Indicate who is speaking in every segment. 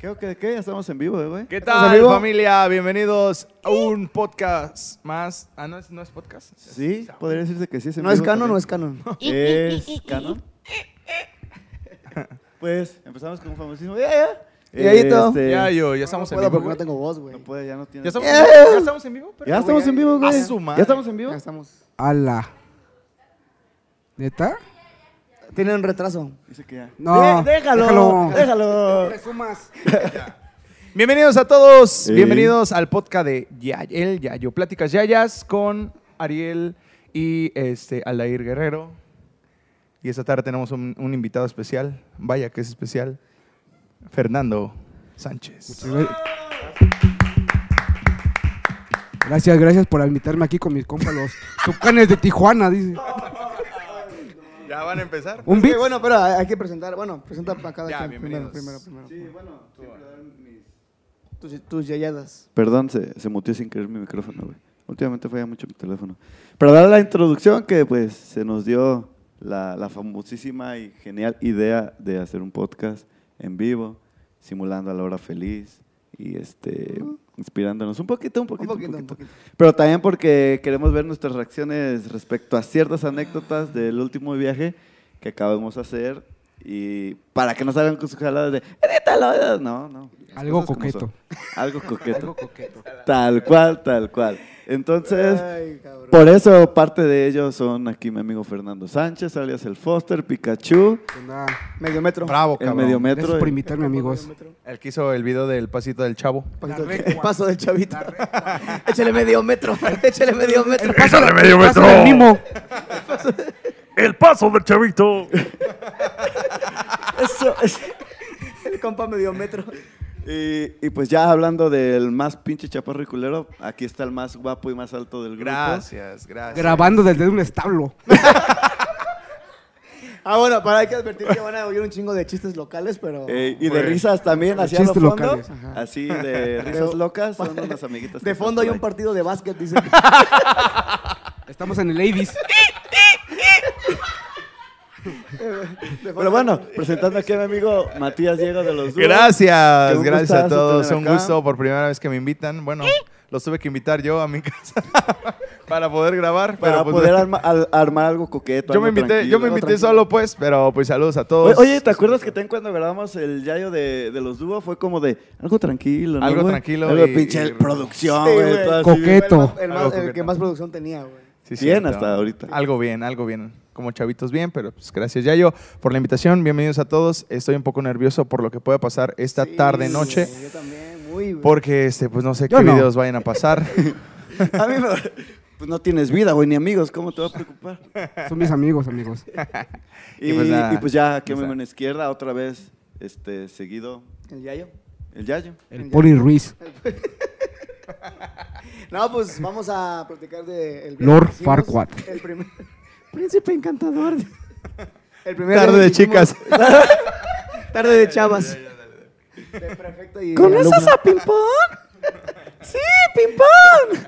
Speaker 1: Creo que ¿qué? ya estamos en vivo, eh, güey.
Speaker 2: ¿Qué
Speaker 1: ¿Estamos en
Speaker 2: tal,
Speaker 1: vivo?
Speaker 2: familia? Bienvenidos a un podcast más. Ah, ¿no es, no es podcast?
Speaker 1: Sí, podría decirse que sí. en
Speaker 3: No es
Speaker 1: vivo también.
Speaker 3: canon, ¿eh? no es canon.
Speaker 1: Es canon. pues empezamos con un famosísimo. ¡Ya, ya! Este,
Speaker 3: Dieguito.
Speaker 2: Ya, yo,
Speaker 1: Eh,
Speaker 2: ya
Speaker 3: No
Speaker 2: estamos en
Speaker 3: puedo
Speaker 2: vivo.
Speaker 3: porque no
Speaker 2: güey.
Speaker 3: tengo voz, güey.
Speaker 1: No puede, ya no tiene.
Speaker 2: ¿Ya, estamos,
Speaker 3: Eh.
Speaker 2: ya estamos en vivo. pero-
Speaker 1: Ya estamos en vivo, güey.
Speaker 2: A su madre.
Speaker 1: ¿Ya estamos en vivo?
Speaker 3: Ya estamos.
Speaker 4: Ala. ¿Neta?
Speaker 3: Tienen retraso.
Speaker 1: Dice que ya.
Speaker 4: No.
Speaker 3: déjalo,
Speaker 4: No
Speaker 3: déjalo.
Speaker 4: presumas.
Speaker 2: Bienvenidos a todos.
Speaker 1: Eh.
Speaker 2: Bienvenidos al podcast de Ya- El Yayo. Pláticas Yayas con Ariel y este Aldair Guerrero. Y esta tarde tenemos un, un invitado especial. Vaya que es especial. Fernando Sánchez.
Speaker 4: Gracias, gracias por invitarme aquí con mis compas los tucanes de Tijuana, dice.
Speaker 2: ¿Ya van a empezar?
Speaker 4: Un beat.
Speaker 3: bueno, pero hay hay que presentar. Bueno, presenta para cada
Speaker 2: Ya,
Speaker 3: quien. Primero, primero,
Speaker 2: bienvenidos.
Speaker 3: primero.
Speaker 1: Sí, bueno, siempre dan mis.
Speaker 3: Tus, tus yayadas.
Speaker 1: Perdón, se, se muteó sin querer mi micrófono, güey. Últimamente falla mucho mi teléfono. Para dar la introducción que pues se nos dio la, la famosísima y genial idea de hacer un podcast en vivo, simulando a la hora feliz y este inspirándonos un poquito, un poquito, un poquito,
Speaker 3: un poquito.
Speaker 1: Pero también porque queremos ver nuestras reacciones respecto a ciertas anécdotas del último viaje que acabamos de hacer y para que no salgan con sus jaladas de "Edítalo", no, no. las
Speaker 4: Algo
Speaker 1: cosas como son.
Speaker 4: coqueto.
Speaker 1: Algo coqueto.
Speaker 4: coqueto.
Speaker 1: Tal cual, tal cual. Entonces,
Speaker 3: Ay, cabrón.
Speaker 1: por eso parte de ellos son aquí mi amigo Fernando Sánchez, alias el Foster, Pikachu,
Speaker 3: Medio metro.
Speaker 2: Bravo,
Speaker 1: el
Speaker 2: Oh, cabrón.
Speaker 1: medio
Speaker 4: Gracias
Speaker 1: metro.
Speaker 4: por
Speaker 1: y-
Speaker 4: invitarme, amigos.
Speaker 2: El que hizo el video del pasito del chavo.
Speaker 3: Pasito- Paso del chavito. Échale medio metro. Échale medio metro.
Speaker 4: de medio metro. El mimo.
Speaker 5: El paso del chavito.
Speaker 3: Eso. es- El compa medio metro.
Speaker 1: Y, y pues ya hablando del más pinche chaparro y culero, aquí está el más guapo y más alto del grupo.
Speaker 2: Gracias, gracias.
Speaker 4: Grabando desde un establo.
Speaker 3: Ah, bueno, para hay que advertir que van a oír un chingo de chistes locales, pero.
Speaker 1: Eh, y de risas también, hacia lo
Speaker 4: chistes
Speaker 1: fondo.
Speaker 4: locales, ajá.
Speaker 1: Así de risas locas, son unas amiguitas. que
Speaker 3: De
Speaker 1: están
Speaker 3: fondo hay
Speaker 1: por
Speaker 3: un
Speaker 1: ahí.
Speaker 3: partido de básquet, dice.
Speaker 4: Estamos en el Ladies.
Speaker 1: Pero bueno, presentando aquí a mi amigo Matías Diego de los Dúos. Qué
Speaker 2: Gracias,
Speaker 1: un
Speaker 2: gracias a
Speaker 1: gustazo
Speaker 2: todos.
Speaker 1: tener
Speaker 2: Un
Speaker 1: acá.
Speaker 2: gusto por primera vez que me invitan. Bueno, los tuve que invitar yo a mi casa para poder grabar.
Speaker 1: Para
Speaker 2: pero pues,
Speaker 1: poder arma- al- armar algo coqueto.
Speaker 2: yo me
Speaker 1: algo
Speaker 2: invité, yo me
Speaker 1: tranquilo.
Speaker 2: invité solo pues, pero pues saludos a
Speaker 1: Oye,
Speaker 2: todos.
Speaker 1: Oye, ¿te acuerdas que también cuando grabamos el Yayo de, de los dúos fue como de algo tranquilo, ¿no,
Speaker 2: Algo
Speaker 1: güey?
Speaker 2: tranquilo
Speaker 1: Algo de
Speaker 2: y-
Speaker 1: pinche
Speaker 2: y-
Speaker 1: producción,
Speaker 3: Sí,
Speaker 1: güey.
Speaker 3: güey.
Speaker 1: todo así.
Speaker 4: Coqueto.
Speaker 3: Beto. El, más-
Speaker 2: Algo
Speaker 3: el que
Speaker 2: coqueto.
Speaker 3: más producción tenía, güey.
Speaker 2: Sí,
Speaker 1: bien
Speaker 2: cierto.
Speaker 1: hasta ahorita.
Speaker 2: Algo bien, algo bien. Como chavitos bien, pero pues gracias Yayo por la invitación. Bienvenidos a todos. Estoy un poco nervioso por lo que pueda pasar esta
Speaker 3: Sí,
Speaker 2: tarde noche.
Speaker 3: güey, Yo también, muy, güey.
Speaker 2: Porque este, pues no sé
Speaker 4: Yo
Speaker 2: qué
Speaker 4: no.
Speaker 2: videos vayan a pasar.
Speaker 1: A mí me- Pues no tienes vida, güey, ni amigos, ¿cómo te va a preocupar?
Speaker 4: Son mis amigos, amigos.
Speaker 1: Y,
Speaker 2: Y pues nada,
Speaker 1: y pues ya, aquí a
Speaker 2: pues
Speaker 1: mi
Speaker 2: nada.
Speaker 1: mano izquierda, otra vez, este, seguido,
Speaker 3: El Yayo.
Speaker 1: el Yayo.
Speaker 4: El Poli Ruiz.
Speaker 3: No, pues vamos a platicar de. El
Speaker 4: Lord
Speaker 3: hicimos
Speaker 4: Farquaad.
Speaker 3: El primer. Príncipe encantador. El primer
Speaker 2: Tarde
Speaker 3: viaje
Speaker 2: de
Speaker 3: que hicimos-
Speaker 2: chicas.
Speaker 3: Tarde de chavas. De prefecto y.
Speaker 4: ¿Con
Speaker 3: alumna.
Speaker 4: esas a
Speaker 3: ¡Sí, ping-pong!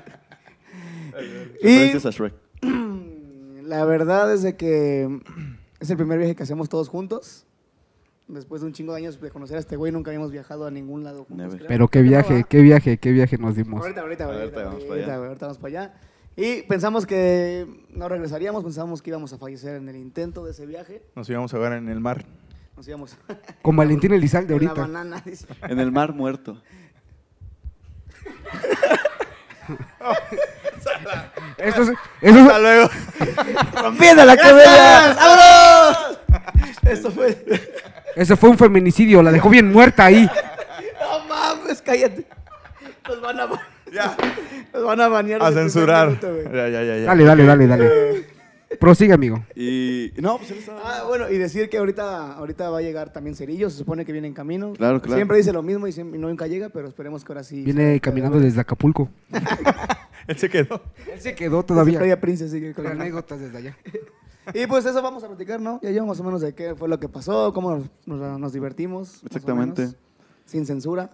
Speaker 1: Y...
Speaker 3: y. La verdad es de que es el primer viaje que hacemos todos juntos. Después de un chingo de años de conocer a este güey, nunca habíamos viajado a ningún lado juntos.
Speaker 1: Never.
Speaker 3: creo.
Speaker 4: Pero qué viaje, qué viaje, qué viaje nos dimos.
Speaker 3: Ahorita, ahorita,
Speaker 1: Ahorita
Speaker 3: ahorita.
Speaker 1: vamos
Speaker 3: Ahorita,
Speaker 1: para allá.
Speaker 3: güey, ahorita vamos para allá. Y pensamos que no regresaríamos, pensábamos que íbamos a fallecer en el intento de ese viaje.
Speaker 2: Nos íbamos a ver en el mar.
Speaker 3: Nos íbamos
Speaker 4: Con Valentín Elizalde
Speaker 3: en la
Speaker 4: ahorita.
Speaker 3: banana. dice.
Speaker 1: En el mar muerto.
Speaker 4: Eso es, eso es,
Speaker 2: luego.
Speaker 3: ¡Rompiendo la cabeza! ¡Vámonos! Esto fue...
Speaker 4: Ese fue un feminicidio, la dejó bien muerta ahí.
Speaker 3: No mames, cállate. Nos van a... Nos van a banear.
Speaker 2: A
Speaker 3: desde el primer
Speaker 2: censurar.
Speaker 3: minuto, güey.
Speaker 2: Ya, ya, ya, ya.
Speaker 4: Dale, dale, dale, dale. Prosigue, amigo.
Speaker 1: Y... No, pues él estaba...
Speaker 3: Ah, bueno, y decir que ahorita, ahorita va a llegar también Cerillo, se supone que viene en camino.
Speaker 1: Claro, claro.
Speaker 3: Siempre dice lo mismo y, siempre- y nunca llega, pero esperemos que ahora sí.
Speaker 4: Viene caminando desde Acapulco.
Speaker 2: Él se quedó.
Speaker 4: Él se quedó
Speaker 3: todavía.
Speaker 4: todavía. Con
Speaker 3: y,
Speaker 4: anécdotas desde allá.
Speaker 3: pues eso vamos a platicar, ¿no? Ya llevamos más o menos de qué fue lo que pasó, cómo nos, nos- nos divertimos. más o
Speaker 1: Exactamente.
Speaker 3: menos, sin censura.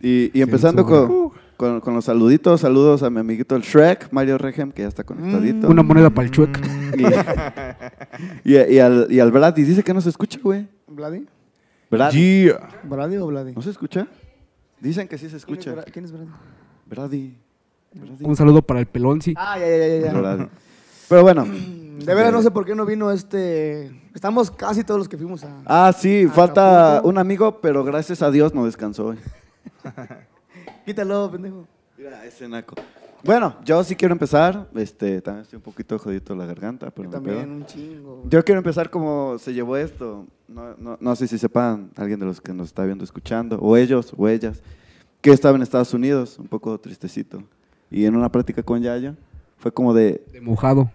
Speaker 1: Y, y empezando
Speaker 4: Censura.
Speaker 1: con, con, con los saluditos, saludos a mi amiguito el Shrek, Mario Regem, que ya está conectadito.
Speaker 4: Mm, Una moneda para el chuec.
Speaker 1: Y, y- y al, y al Brad, y dice que no se escucha, güey.
Speaker 3: ¿Vladi?
Speaker 1: ¿Verdad?
Speaker 2: Yeah.
Speaker 3: ¿Brady o Vladi?
Speaker 1: ¿No se escucha? Dicen que sí se escucha.
Speaker 3: ¿Quién es Bra- ¿Quién es Brady?
Speaker 1: Brady. Brady.
Speaker 4: Un saludo para el Pelonzi.
Speaker 3: Ah, ya, ya, ya, ya. ya.
Speaker 1: Brady. Pero bueno.
Speaker 3: De veras, no sé por qué no vino este. Estamos casi todos los que fuimos a.
Speaker 1: Ah, sí,
Speaker 3: Ah,
Speaker 1: falta
Speaker 3: Acapulco.
Speaker 1: un amigo, pero gracias a Dios no descansó hoy.
Speaker 3: Quítalo, pendejo.
Speaker 1: Mira, ese naco. Bueno, yo sí quiero empezar. Este, también estoy un poquito jodido la garganta, pero no
Speaker 3: Yo
Speaker 1: hay pedo.
Speaker 3: también, un chingo.
Speaker 1: Yo quiero empezar como se llevó esto. No, no- no sé si sepan, alguien de los que nos está viendo, escuchando, o ellos, o ellas, que estaba en Estados Unidos, un poco tristecito. Y en una práctica con Yayo, fue como de,
Speaker 4: De mojado.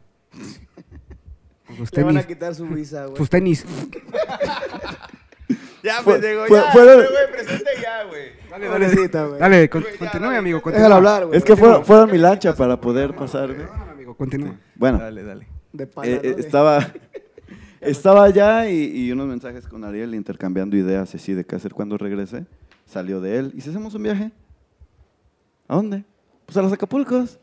Speaker 4: Con sus
Speaker 3: Le van
Speaker 4: tenis.
Speaker 3: a quitar su visa, güey.
Speaker 4: Sus tenis.
Speaker 2: Ya,
Speaker 1: Fue-
Speaker 2: pendejo,
Speaker 1: fue-
Speaker 2: ya,
Speaker 1: fue-
Speaker 2: güey, presente ya, güey.
Speaker 3: Dale, Pobrecita, güey.
Speaker 4: Dale, con-
Speaker 2: Güey, ya,
Speaker 4: continúe,
Speaker 2: dale.
Speaker 4: amigo. Continúe.
Speaker 3: Pues Déjalo hablar, güey.
Speaker 1: "Ah, es que fueron, fueron mi lancha para poder pasar. güey.
Speaker 4: Perdóname, amigo, continúa.
Speaker 1: Bueno,
Speaker 2: Dale, dale.
Speaker 3: De pala,
Speaker 1: eh,
Speaker 3: ¿no?
Speaker 1: eh,
Speaker 3: De-
Speaker 1: estaba, estaba allá y, y unos mensajes con Ariel intercambiando ideas así de qué hacer cuando regrese. Salió de él. ¿Y si hacemos un viaje? ¿A dónde? Pues a los Acapulcos.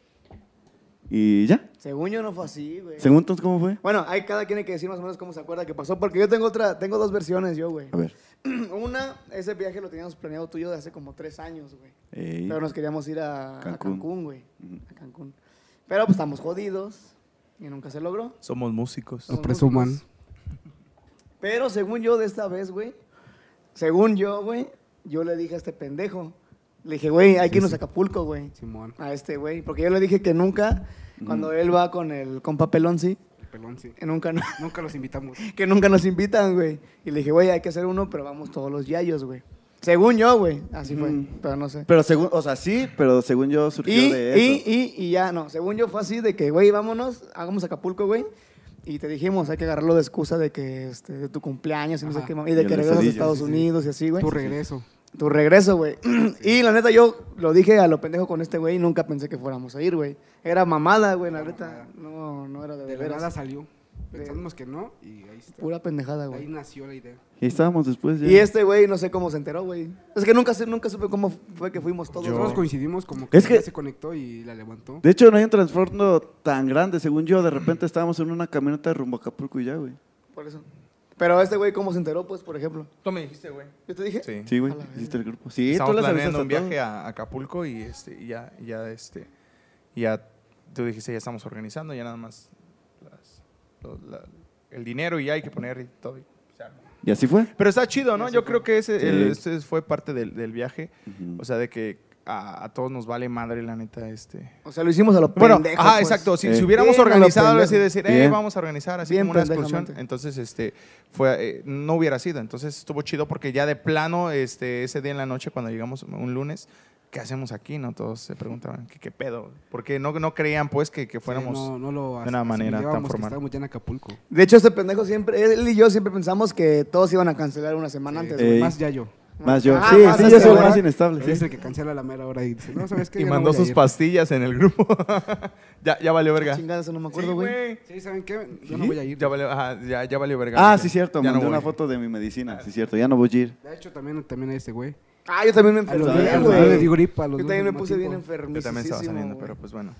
Speaker 1: Y ya.
Speaker 3: Según yo no fue así, güey.
Speaker 1: Según tú, ¿cómo fue?
Speaker 3: Bueno, hay cada quien hay que decir más o menos cómo se acuerda que pasó, porque yo tengo otra, tengo dos versiones yo, güey.
Speaker 1: A ver.
Speaker 3: Una, ese viaje lo teníamos planeado tuyo de hace como tres años, güey.
Speaker 1: Ey.
Speaker 3: Pero nos queríamos ir a a
Speaker 1: Cancún.
Speaker 3: Cancún, güey.
Speaker 1: Ujú.
Speaker 3: A Cancún. Pero pues estamos jodidos y nunca se logró.
Speaker 2: Somos músicos.
Speaker 4: No
Speaker 3: Somos
Speaker 4: presuman.
Speaker 3: músicos. Pero según yo de esta vez, güey, según yo, güey, yo le dije a este pendejo, le dije, güey, hay que irnos a Acapulco, güey.
Speaker 4: Simón.
Speaker 3: A este güey, porque yo le dije que nunca, cuando él va con el compa Pelonzi,
Speaker 4: El Pelonzi.
Speaker 3: nunca, no-
Speaker 4: Nunca los invitamos.
Speaker 3: que nunca nos invitan, güey. Y le dije, güey, hay que hacer uno, pero vamos todos los yayos, güey. Según yo, güey, así fue,
Speaker 1: Ujú.
Speaker 3: pero no sé.
Speaker 1: Pero según, o sea, sí, pero según yo surgió
Speaker 3: Y,
Speaker 1: de eso.
Speaker 3: y, y, y ya, no, según yo fue así de que, güey, vámonos, hagamos Acapulco, güey. Y te dijimos, hay que agarrarlo de excusa de que este, de tu cumpleaños y no sé
Speaker 4: Ajá.
Speaker 3: qué, mam- y de
Speaker 1: Y
Speaker 3: que
Speaker 1: el
Speaker 3: regresas a
Speaker 1: besadillo,
Speaker 3: Estados
Speaker 4: sí, sí.
Speaker 3: Unidos y así, güey.
Speaker 4: Tu regreso.
Speaker 3: Tu regreso, güey. Y la neta, yo lo dije a lo pendejo con este güey y nunca pensé que fuéramos a ir, güey. Era mamada, güey, la neta. No, no era de,
Speaker 4: De la
Speaker 3: veras.
Speaker 4: nada salió. Pensábamos que no. Y ahí está.
Speaker 3: Pura pendejada, güey.
Speaker 4: Ahí nació la idea.
Speaker 1: Y estábamos después ya.
Speaker 3: Y este güey, no sé cómo se enteró, güey. Es que nunca, sé- nunca supe cómo fue que fuimos todos.
Speaker 4: Pues Nosotros
Speaker 3: güey.
Speaker 4: coincidimos como que,
Speaker 1: Es que-
Speaker 4: ella se conectó y la levantó.
Speaker 1: De hecho, no hay un trasfondo tan grande. Según yo, de repente estábamos en una camioneta rumbo a Acapulco y ya, güey.
Speaker 3: Por eso. Pero este güey, ¿cómo se enteró, pues, por ejemplo?
Speaker 2: Tú me dijiste, güey.
Speaker 3: ¿Yo te dije?
Speaker 2: Sí.
Speaker 1: Sí, güey.
Speaker 3: A la verga.
Speaker 1: Hiciste el grupo. Sí,
Speaker 2: Estamos
Speaker 1: tú las avisaste
Speaker 2: planeando
Speaker 1: a
Speaker 2: un viaje
Speaker 1: todos.
Speaker 2: a Acapulco y este, y ya, ya este, ya tú dijiste ya estamos organizando, ya nada más las- lo- la- el dinero y ya hay que poner y todo. y se arma.
Speaker 1: Y así fue.
Speaker 2: Pero está chido, ¿no? Yo creo que ese,
Speaker 1: Sí.
Speaker 2: el- ese fue parte del, del viaje,
Speaker 1: Ujú.
Speaker 2: o sea, de que a, a todos nos vale madre la neta este.
Speaker 3: O sea, lo hicimos a lo
Speaker 2: Bueno,
Speaker 3: pendejo,
Speaker 2: ajá,
Speaker 3: pues.
Speaker 2: exacto. Si,
Speaker 1: Eh.
Speaker 2: si hubiéramos
Speaker 3: Bien a lo
Speaker 2: organizado
Speaker 3: pendejo.
Speaker 2: así decir, "Ey,
Speaker 1: Bien.
Speaker 2: vamos a organizar así
Speaker 3: Bien
Speaker 2: como una excursión,
Speaker 3: pendejamente.
Speaker 2: entonces este fue eh, no hubiera sido. Entonces estuvo chido porque ya de plano este ese día en la noche cuando llegamos un lunes, ¿qué hacemos aquí? No todos se preguntaban, ¿qué, qué pedo? Porque no no creían pues que, que fuéramos
Speaker 4: Sí, no, no lo
Speaker 2: de una manera tan
Speaker 4: asimilábamos que
Speaker 2: formal.
Speaker 4: Estábamos ya en Acapulco.
Speaker 2: Eh,
Speaker 3: De hecho, este pendejo siempre, él y yo siempre pensamos que todos iban a cancelar una semana antes, güey.
Speaker 1: Ey.
Speaker 4: Más Yayo.
Speaker 1: Más yo.
Speaker 3: Ah,
Speaker 1: sí,
Speaker 3: más
Speaker 1: sí,
Speaker 3: este
Speaker 1: yo soy el
Speaker 3: güey.
Speaker 1: más inestable.
Speaker 4: Él
Speaker 1: sí.
Speaker 4: es el que cancela la mera hora y dice, no, ¿sabes qué?
Speaker 2: y
Speaker 4: Ya no
Speaker 2: mandó
Speaker 4: voy a
Speaker 2: sus
Speaker 4: ir".
Speaker 2: pastillas en el grupo. ya ya valió verga.
Speaker 3: Chingada, eso no Ah, me acuerdo,
Speaker 2: Sí,
Speaker 3: güey.
Speaker 2: güey.
Speaker 4: Sí, ¿saben qué? Yo no
Speaker 2: Sí,
Speaker 4: voy a ir.
Speaker 2: Ya valió, ajá, ya, ya valió verga.
Speaker 1: Ah,
Speaker 2: Dice,
Speaker 1: sí, cierto.
Speaker 2: "Ya
Speaker 1: Mandé
Speaker 2: no
Speaker 1: una
Speaker 2: voy". Ah.
Speaker 1: foto de mi medicina. Sí, cierto. Ya no voy a ir.
Speaker 4: De hecho, también, también a este güey.
Speaker 3: ah, yo también me
Speaker 4: A los
Speaker 1: Está
Speaker 3: enfermé,
Speaker 1: bien,
Speaker 4: dos,
Speaker 1: güey.
Speaker 4: yo le
Speaker 3: güey.
Speaker 4: di
Speaker 3: Yo
Speaker 4: gripa, a los dos
Speaker 3: también me
Speaker 4: al mismo
Speaker 3: puse bien
Speaker 4: tiempo.
Speaker 3: enfermo.
Speaker 2: Yo también estaba saliendo, pero pues bueno.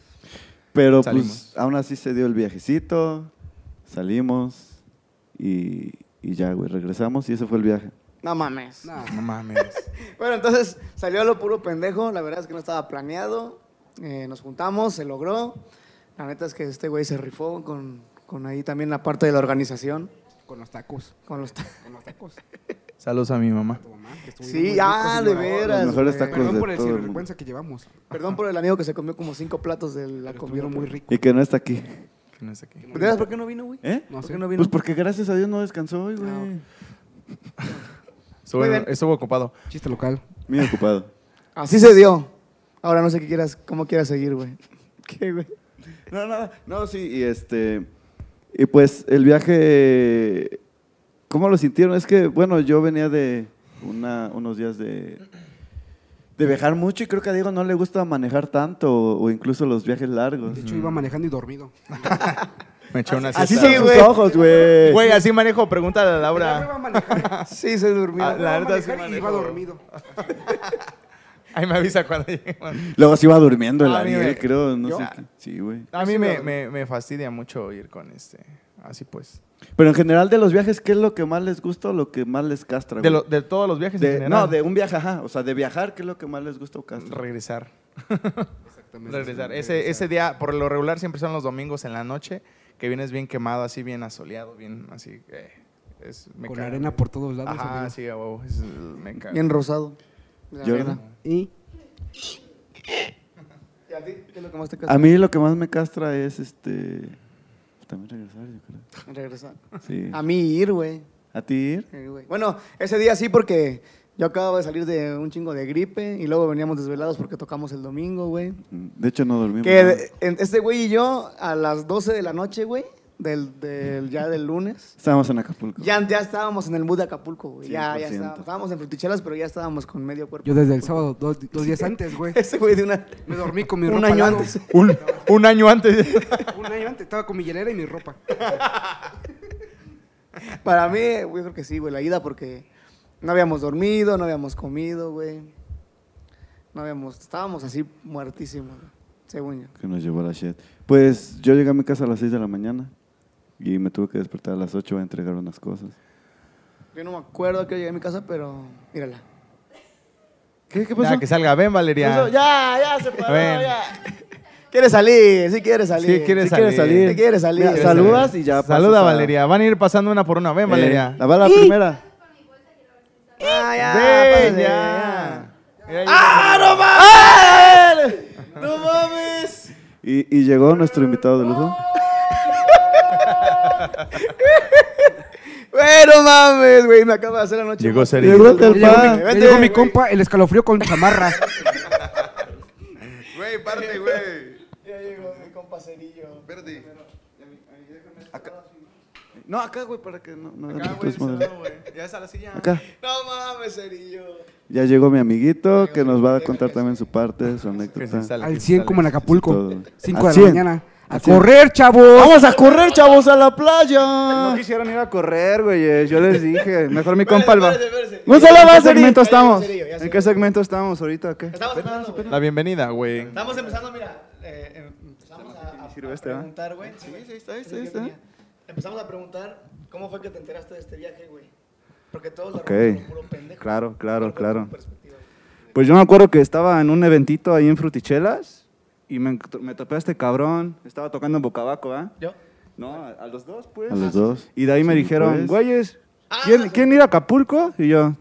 Speaker 1: Pero
Speaker 2: Salimos.
Speaker 1: pues aún así se dio el viajecito. Salimos. Y, y ya, güey. Regresamos y ese fue el viaje.
Speaker 3: No mames.
Speaker 4: Nah,
Speaker 2: No mames.
Speaker 3: Bueno, entonces salió a lo puro pendejo. La verdad es que no estaba planeado. Eh, nos juntamos, se logró. La neta es que este güey se rifó con, con ahí también la parte de la organización.
Speaker 4: con los tacos.
Speaker 3: Con los ta-
Speaker 4: Con los tacos.
Speaker 2: Saludos a mi mamá.
Speaker 4: Tu mamá, que estuvieron muy
Speaker 3: sí,
Speaker 4: ricos
Speaker 3: ah,
Speaker 4: y
Speaker 3: de
Speaker 4: la-
Speaker 3: veras.
Speaker 1: Los mejores
Speaker 3: güey.
Speaker 1: tacos.
Speaker 4: Perdón
Speaker 1: de
Speaker 4: por el
Speaker 1: todo el
Speaker 4: sinvergüenza que llevamos.
Speaker 3: Perdón por el amigo que se comió como cinco platos de la
Speaker 4: Pero
Speaker 3: comida.
Speaker 4: Estuvieron muy
Speaker 3: muy
Speaker 4: ricos.
Speaker 1: Y que no está aquí.
Speaker 2: Que no está aquí.
Speaker 3: ¿De veras por qué no vino, güey?
Speaker 1: ¿Eh?
Speaker 4: No
Speaker 3: ¿Por
Speaker 4: sé.
Speaker 3: qué no vino?
Speaker 1: Pues porque gracias a Dios no descansó hoy, güey.
Speaker 3: Ah,
Speaker 2: Estuvo,
Speaker 3: Muy bien.
Speaker 2: estuvo ocupado.
Speaker 4: Chiste local.
Speaker 1: Muy ocupado.
Speaker 3: Así se dio. Ahora no sé qué quieras, cómo quieras seguir, güey. ¿Qué, güey?
Speaker 1: No, nada. No, sí, y este. Y pues el viaje. ¿Cómo lo sintieron? Es que, bueno, yo venía de una, unos días de. De viajar mucho y creo que a Diego no le gusta manejar tanto o, o incluso los viajes largos.
Speaker 4: De hecho, iba manejando y dormido.
Speaker 2: Me echó una
Speaker 1: Así
Speaker 2: siesta.
Speaker 1: son sus
Speaker 3: güey.
Speaker 1: ojos, güey.
Speaker 2: Güey, así manejo. Pregúntale a
Speaker 4: Yo iba
Speaker 2: Laura.
Speaker 4: a manejar.
Speaker 3: Sí, se durmió.
Speaker 2: Ah, la-
Speaker 4: Yo iba
Speaker 2: verdad
Speaker 4: a
Speaker 2: sí
Speaker 4: manejar y
Speaker 2: manejo.
Speaker 4: iba dormido.
Speaker 2: Ahí me avisa cuando llegue.
Speaker 1: Luego se iba durmiendo el
Speaker 2: Ah, mi
Speaker 1: Ariel,
Speaker 2: verga.
Speaker 1: creo. No
Speaker 2: Yo-
Speaker 1: sé qué. Sí, güey.
Speaker 2: A mí me, me, me fastidia mucho ir con este. Así pues.
Speaker 1: Pero en general de los viajes, ¿qué es lo que más les gusta o lo que más les castra?
Speaker 2: De,
Speaker 1: güey?
Speaker 2: lo- de todos los viajes en
Speaker 1: De-
Speaker 2: general.
Speaker 1: no, de un viaje, ajá. O sea, de viajar, ¿qué es lo que más les gusta o castra?
Speaker 2: regresar.
Speaker 4: Exactamente.
Speaker 2: Regresar. Ese, ese día, por lo regular, siempre son los domingos en la noche, que vienes bien quemado, así bien asoleado, bien así. eh, es, me
Speaker 4: Con
Speaker 2: caga,
Speaker 4: arena
Speaker 2: güey.
Speaker 4: por todos lados.
Speaker 2: Ajá,
Speaker 4: amigo.
Speaker 2: sí, a huevo, es- me caga.
Speaker 3: Bien rosado. La
Speaker 1: Jordan.
Speaker 3: arena.
Speaker 4: Y
Speaker 3: ¿Y a ti? ¿Qué es lo que más te
Speaker 1: A
Speaker 3: castra?
Speaker 1: mí lo que más me castra es este. También regresar, yo creo.
Speaker 3: Regresar.
Speaker 1: Sí.
Speaker 3: A mí ir, güey.
Speaker 1: ¿A ti ir?
Speaker 3: Eh, güey. Bueno, ese día sí porque yo acababa de salir de un chingo de gripe y luego veníamos desvelados porque tocamos el domingo, güey.
Speaker 1: De hecho, no dormimos.
Speaker 3: Que
Speaker 1: ¿no?
Speaker 3: de- en- este güey y yo a las 12 de la noche, güey, del, del- ya del lunes,
Speaker 1: Estábamos en Acapulco.
Speaker 3: ya, ya estábamos en el mood de Acapulco, güey. Ya, ya
Speaker 1: 100%.
Speaker 3: estábamos, estábamos en frutichelas, pero ya estábamos con medio cuerpo.
Speaker 4: yo desde el sábado, dos, dos días antes, güey.
Speaker 3: Ese güey de una...
Speaker 4: Me dormí con mi
Speaker 3: Un
Speaker 4: ropa.
Speaker 3: año
Speaker 4: al lado.
Speaker 3: antes.
Speaker 2: Un, un año antes.
Speaker 4: Un año antes. Estaba con mi hielera y mi ropa.
Speaker 3: Para mí, güey, yo creo que sí, güey, la ida porque no habíamos dormido, no habíamos comido, güey. No habíamos... Estábamos así muertísimos, güey, según yo.
Speaker 1: Que nos llevó a la shit. Pues yo llegué a mi casa a las 6 de la mañana y me tuve que despertar a las 8 a entregar unas cosas.
Speaker 3: Yo no me acuerdo que llegué a mi casa, pero mírala.
Speaker 1: ¿Qué, qué
Speaker 2: Ya, que salga, ven, Valeria.
Speaker 3: Eso, ya, ya se paró,
Speaker 2: Ven.
Speaker 3: ya. Quiere salir, sí quiere salir.
Speaker 2: Sí, quiere
Speaker 1: Sí quiere salir.
Speaker 2: salir.
Speaker 3: Sí quiere salir.
Speaker 1: Mira,
Speaker 3: Quiere
Speaker 1: saludas y ya.
Speaker 2: Saluda,
Speaker 1: pasas a-
Speaker 2: Valeria. Van a ir pasando una por una. Ven,
Speaker 1: Eh,
Speaker 2: Valeria.
Speaker 1: La va la primera.
Speaker 3: Ah, ya,
Speaker 2: Ven,
Speaker 3: pásale,
Speaker 2: ya. Mira, ya.
Speaker 3: ¡Ah, no mames! ¡No mames!
Speaker 1: Y, y llegó nuestro invitado de lujo.
Speaker 3: Güey, no mames, güey. Me acaba de hacer la noche.
Speaker 2: Llegó
Speaker 3: más-
Speaker 2: serio.
Speaker 1: Llegó el
Speaker 4: Ya
Speaker 1: del
Speaker 4: llegó
Speaker 1: pan.
Speaker 4: mi, ya
Speaker 3: vete,
Speaker 4: llegó mi
Speaker 3: güey.
Speaker 4: compa, el escalofrío con chamarra.
Speaker 6: Güey, parte, güey.
Speaker 3: Ya llegó mi compa Cerillo.
Speaker 6: Espérate.
Speaker 1: No, acá, güey, para que no. no
Speaker 2: Acá,
Speaker 1: no,
Speaker 2: güey,
Speaker 1: tú desmadre.
Speaker 2: salud, güey. Ya está la silla.
Speaker 1: Acá.
Speaker 3: No mames, Cerillo.
Speaker 1: Ya llegó mi amiguito que nos va a contar también su parte, su anécdota.
Speaker 2: Dale,
Speaker 4: Al
Speaker 2: que
Speaker 4: 100
Speaker 2: sale.
Speaker 4: como en Acapulco.
Speaker 1: todo.
Speaker 4: 5
Speaker 1: Al
Speaker 4: de la
Speaker 1: 100.
Speaker 4: mañana. A
Speaker 1: Al 100.
Speaker 4: correr, chavos.
Speaker 1: Vamos a correr, chavos, a la playa.
Speaker 6: quisieron ir a correr, güey. eh. Yo les dije. Mejor mi compa el va.
Speaker 3: Espérese, espérese.
Speaker 1: No se la va a
Speaker 6: ¿En qué
Speaker 1: hacer.
Speaker 6: segmento estamos?
Speaker 3: Cerillo, ya
Speaker 6: ¿En
Speaker 3: sé.
Speaker 6: qué segmento estamos ahorita? ¿Qué?
Speaker 3: Estamos empezando, güey.
Speaker 2: La bienvenida, güey.
Speaker 3: Estamos empezando, mira. eh, eh, empezamos a, a-
Speaker 6: sirve
Speaker 3: a
Speaker 6: este, ¿va?
Speaker 3: preguntar, güey. Sí, sí, está,
Speaker 1: ahí está, ahí está.
Speaker 3: Empezamos a preguntar cómo fue que te enteraste de este viaje, güey. Porque todos
Speaker 6: Ok.
Speaker 3: la rompieron puro pendejo.
Speaker 6: Claro, claro,
Speaker 3: ¿Cuál fue tu
Speaker 6: claro.
Speaker 3: perspectiva, güey?
Speaker 6: Pues yo me acuerdo que estaba en un eventito ahí en Frutichelas y me, enc- me topé a este cabrón. Estaba tocando en Bocabaco, ¿ah?
Speaker 3: ¿Yo?
Speaker 6: No, a, a los dos, pues.
Speaker 1: A los dos.
Speaker 6: Y de ahí me
Speaker 1: Sí,
Speaker 6: dijeron,
Speaker 1: pues.
Speaker 6: güeyes,
Speaker 3: Ah,
Speaker 6: ¿quién,
Speaker 3: sí.
Speaker 6: ¿quién ir a Acapulco? Y yo,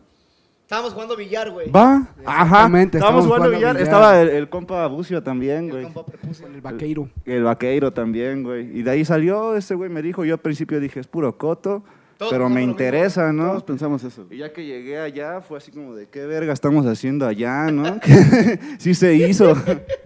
Speaker 3: Estábamos jugando billar, güey.
Speaker 6: ¿va? Ajá.
Speaker 4: Exactamente,
Speaker 6: Estábamos
Speaker 4: estábamos jugando
Speaker 6: jugando billar.
Speaker 4: billar.
Speaker 6: Estaba el, el compa Bucio también,
Speaker 3: El
Speaker 6: güey.
Speaker 3: compa prepucio.
Speaker 4: El vaqueiro.
Speaker 6: El vaqueiro también, güey. Y de ahí salió, ese güey me dijo, yo al principio dije, es puro coto,
Speaker 3: Todos
Speaker 6: pero me
Speaker 3: pensamos lo
Speaker 6: interesa, ¿no?
Speaker 1: Todos pensamos eso. güey.
Speaker 6: Y ya que llegué allá, fue así como de, ¿qué verga estamos haciendo allá, no? sí se hizo.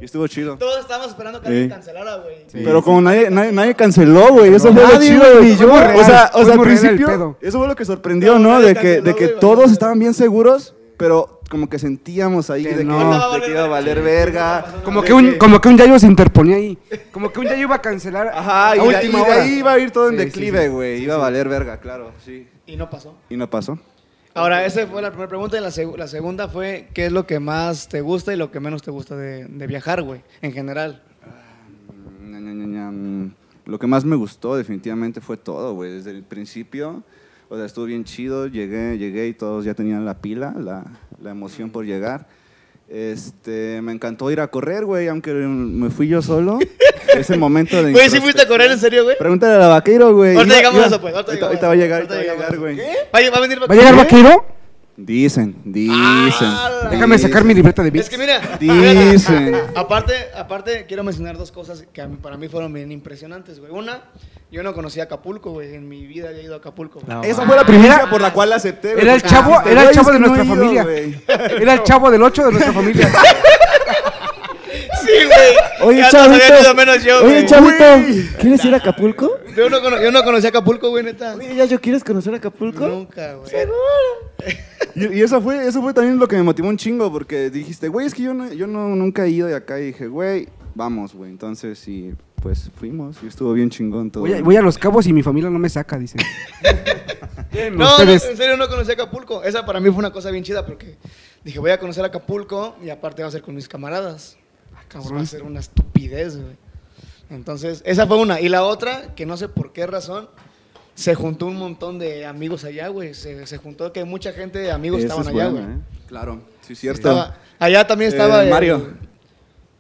Speaker 6: y estuvo chido.
Speaker 3: Todos estábamos esperando que alguien
Speaker 1: Sí.
Speaker 3: cancelara, güey.
Speaker 6: Pero como nadie, nadie, nadie canceló, güey, eso fue lo
Speaker 1: Nadie,
Speaker 6: chido.
Speaker 1: güey, ni yo.
Speaker 6: O sea,
Speaker 4: Fue
Speaker 6: o sea al
Speaker 4: muy real el
Speaker 6: principio,
Speaker 4: pedo.
Speaker 6: eso fue lo que sorprendió,
Speaker 3: No,
Speaker 6: ¿no?
Speaker 3: nadie
Speaker 6: De que, de
Speaker 3: canceló,
Speaker 6: que
Speaker 3: güey,
Speaker 6: todos
Speaker 3: valió
Speaker 6: estaban bien seguros, pero como que sentíamos ahí de, que, "Oh,
Speaker 4: no.
Speaker 6: de que iba a valer verga.
Speaker 4: Como
Speaker 6: de
Speaker 4: que, un, como que un Yayo se interponía ahí. Como que un Yayo iba a cancelar
Speaker 6: Ajá,
Speaker 4: a
Speaker 6: y de,
Speaker 4: última
Speaker 6: y de
Speaker 4: hora.
Speaker 6: ahí iba a ir todo en
Speaker 4: Sí, sí,
Speaker 6: declive,
Speaker 4: sí.
Speaker 6: güey. iba a valer verga, claro, sí.
Speaker 3: Y no pasó.
Speaker 6: Y no pasó.
Speaker 3: Ahora, esa fue la primera pregunta. Y la, seg- la segunda fue, ¿qué es lo que más te gusta y lo que menos te gusta de, de viajar, güey? En general.
Speaker 6: Ña, ña, ña, ña, mm. Lo que más me gustó definitivamente fue todo, güey. Desde el principio, o sea, estuvo bien chido. Llegué, llegué y todos ya tenían la pila, la, la emoción por llegar. Este, me encantó ir a correr, güey, aunque mm, me fui yo solo. Ese momento de
Speaker 3: Güey, ¿sí fuiste a correr en serio, güey?
Speaker 6: Pregúntale a la vaqueiro, güey.
Speaker 3: Ahorita
Speaker 6: Iba-
Speaker 3: llegamos
Speaker 6: iba-
Speaker 3: a eso, pues. Ahorita,
Speaker 6: Ahorita,
Speaker 3: llegamos a
Speaker 6: ahorita va a
Speaker 3: eso.
Speaker 6: llegar,
Speaker 3: Ahorita
Speaker 6: ahorita va a
Speaker 3: llegamos
Speaker 6: llegar, güey.
Speaker 3: eso. Va, a- va a venir
Speaker 4: ¿Va a
Speaker 6: ¿Eh?
Speaker 4: llegar
Speaker 3: ¿Qué?
Speaker 4: vaqueiro?
Speaker 6: Dicen, dicen.
Speaker 3: ¡Ala!
Speaker 4: Déjame sacar mi libreta de bits.
Speaker 3: Es que mira,
Speaker 6: Dicen.
Speaker 3: fíjate, aparte, aparte quiero mencionar dos cosas que a mí- para mí fueron bien impresionantes, güey. Una, yo no conocía Acapulco, güey. En mi vida había ido a Acapulco. güey.
Speaker 2: No,
Speaker 6: Esa
Speaker 2: ma.
Speaker 6: fue la primicia por la cual la acepté. güey.
Speaker 4: Era el chavo,
Speaker 6: Ah,
Speaker 4: era el
Speaker 6: güey,
Speaker 4: chavo de
Speaker 6: es que no
Speaker 4: nuestra
Speaker 6: he ido,
Speaker 4: familia.
Speaker 6: güey.
Speaker 4: Era el chavo del 8 de nuestra familia.
Speaker 3: Sí, güey.
Speaker 1: Oye,
Speaker 3: Ya todos
Speaker 1: chavito.
Speaker 3: habían ido menos yo,
Speaker 1: Oye,
Speaker 3: güey.
Speaker 1: chavito, ¿quieres ir a Acapulco?
Speaker 3: Yo no, cono- yo no conocía Acapulco, güey, neta.
Speaker 1: Oye, Yayo, ¿quieres conocer Acapulco?
Speaker 3: Nunca, güey.
Speaker 6: Y, y eso fue, eso fue también lo que me motivó un chingo, porque dijiste, güey, es que yo, no, yo no, nunca he ido de acá. Y dije, güey, vamos, güey. Entonces, sí, pues fuimos y estuvo bien chingón todo.
Speaker 4: Voy a, voy a Los Cabos y mi familia no me saca, dice.
Speaker 3: No, no,
Speaker 4: ustedes.
Speaker 3: en serio no conocía Acapulco. Esa para mí fue una cosa bien chida porque dije, voy a conocer Acapulco y aparte va a ser con mis camaradas. Ah, Cabrón. Va a ser una estupidez, güey. Entonces, esa fue una. Y la otra, que no sé por qué razón, se juntó un montón de amigos allá, güey. Se, se juntó que mucha gente de amigos
Speaker 1: Esa es
Speaker 3: estaban allá,
Speaker 1: buena,
Speaker 3: güey.
Speaker 1: ¿eh?
Speaker 6: Claro, sí, cierto.
Speaker 3: Estaba- allá también estaba.
Speaker 6: Eh,
Speaker 3: el-
Speaker 6: Mario.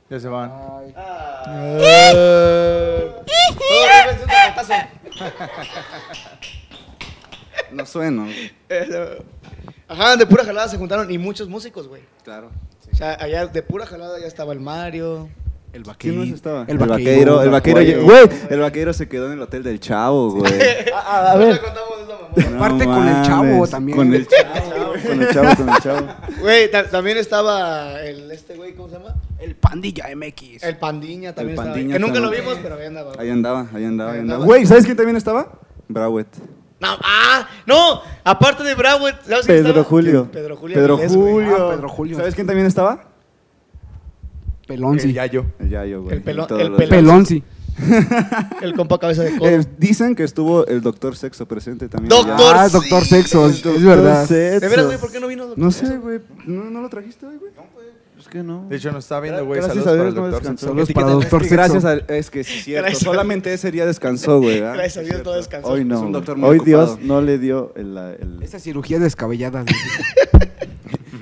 Speaker 2: Ya se van.
Speaker 3: Eh. Todo bien, es un zapatazo.
Speaker 6: No sueno.
Speaker 3: Eh, Ajá, de pura jalada se juntaron y muchos músicos, güey.
Speaker 6: Claro.
Speaker 3: O sea, allá de pura jalada ya estaba el Mario.
Speaker 4: El
Speaker 6: ¿Quién
Speaker 4: vaquero.
Speaker 6: más estaba?
Speaker 4: El vaquero.
Speaker 6: El vaquero,
Speaker 1: Oye.
Speaker 6: lle- güey, el vaquero se quedó en el hotel del chavo, güey.
Speaker 1: A,
Speaker 3: No te contamos esa mamada.
Speaker 6: No
Speaker 4: Aparte con el chavo también.
Speaker 6: Con el chavo, con el chavo, con el chavo.
Speaker 3: Güey, ta- también estaba el este güey, ¿cómo se llama?
Speaker 4: El pandilla MX.
Speaker 3: El Pandiña también
Speaker 6: El
Speaker 3: estaba.
Speaker 6: Pandiña
Speaker 3: que nunca lo
Speaker 6: también.
Speaker 3: vimos, pero ahí andaba. güey.
Speaker 6: Ahí andaba, ahí andaba,
Speaker 3: Ahí
Speaker 6: ahí
Speaker 3: andaba.
Speaker 6: andaba. Güey, ¿sabes quién también estaba? Browet.
Speaker 3: No, ah, no, aparte de Bravo, ¿sabes quién
Speaker 1: Pedro
Speaker 3: estaba?
Speaker 1: Julio.
Speaker 3: Pedro Julio.
Speaker 6: Pedro
Speaker 3: Avilés, güey.
Speaker 6: Julio.
Speaker 4: Ah, Pedro Julio.
Speaker 6: ¿Sabes quién también estaba?
Speaker 4: Pelonzi.
Speaker 2: El Yayo.
Speaker 6: El Yayo, güey.
Speaker 3: El pelón-
Speaker 6: Y todos
Speaker 3: el
Speaker 6: los-
Speaker 3: pelón.
Speaker 4: Pelonzi.
Speaker 3: El compa cabeza de codo.
Speaker 6: Eh, dicen que estuvo el doctor sexo presente también.
Speaker 3: Doctor
Speaker 6: allá.
Speaker 4: Ah, doctor sexo. Es es verdad.
Speaker 3: de veras, güey, ¿por qué no vino? doctor?
Speaker 6: No sé, güey. ¿No, no lo trajiste hoy, güey?
Speaker 1: Es que no.
Speaker 2: De hecho, nos está viendo, güey.
Speaker 1: Gracias
Speaker 2: Saludos
Speaker 1: a
Speaker 2: para el
Speaker 1: Dios no
Speaker 2: doctor.
Speaker 1: descansó.
Speaker 2: Sansón.
Speaker 4: Saludos para doctor sexo.
Speaker 6: Gracias a... Es que sí, es cierto.
Speaker 3: Gracias a-
Speaker 6: Solamente ese día descansó, güey. ¿verdad?
Speaker 3: Gracias a Dios todo descansó.
Speaker 1: Hoy no.
Speaker 6: Es un doctor
Speaker 1: güey.
Speaker 6: muy
Speaker 1: Hoy
Speaker 6: ocupado.
Speaker 1: Dios no le dio el. la- el-
Speaker 4: Esas cirugías descabelladas.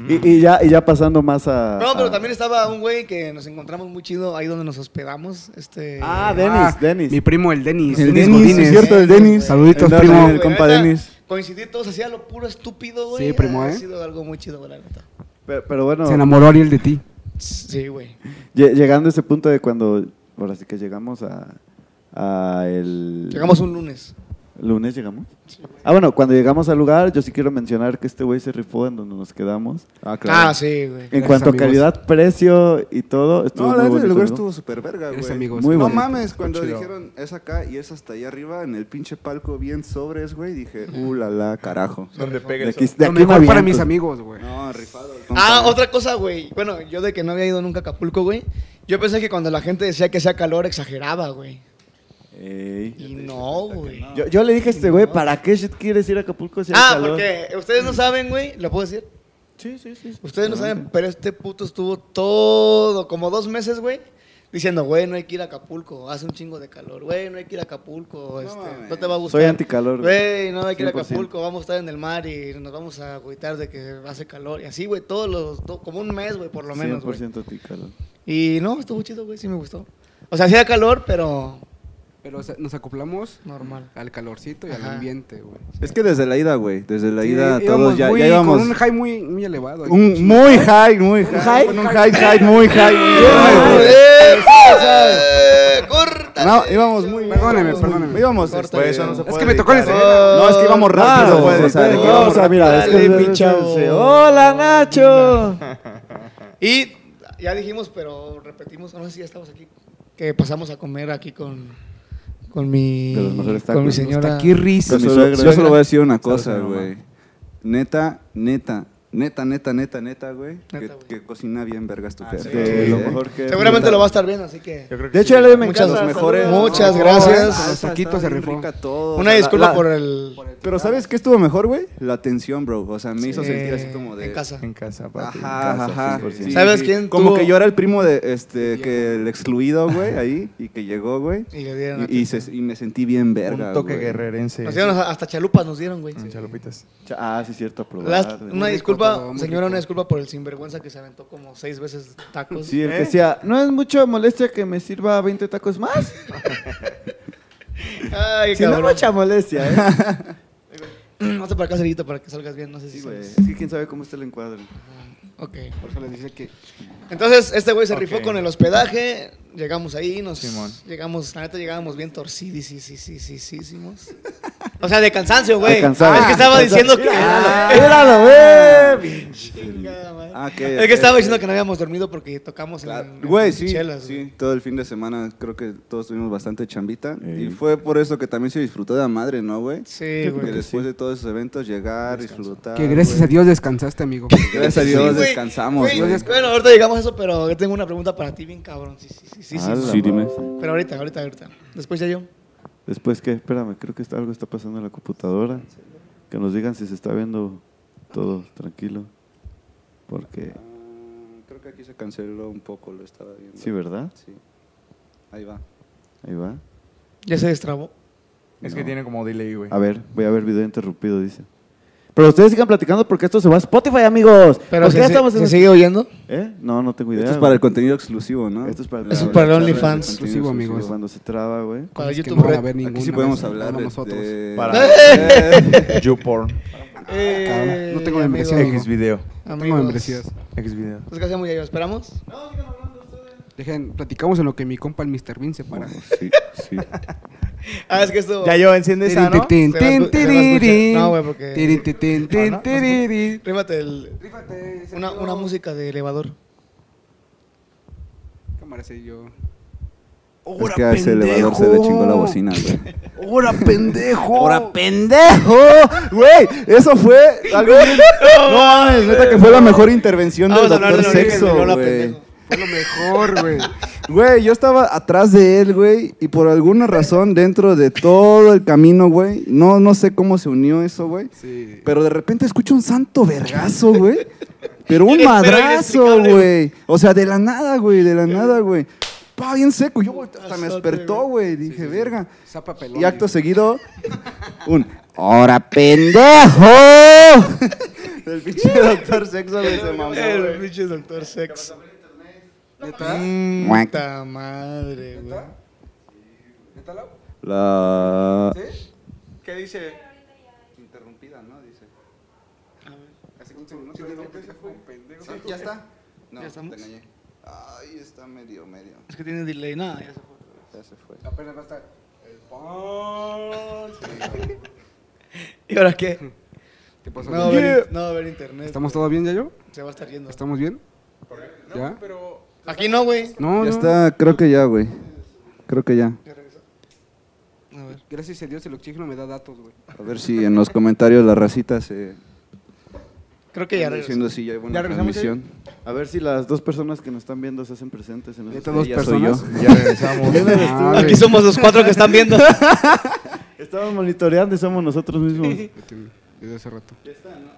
Speaker 1: Y, y ya, y ya pasando más a.
Speaker 3: No,
Speaker 6: Ah.
Speaker 3: pero
Speaker 1: a-
Speaker 3: también estaba un güey que nos encontramos muy chido ahí donde nos hospedamos. Este.
Speaker 1: Ah, Denis, Denis.
Speaker 4: Mi primo, el Denis.
Speaker 6: El
Speaker 4: Denis
Speaker 6: Denis, sí,
Speaker 4: Godínez.
Speaker 6: es cierto, el Denis.
Speaker 4: Saluditos,
Speaker 6: El
Speaker 4: primo.
Speaker 6: Denis, el compa
Speaker 3: la neta,
Speaker 6: Denis.
Speaker 3: Coincidir todos hacía lo puro estúpido, güey.
Speaker 4: Sí, primo,
Speaker 3: Ha
Speaker 4: ¿eh?
Speaker 3: sido algo muy chido, güey, la neta.
Speaker 1: Pero, pero bueno,
Speaker 4: Se enamoró Ariel de ti.
Speaker 3: Sí, güey.
Speaker 1: lle- llegando a ese punto de cuando. Ahora sí que llegamos a. a el.
Speaker 3: Llegamos un lunes.
Speaker 1: ¿Lunes llegamos? Ah, bueno, cuando llegamos al lugar, yo sí quiero mencionar que este güey se rifó en donde nos quedamos.
Speaker 6: Ah,
Speaker 3: Ah, sí, güey.
Speaker 1: En
Speaker 4: Gracias,
Speaker 1: cuanto
Speaker 4: amigos.
Speaker 1: a calidad, precio y todo, estuvo
Speaker 6: No,
Speaker 1: muy
Speaker 6: la neta
Speaker 1: bonito,
Speaker 6: el lugar
Speaker 1: ¿no?
Speaker 6: estuvo súper verga,
Speaker 4: Gracias,
Speaker 6: güey.
Speaker 4: amigos.
Speaker 1: Muy
Speaker 6: no
Speaker 1: bonito.
Speaker 6: mames, cuando
Speaker 2: chido.
Speaker 6: dijeron es acá y es hasta allá arriba en el pinche palco bien sobres, güey, dije, uh la la, carajo.
Speaker 2: Donde pega
Speaker 1: De
Speaker 2: el
Speaker 1: aquí,
Speaker 2: sol.
Speaker 1: de
Speaker 4: Lo
Speaker 1: aquí me
Speaker 4: mejor para
Speaker 1: aviento.
Speaker 4: mis amigos, güey.
Speaker 6: No, rifado. el compa.
Speaker 3: Ah, otra cosa, güey. Bueno, yo de que no había ido nunca a Acapulco, güey. Yo pensé que cuando la gente decía que hacía calor, exageraba, güey.
Speaker 1: Ey.
Speaker 3: Y no, güey.
Speaker 1: Yo, yo le dije a este güey, ¿para qué shit quieres ir a Acapulco si hay
Speaker 3: Ah,
Speaker 1: calor?
Speaker 3: porque ustedes no saben, güey. ¿Lo puedo decir?
Speaker 1: Sí, sí, sí. sí.
Speaker 3: Ustedes no saben,
Speaker 1: Adelante.
Speaker 3: pero este puto estuvo todo, como dos meses, güey, diciendo, güey, no hay que ir a Acapulco, hace un chingo de calor, güey, no hay que ir a Acapulco, este, no,
Speaker 6: mames.
Speaker 3: te va a gustar.
Speaker 1: Soy anticalor.
Speaker 3: Güey, no hay que ir a
Speaker 1: 100%.
Speaker 3: Acapulco, vamos a estar en el mar y nos vamos a agüitar de que hace calor. Y así, güey, todos los, to- como un mes, güey, por lo menos, güey.
Speaker 1: 100% anticalor.
Speaker 3: Y no, estuvo chido, güey, sí me gustó. O sea, hacía calor, pero
Speaker 4: Pero o sea, nos acoplamos
Speaker 3: normal.
Speaker 4: al calorcito y al
Speaker 3: Ajá.
Speaker 4: ambiente, güey.
Speaker 6: Es que desde la ida, güey, desde la
Speaker 4: Sí,
Speaker 6: ida
Speaker 4: íbamos
Speaker 6: todos ya,
Speaker 4: muy-
Speaker 6: ya íbamos
Speaker 4: Con un high muy, muy elevado. eh. ahí.
Speaker 6: un muy high, muy high, con un high, high, muy high.
Speaker 3: ¡Eh, eh, ¡Corta!
Speaker 6: No, íbamos muy
Speaker 4: Perdóneme,
Speaker 6: íbamos muy-
Speaker 4: perdóneme.
Speaker 6: Íbamos
Speaker 3: Corta,
Speaker 6: este,
Speaker 2: Güey, eso no se
Speaker 4: Es
Speaker 2: puede
Speaker 4: que me tocó en
Speaker 2: editar,
Speaker 4: ese-
Speaker 6: No, es que íbamos rápido,
Speaker 1: Ah,
Speaker 6: güey.
Speaker 1: o sea,
Speaker 6: de que
Speaker 1: no,
Speaker 6: íbamos
Speaker 1: o sea, mira,
Speaker 3: Dale,
Speaker 1: es que
Speaker 3: mi chavo.
Speaker 1: dice, ¡Hola, Nacho!
Speaker 3: Y ya dijimos, pero repetimos, no sé si ya estamos aquí, que pasamos a comer aquí con, con mi,
Speaker 1: De los mejores tacos.
Speaker 3: con mi
Speaker 1: Los
Speaker 3: señora.
Speaker 4: Aquí
Speaker 6: Yo
Speaker 1: Con mi
Speaker 6: solo,
Speaker 1: suegra.
Speaker 6: yo solo voy a decir una
Speaker 2: Saludos a
Speaker 6: cosa,
Speaker 2: mi mamá.
Speaker 6: güey. Neta, neta, neta, neta, neta, neta, güey.
Speaker 3: Neta,
Speaker 6: Que,
Speaker 3: güey. Ah,
Speaker 6: que cocina bien vergas tu jefe.
Speaker 1: Sí,
Speaker 6: güey,
Speaker 1: lo
Speaker 6: eh.
Speaker 1: mejor que...
Speaker 3: Seguramente lo va a estar viendo, así que...
Speaker 2: Yo creo que
Speaker 1: De hecho, ya
Speaker 2: sí.
Speaker 1: le me
Speaker 3: Muchas-
Speaker 1: encanta.
Speaker 6: Los mejores.
Speaker 3: Muchas
Speaker 6: No,
Speaker 3: gracias.
Speaker 6: la salsa
Speaker 4: Los taquitos
Speaker 6: estaba
Speaker 4: se
Speaker 6: bien
Speaker 4: rifó.
Speaker 6: rica todo, o
Speaker 3: Una
Speaker 6: sea,
Speaker 3: disculpa
Speaker 6: la-
Speaker 3: por el...
Speaker 6: Pero ¿sabes qué estuvo mejor, güey? La tensión, bro. O sea, me hizo
Speaker 3: eh,
Speaker 6: sentir así como de...
Speaker 3: En casa.
Speaker 2: En casa, papi. en
Speaker 6: Ajá,
Speaker 2: casa,
Speaker 6: ajá.
Speaker 2: 100%.
Speaker 6: sí,
Speaker 3: ¿Sabes
Speaker 6: sí.
Speaker 3: quién
Speaker 6: Como
Speaker 3: tuvo-
Speaker 6: que yo era el primo de este, que el excluido, güey, ahí, y que llegó, güey.
Speaker 3: Y le dieron...
Speaker 6: Y, y se- y me sentí bien verga.
Speaker 2: Un toque
Speaker 6: güey.
Speaker 2: guerrerense.
Speaker 3: Nos dieron hasta chalupas, nos dieron, güey.
Speaker 2: Con chalupitas.
Speaker 1: Ah, sí, cierto, aprobar.
Speaker 3: Las- una
Speaker 4: rico
Speaker 3: disculpa,
Speaker 4: todo, muy
Speaker 3: señora,
Speaker 4: rico.
Speaker 3: una disculpa por el sinvergüenza que se aventó como seis veces tacos.
Speaker 1: Sí, el
Speaker 2: ¿Eh?
Speaker 1: que decía, ¿no es mucha molestia que me sirva 20 tacos más?
Speaker 3: Ay,
Speaker 1: Sí, no es
Speaker 3: cabrón.
Speaker 1: mucha molestia, ¿eh?
Speaker 3: Hazte para acá, Cerito, para que salgas bien, no sé si...
Speaker 1: Sí, güey.
Speaker 3: sabes.
Speaker 1: Es que quién sabe cómo está el encuadre.
Speaker 3: Ok.
Speaker 4: Por eso les dice que
Speaker 3: Entonces, este güey se
Speaker 2: Ok.
Speaker 3: rifó con el hospedaje. Llegamos ahí, nos
Speaker 2: Simón.
Speaker 3: llegamos, la neta llegábamos bien torcidos, sí, sí, sí, sí, sí, hicimos. O sea, de cansancio, güey.
Speaker 1: De cansancio.
Speaker 3: es que estaba
Speaker 1: Ah,
Speaker 3: diciendo que
Speaker 1: ¡Míralo, güey!
Speaker 3: Chingada madre.
Speaker 6: Ah, ok,
Speaker 3: es
Speaker 6: ok,
Speaker 3: que estaba
Speaker 6: ok.
Speaker 3: diciendo que no habíamos dormido porque tocamos en-
Speaker 6: Claro.
Speaker 3: en
Speaker 6: Güey, sí,
Speaker 3: chelas,
Speaker 6: sí,
Speaker 3: güey.
Speaker 6: todo el fin de semana creo que todos tuvimos bastante chambita
Speaker 1: Ey.
Speaker 6: y fue por eso que también se disfrutó de la madre, ¿no, güey?
Speaker 3: Sí,
Speaker 6: Que
Speaker 3: güey.
Speaker 6: después de todos esos eventos llegar, disfrutar.
Speaker 4: que gracias
Speaker 6: Ah, güey.
Speaker 4: a Dios descansaste, amigo.
Speaker 6: Gracias a
Speaker 3: Sí,
Speaker 6: Dios
Speaker 3: güey.
Speaker 6: descansamos,
Speaker 3: Güey,
Speaker 6: güey.
Speaker 3: Bueno, ahorita llegamos a eso, pero yo tengo una pregunta para ti, bien cabrón. Sí, sí, sí, sí. sí,
Speaker 1: Ah,
Speaker 3: sí.
Speaker 1: la madre.
Speaker 3: Pero ahorita, ahorita, ahorita. Después ya yo.
Speaker 1: Después, ¿qué? Espérame, creo que está- algo está pasando en la computadora. Que nos digan si se está viendo todo tranquilo. Porque,
Speaker 6: Ah, Creo que aquí se canceló un poco, lo estaba viendo.
Speaker 1: sí, ¿verdad?
Speaker 6: Sí. Ahí va.
Speaker 1: Ahí va.
Speaker 3: Ya se destrabó.
Speaker 2: Es que
Speaker 1: No.
Speaker 2: tiene como delay, güey.
Speaker 1: A ver, voy a ver video interrumpido, dice. Pero ustedes sigan platicando porque esto se va a Spotify, amigos.
Speaker 3: Pero
Speaker 1: ¿Por qué
Speaker 3: se,
Speaker 1: estamos en-
Speaker 3: se sigue oyendo.
Speaker 1: ¿Eh? No, no tengo idea.
Speaker 6: Esto es
Speaker 1: güey.
Speaker 6: para el contenido exclusivo, ¿no?
Speaker 1: Esto es para,
Speaker 3: Eso
Speaker 1: la-
Speaker 3: es para
Speaker 1: la-
Speaker 3: OnlyFans.
Speaker 1: la- la-
Speaker 4: Exclusivo,
Speaker 1: la-
Speaker 4: amigos.
Speaker 1: Cuando se traba, güey.
Speaker 6: Ah,
Speaker 3: Para
Speaker 4: Es que
Speaker 3: YouTube
Speaker 4: no van a
Speaker 3: Red.
Speaker 4: ver ninguna,
Speaker 6: Aquí sí podemos
Speaker 4: güey,
Speaker 6: hablar
Speaker 4: nada
Speaker 6: de,
Speaker 4: más nosotros.
Speaker 6: de-
Speaker 2: Para- YouPorn.
Speaker 4: Cabrón, no tengo
Speaker 3: Eh,
Speaker 4: membresía,
Speaker 3: amigos,
Speaker 2: X video.
Speaker 4: No tengo
Speaker 3: amigos.
Speaker 4: membresías.
Speaker 2: X video.
Speaker 3: Pues, ¿qué hacemos, Yayo? ¿Esperamos?
Speaker 4: Dejen, platicamos en lo que mi compa el Mr. Bean se para.
Speaker 6: Sí, sí.
Speaker 3: Ah, es que esto...
Speaker 2: Yayo, enciende esa, ¿no?
Speaker 4: Tin,
Speaker 3: ¿Ah, Se va a escu- se
Speaker 4: tin,
Speaker 3: va a escuchar.
Speaker 4: tirirín.
Speaker 3: No, güey, porque-
Speaker 4: Tirin, tin, tin, tin, tirirín.
Speaker 3: Rímate el... Una, una música de elevador.
Speaker 4: Cámara, sí, yo.
Speaker 6: Es que a ese elevador se le chingó la bocina, güey.
Speaker 1: ¡Hora pendejo! ¡Hora pendejo! Güey, eso fue algo bien- No mames, neta que fue la mejor intervención del
Speaker 3: Ah, Vamos a hablar
Speaker 1: doctor
Speaker 3: del origen
Speaker 1: sexo,
Speaker 3: de Lola
Speaker 1: güey.
Speaker 3: Pendejo.
Speaker 4: Fue lo mejor, güey.
Speaker 6: Güey, yo estaba atrás de él, güey, y por alguna razón dentro de todo el camino, güey, no, no sé cómo se unió eso, güey,
Speaker 4: Sí.
Speaker 6: pero de repente escucho un santo vergazo, güey, pero un
Speaker 3: Pero
Speaker 6: madrazo,
Speaker 3: inexplicable.
Speaker 6: güey, o sea, de la nada, güey, de la nada, güey, pa, bien seco, yo güey, hasta me
Speaker 3: Azote,
Speaker 6: despertó, güey, dije, verga,
Speaker 4: Zapa pelón.
Speaker 6: y acto seguido, un, ¡hora pendejo! el pinche doctor sexo, güey, se mamó,
Speaker 3: El
Speaker 6: güey.
Speaker 3: pinche doctor sex.
Speaker 6: Muac.
Speaker 3: Puta madre, güey.
Speaker 6: La...
Speaker 3: ¿Qué dice?
Speaker 6: Interrumpida, ¿no? Dice. Así que un segundo. ¿no? Sí, ¿Ya está? No,
Speaker 3: ¿Ya estamos?
Speaker 6: te engañé. Ay, está medio, medio.
Speaker 3: Es que tiene delay. Nada, ya se fue.
Speaker 6: Ya se fue.
Speaker 3: ¿Y ahora qué?
Speaker 4: ¿Qué pasó?
Speaker 3: No va a haber, no va a haber internet.
Speaker 4: ¿Estamos todos bien, Yayo?
Speaker 3: Se va a estar yendo.
Speaker 4: ¿Estamos bien? ¿Ya?
Speaker 3: Aquí no, güey.
Speaker 4: No, no.
Speaker 6: Ya está, creo que ya, güey. Creo que ya.
Speaker 3: A ver.
Speaker 4: Gracias a Dios el oxígeno me da datos, güey.
Speaker 6: A ver si en los comentarios la racita se.
Speaker 3: Creo que ya
Speaker 6: anda
Speaker 3: regresó.
Speaker 6: diciendo si ya hay buena
Speaker 2: ¿Ya regresamos,
Speaker 6: transmisión.
Speaker 1: A ver si las dos personas que nos están viendo se hacen presentes en
Speaker 4: Neta,
Speaker 1: esos
Speaker 4: dos
Speaker 6: ya
Speaker 4: personas.
Speaker 6: soy
Speaker 2: Ya regresamos.
Speaker 4: Ah,
Speaker 3: Aquí
Speaker 4: güey.
Speaker 3: somos los cuatro que están viendo.
Speaker 1: Estamos monitoreando y somos nosotros mismos.
Speaker 4: Desde hace rato. Ya está, ¿no?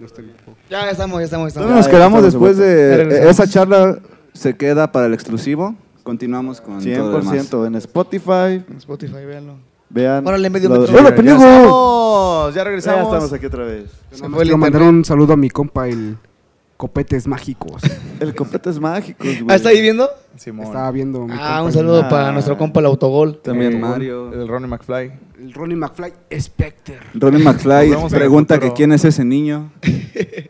Speaker 4: No está bien.
Speaker 3: ya ya estamos, ya estamos, ya
Speaker 6: ¿Dónde
Speaker 3: estamos.
Speaker 1: Ya,
Speaker 6: nos
Speaker 1: ya
Speaker 6: quedamos
Speaker 1: estamos
Speaker 6: después
Speaker 1: de
Speaker 3: Ya
Speaker 6: de.
Speaker 3: regresamos.
Speaker 6: Esa charla se queda para el exclusivo. Continuamos con. Todo lo demás.
Speaker 1: 100% en Spotify.
Speaker 3: En Spotify, véanlo.
Speaker 1: Vean.
Speaker 3: Órale, medio
Speaker 1: lo-
Speaker 3: metro.
Speaker 1: ¡Hola,
Speaker 2: Ya
Speaker 1: pendejo!
Speaker 2: estamos, Ya
Speaker 1: Ya estamos
Speaker 2: regresamos.
Speaker 1: aquí otra vez.
Speaker 4: Yo
Speaker 3: Se fue
Speaker 4: nada más
Speaker 3: el
Speaker 4: quiero mandar
Speaker 3: internet.
Speaker 4: un saludo a mi compa, el Copetes Mágicos.
Speaker 1: El copete es mágico, güey.
Speaker 3: Ah, ¿está ahí viendo?
Speaker 4: Estaba
Speaker 2: Simón.
Speaker 4: viendo. mi compa,
Speaker 3: Ah, un
Speaker 4: el-
Speaker 3: saludo para nuestro compa el autogol.
Speaker 6: También
Speaker 2: Eh,
Speaker 6: Mario.
Speaker 2: El Ronnie McFly.
Speaker 4: El Ronnie McFly Specter.
Speaker 6: Ronnie McFly
Speaker 2: Nos vemos en el
Speaker 6: pregunta que
Speaker 2: futuro.
Speaker 6: quién es ese niño.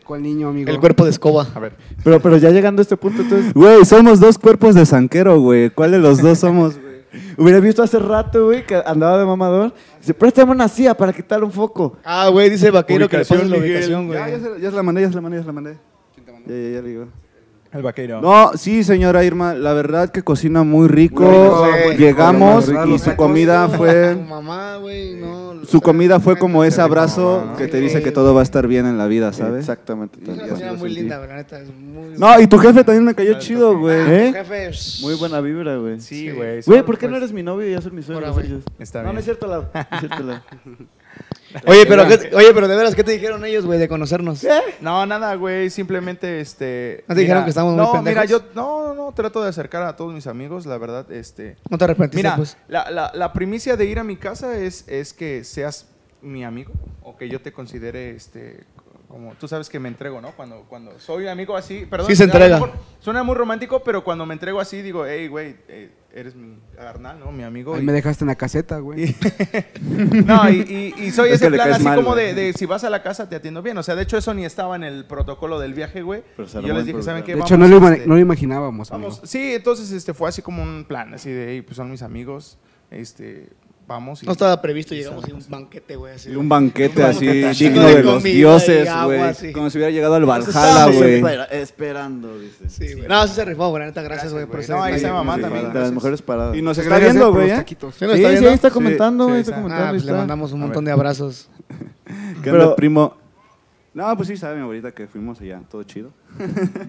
Speaker 4: ¿Cuál niño, amigo?
Speaker 3: El cuerpo de escoba.
Speaker 2: A ver.
Speaker 1: Pero, pero ya llegando a este punto, entonces,
Speaker 6: Güey, somos dos cuerpos de sanquero, güey. ¿Cuál de los dos somos, güey?
Speaker 1: hubiera visto hace rato, güey, que andaba de mamador. Dice, préstame una silla para quitar un foco.
Speaker 3: Ah, güey, dice Vaquero que le
Speaker 2: Ubicación,
Speaker 3: pases la
Speaker 2: Miguel.
Speaker 3: ubicación, güey.
Speaker 6: Ya, ya, se, ya se la mandé, ya se la mandé, ya se la mandé. Ya, ya, ya le digo.
Speaker 2: El vaquero.
Speaker 6: No, sí, señora Irma, la verdad que cocina muy rico.
Speaker 4: Muy rico,
Speaker 3: güey.
Speaker 6: Llegamos
Speaker 4: Muy rico.
Speaker 6: y su comida
Speaker 3: Tu
Speaker 6: fue
Speaker 3: mamá, güey, no.
Speaker 6: su comida fue como ese abrazo
Speaker 2: mamá.
Speaker 6: que te dice que todo va a estar bien en la vida, ¿sabes?
Speaker 1: Exactamente.
Speaker 3: Es
Speaker 1: tal
Speaker 3: una
Speaker 1: cual.
Speaker 3: señora muy linda, la neta. Es muy.
Speaker 6: No, y tu jefe también me cayó chido, güey.
Speaker 1: ¿Eh?
Speaker 3: Jefe.
Speaker 1: Muy buena vibra, güey.
Speaker 2: Sí, güey.
Speaker 1: Güey, ¿por qué no eres mi novio y ya soy mi suegro?
Speaker 3: Ahora,
Speaker 1: soy
Speaker 3: güey.
Speaker 1: yo?
Speaker 2: Está
Speaker 1: no,
Speaker 2: bien.
Speaker 1: no es cierto, Lau. No es cierto, Lau.
Speaker 3: Oye, pero, ¿qué- oye, pero de veras, ¿qué te dijeron ellos, güey, de conocernos?
Speaker 2: No, nada, güey. Simplemente, este.
Speaker 3: ¿No te dijeron que estamos muy
Speaker 2: No, mira, yo.
Speaker 3: pendejos?
Speaker 2: No, no, no. Trato de acercar a todos mis amigos, la verdad, este.
Speaker 3: No te arrepentiste,
Speaker 2: Mira,
Speaker 3: pues.
Speaker 2: la, la- la primicia de ir a mi casa es, es que seas mi amigo o que yo te considere este como tú sabes que me entrego, ¿no? Cuando cuando soy amigo así, perdón.
Speaker 3: Sí se
Speaker 2: a lo
Speaker 3: entrega.
Speaker 2: mejor Suena muy romántico, pero cuando me entrego así digo, hey, güey, eh, eres mi carnal, ¿no? Mi amigo.
Speaker 4: Ahí
Speaker 2: y-
Speaker 4: me dejaste en la caseta, güey.
Speaker 2: no, y, y- y soy
Speaker 6: Es
Speaker 2: ese
Speaker 6: que le
Speaker 2: plan
Speaker 6: caes
Speaker 2: así
Speaker 6: mal,
Speaker 2: como de,
Speaker 6: güey.
Speaker 2: de si vas a la casa te atiendo bien. O sea, de hecho eso ni estaba en el protocolo del viaje, güey.
Speaker 1: Pero se
Speaker 2: Y
Speaker 1: armó
Speaker 2: Yo les
Speaker 1: el
Speaker 2: dije, ¿saben qué?
Speaker 4: De hecho, no lo, ima-
Speaker 2: este,
Speaker 4: no lo imaginábamos, amigo.
Speaker 2: Vamos, sí, entonces este fue así como un plan, así de, "Ey, pues son mis amigos, este, vamos. y-
Speaker 3: No estaba previsto, llegamos a un banquete, güey. así,
Speaker 6: Y
Speaker 3: güey.
Speaker 6: un banquete así
Speaker 3: banquete
Speaker 6: digno
Speaker 3: lleno de
Speaker 6: de los
Speaker 3: comida y
Speaker 6: dioses,
Speaker 3: agua,
Speaker 6: güey.
Speaker 3: sí.
Speaker 6: Como si hubiera llegado al Valhalla,
Speaker 1: Estábamos
Speaker 6: güey.
Speaker 1: espera- Esperando, dice.
Speaker 3: Sí, güey. No, sí se rifó, güey. la Neta, gracias, güey, por
Speaker 2: güey.
Speaker 3: ser.
Speaker 2: No, ahí
Speaker 3: mi
Speaker 2: está
Speaker 3: amigo.
Speaker 2: mamá
Speaker 1: Sí,
Speaker 2: también,
Speaker 1: De las
Speaker 2: gracias.
Speaker 1: mejores paradas.
Speaker 6: Y nos
Speaker 4: Muchas
Speaker 6: está
Speaker 4: gracias, eh,
Speaker 6: viendo,
Speaker 4: por
Speaker 6: güey.
Speaker 4: los
Speaker 6: ¿eh?
Speaker 4: taquitos.
Speaker 3: Sí, nos
Speaker 1: sí,
Speaker 3: está
Speaker 1: sí,
Speaker 3: viendo.
Speaker 1: ahí está
Speaker 3: Sí,
Speaker 1: comentando,
Speaker 2: sí,
Speaker 1: güey,
Speaker 2: sí.
Speaker 1: está
Speaker 3: Ah,
Speaker 1: comentando.
Speaker 3: pues
Speaker 1: ahí
Speaker 3: le
Speaker 1: está.
Speaker 3: mandamos un
Speaker 2: A
Speaker 3: montón
Speaker 2: ver.
Speaker 3: de abrazos.
Speaker 6: ¿Qué
Speaker 1: Pero-
Speaker 6: onda, primo? No, pues sí, sabe mi abuelita que fuimos allá, todo chido.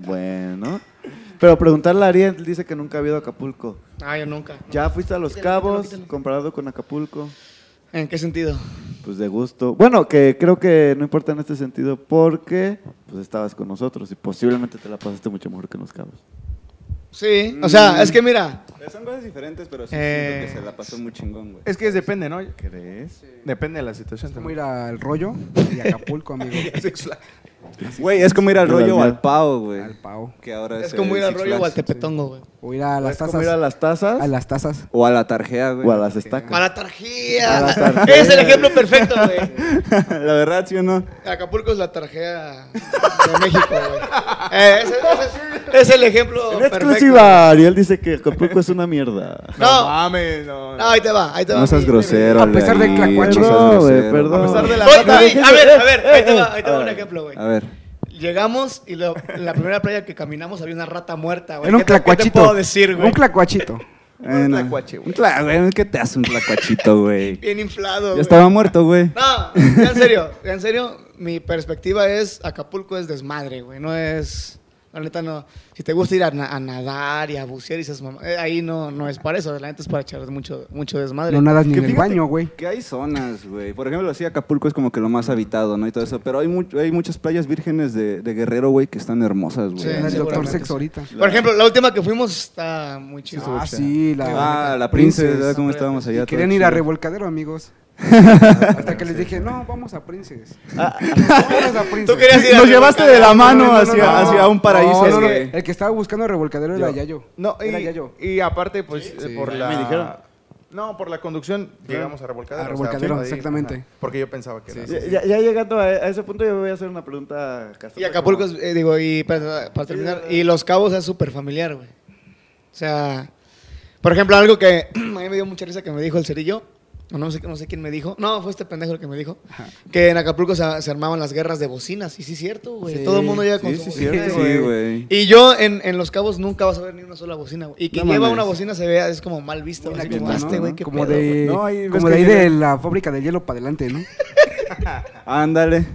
Speaker 1: Bueno. Pero preguntarle a Ariel, dice que nunca ha habido Acapulco.
Speaker 3: Ah, yo nunca.
Speaker 1: Ya fuiste a Los
Speaker 3: Quítalo, quítalo,
Speaker 1: Cabos
Speaker 3: quítalo.
Speaker 1: comparado con Acapulco.
Speaker 3: ¿En qué sentido?
Speaker 1: Pues de gusto. Bueno, que creo que no importa en este sentido porque pues estabas con nosotros y posiblemente te la pasaste mucho mejor que en Los Cabos.
Speaker 3: Sí, o sea, es que mira,
Speaker 6: Eh, Son cosas diferentes, pero sí
Speaker 2: Eh,
Speaker 6: siento que se la pasó muy chingón, güey.
Speaker 2: Es que es- depende, ¿no?
Speaker 1: ¿Crees?
Speaker 2: Depende de la situación.
Speaker 4: Es como
Speaker 2: también.
Speaker 4: ir al rollo y Acapulco, amigo.
Speaker 6: Güey, es como ir al
Speaker 1: Yo la
Speaker 6: rollo o
Speaker 1: mía.
Speaker 6: al pavo, güey.
Speaker 4: al pavo.
Speaker 6: Que ahora
Speaker 3: Es como
Speaker 6: el
Speaker 3: ir al
Speaker 6: Six
Speaker 3: rollo o al
Speaker 6: Flags.
Speaker 3: tepetongo, güey.
Speaker 4: O ir a las
Speaker 1: Es como ir a
Speaker 4: tazas.
Speaker 1: las tazas
Speaker 4: A las tazas.
Speaker 6: O a la tarjea, güey.
Speaker 1: o a las estacas.
Speaker 3: A la tarjea.
Speaker 1: A la tarjea.
Speaker 3: Es el ejemplo perfecto, güey.
Speaker 6: la verdad, ¿sí o no?
Speaker 3: Acapulco es la tarjea de México, güey. Eh, ese- ese es el ejemplo
Speaker 1: En
Speaker 3: perfecto.
Speaker 1: exclusiva, Ariel dice que Acapulco es una mierda.
Speaker 2: No
Speaker 3: No, Ah.
Speaker 2: mames, no.
Speaker 3: no, ahí te va, ahí te va.
Speaker 6: No seas
Speaker 3: mi-
Speaker 6: grosero,
Speaker 4: A pesar del
Speaker 6: Leonid, no seas
Speaker 4: clacuache.
Speaker 1: Perdón, güey,
Speaker 6: grosero.
Speaker 1: perdón.
Speaker 2: A pesar de la
Speaker 3: Oye,
Speaker 2: nota,
Speaker 3: oye, a ver, a ver, ahí te va, ahí te va un ejemplo, güey.
Speaker 6: A ver.
Speaker 3: Llegamos y lo- en la primera playa que caminamos había una rata muerta, güey.
Speaker 4: Era un
Speaker 3: ¿Qué te- ¿Qué te
Speaker 4: clacuachito.
Speaker 3: puedo decir, güey?
Speaker 4: Un clacuachito.
Speaker 6: Un
Speaker 2: tlacuache, güey.
Speaker 6: Un tla- güey, ¿Qué te hace un tlacuachito, güey?
Speaker 3: Bien inflado,
Speaker 6: Ya
Speaker 3: güey.
Speaker 6: estaba muerto, güey.
Speaker 3: No, ya en serio, ya en serio, mi perspectiva es Acapulco es desmadre, güey, no es... La neta no, si te gusta ir a, na- a nadar y a bucear y esas mamá, eh, ahí no, no es para eso, la neta es para echar mucho, mucho desmadre.
Speaker 4: No nadas ni
Speaker 6: Que
Speaker 4: en el
Speaker 6: fíjate-
Speaker 4: baño, güey.
Speaker 6: Que hay zonas, güey. Por ejemplo, así Acapulco es como que lo más habitado, ¿no? Y todo eso. Pero hay, mucho- hay muchas playas vírgenes de, de Guerrero, güey, que están hermosas, güey.
Speaker 3: Sí,
Speaker 4: En el doctor
Speaker 3: seguramente
Speaker 4: sexo
Speaker 3: sí.
Speaker 4: ahorita.
Speaker 3: Por ejemplo, la última que fuimos está muy chida.
Speaker 4: Ah, sí, la.
Speaker 6: Ah, la princesa,
Speaker 4: Princess.
Speaker 6: ¿verdad? ¿Cómo estábamos allá?
Speaker 4: Y querían ir
Speaker 6: Todo
Speaker 4: a
Speaker 6: chido.
Speaker 4: Revolcadero, amigos. Hasta que les dije, no, vamos a Princes. Vamos a Princes.
Speaker 3: Tú querías ir a
Speaker 6: Nos llevaste de la mano
Speaker 4: No, no, no,
Speaker 6: hacia,
Speaker 4: no, no.
Speaker 6: hacia un paraíso,
Speaker 4: No, no, no,
Speaker 6: güey.
Speaker 4: El que estaba buscando Revolcadero era Yayo.
Speaker 2: No, y,
Speaker 4: Era Yayo.
Speaker 2: y aparte, pues, eh, por la...
Speaker 1: Me dijeron.
Speaker 2: No, por la conducción llegamos a Revolcadero.
Speaker 4: A
Speaker 2: o sea,
Speaker 4: Revolcadero,
Speaker 2: fue ahí,
Speaker 4: exactamente.
Speaker 2: ajá, porque yo pensaba que era...
Speaker 1: Ya, ya- ya llegando a, a ese punto, yo voy a hacer una pregunta. castrosa,
Speaker 3: Y Acapulco,
Speaker 1: como-
Speaker 3: es, eh, digo, y para, para terminar, y Los Cabos es súper familiar, güey. O sea, por ejemplo, algo que a mí me dio mucha risa que me dijo el cerillo, o no sé, no sé quién me dijo, no, fue este pendejo el que me dijo, que en Acapulco se, se armaban las guerras de bocinas, y sí es cierto, güey,
Speaker 4: Sí,
Speaker 3: todo el mundo llega con
Speaker 6: Sí,
Speaker 3: su
Speaker 6: sí,
Speaker 3: bocina,
Speaker 6: cierto,
Speaker 3: güey.
Speaker 6: sí, güey.
Speaker 3: Y yo en, en Los Cabos nunca vas a ver ni una sola bocina, güey. Y quien
Speaker 6: No
Speaker 3: lleva
Speaker 6: mames.
Speaker 3: una bocina se vea, es como mal visto, así como,
Speaker 4: ¿no?
Speaker 3: "Este güey, qué
Speaker 4: como
Speaker 3: pedo, güey".
Speaker 4: de,
Speaker 6: No, ahí ves
Speaker 4: como
Speaker 6: que
Speaker 4: de ahí
Speaker 6: llega-
Speaker 4: de la fábrica del hielo para adelante, ¿no?
Speaker 6: Ándale.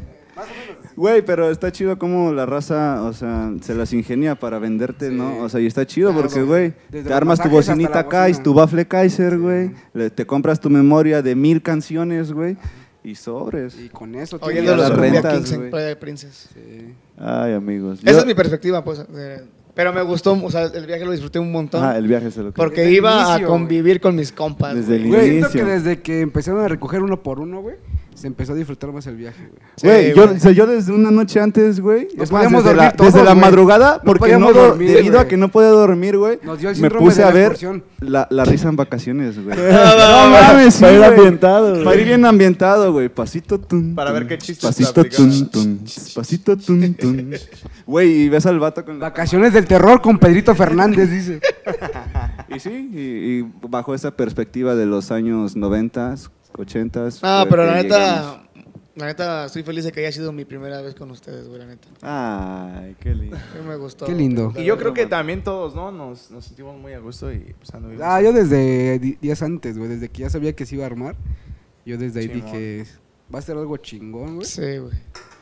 Speaker 6: Güey, pero está chido cómo la raza, o sea, se las ingenia para venderte, ¿no? O sea, y está chido
Speaker 4: Claro.
Speaker 6: porque, güey,
Speaker 4: Desde
Speaker 6: te
Speaker 4: los
Speaker 6: armas tu
Speaker 4: masajes hasta
Speaker 6: bocinita
Speaker 4: la bocina.
Speaker 6: Kaiser, tu bafle Kaiser, güey, le- te compras tu memoria de mil canciones, güey, y sobres.
Speaker 4: Y con eso. tiene-
Speaker 3: Oyendo
Speaker 6: las
Speaker 3: los Cumbia
Speaker 6: rentas,
Speaker 3: Kings en
Speaker 6: güey.
Speaker 3: Playa de Princess.
Speaker 4: Sí.
Speaker 1: Ay, amigos.
Speaker 3: Esa
Speaker 1: Yo-
Speaker 6: Ah,
Speaker 3: es mi perspectiva, pues. eh, pero me gustó, o sea, el viaje lo disfruté un montón.
Speaker 1: Ah, el viaje se lo creo.
Speaker 3: porque
Speaker 4: Desde el
Speaker 3: iba
Speaker 4: inicio,
Speaker 3: a convivir con mis compas.
Speaker 1: Desde el
Speaker 4: Güey, siento que
Speaker 1: inicio.
Speaker 4: desde que empezaron a recoger uno por uno, güey, se empezó a disfrutar más el viaje, güey.
Speaker 3: Sí,
Speaker 6: Güey, yo,
Speaker 3: güey.
Speaker 6: o sea, yo desde una noche antes, güey,
Speaker 4: No
Speaker 6: es más,
Speaker 4: podíamos
Speaker 6: desde, la,
Speaker 4: dormir todos,
Speaker 6: desde la
Speaker 4: güey.
Speaker 6: madrugada,
Speaker 4: No
Speaker 6: porque no
Speaker 4: podíamos
Speaker 6: do-
Speaker 4: dormir,
Speaker 6: debido a
Speaker 4: güey.
Speaker 6: que no podía dormir, güey,
Speaker 4: Nos dio el
Speaker 6: me
Speaker 4: síndrome
Speaker 6: puse
Speaker 4: de
Speaker 6: a
Speaker 4: la
Speaker 6: ver
Speaker 4: excursión.
Speaker 6: la, la risa en vacaciones, güey.
Speaker 1: No mames,
Speaker 6: sí,
Speaker 1: para ir
Speaker 6: güey.
Speaker 1: ambientado. güey.
Speaker 6: Para ir bien ambientado, güey. Pasito tun.
Speaker 2: Para
Speaker 6: tun,
Speaker 2: ver qué chistes
Speaker 6: Pasito
Speaker 2: te aplicaban.
Speaker 6: tun, tun. Pasito tun, tun. Güey, y ves al vato con la.
Speaker 4: Vacaciones del terror con Pedrito Fernández, dice.
Speaker 6: Y sí, y, y bajo esa perspectiva de los años 90, 80.
Speaker 3: No, Ah, pero la neta, la neta, estoy feliz de que haya sido mi primera vez con ustedes, güey, la neta.
Speaker 1: Ay, qué lindo.
Speaker 3: Sí Me gustó.
Speaker 4: Qué lindo.
Speaker 2: Y yo creo que también todos, ¿no? Nos, nos sentimos muy a gusto y pues anduvimos.
Speaker 4: Ah, yo desde di- días antes, güey, desde que ya sabía que se iba a armar, yo desde ahí
Speaker 2: Simón.
Speaker 4: dije, va a ser algo chingón, güey.
Speaker 3: Sí, güey.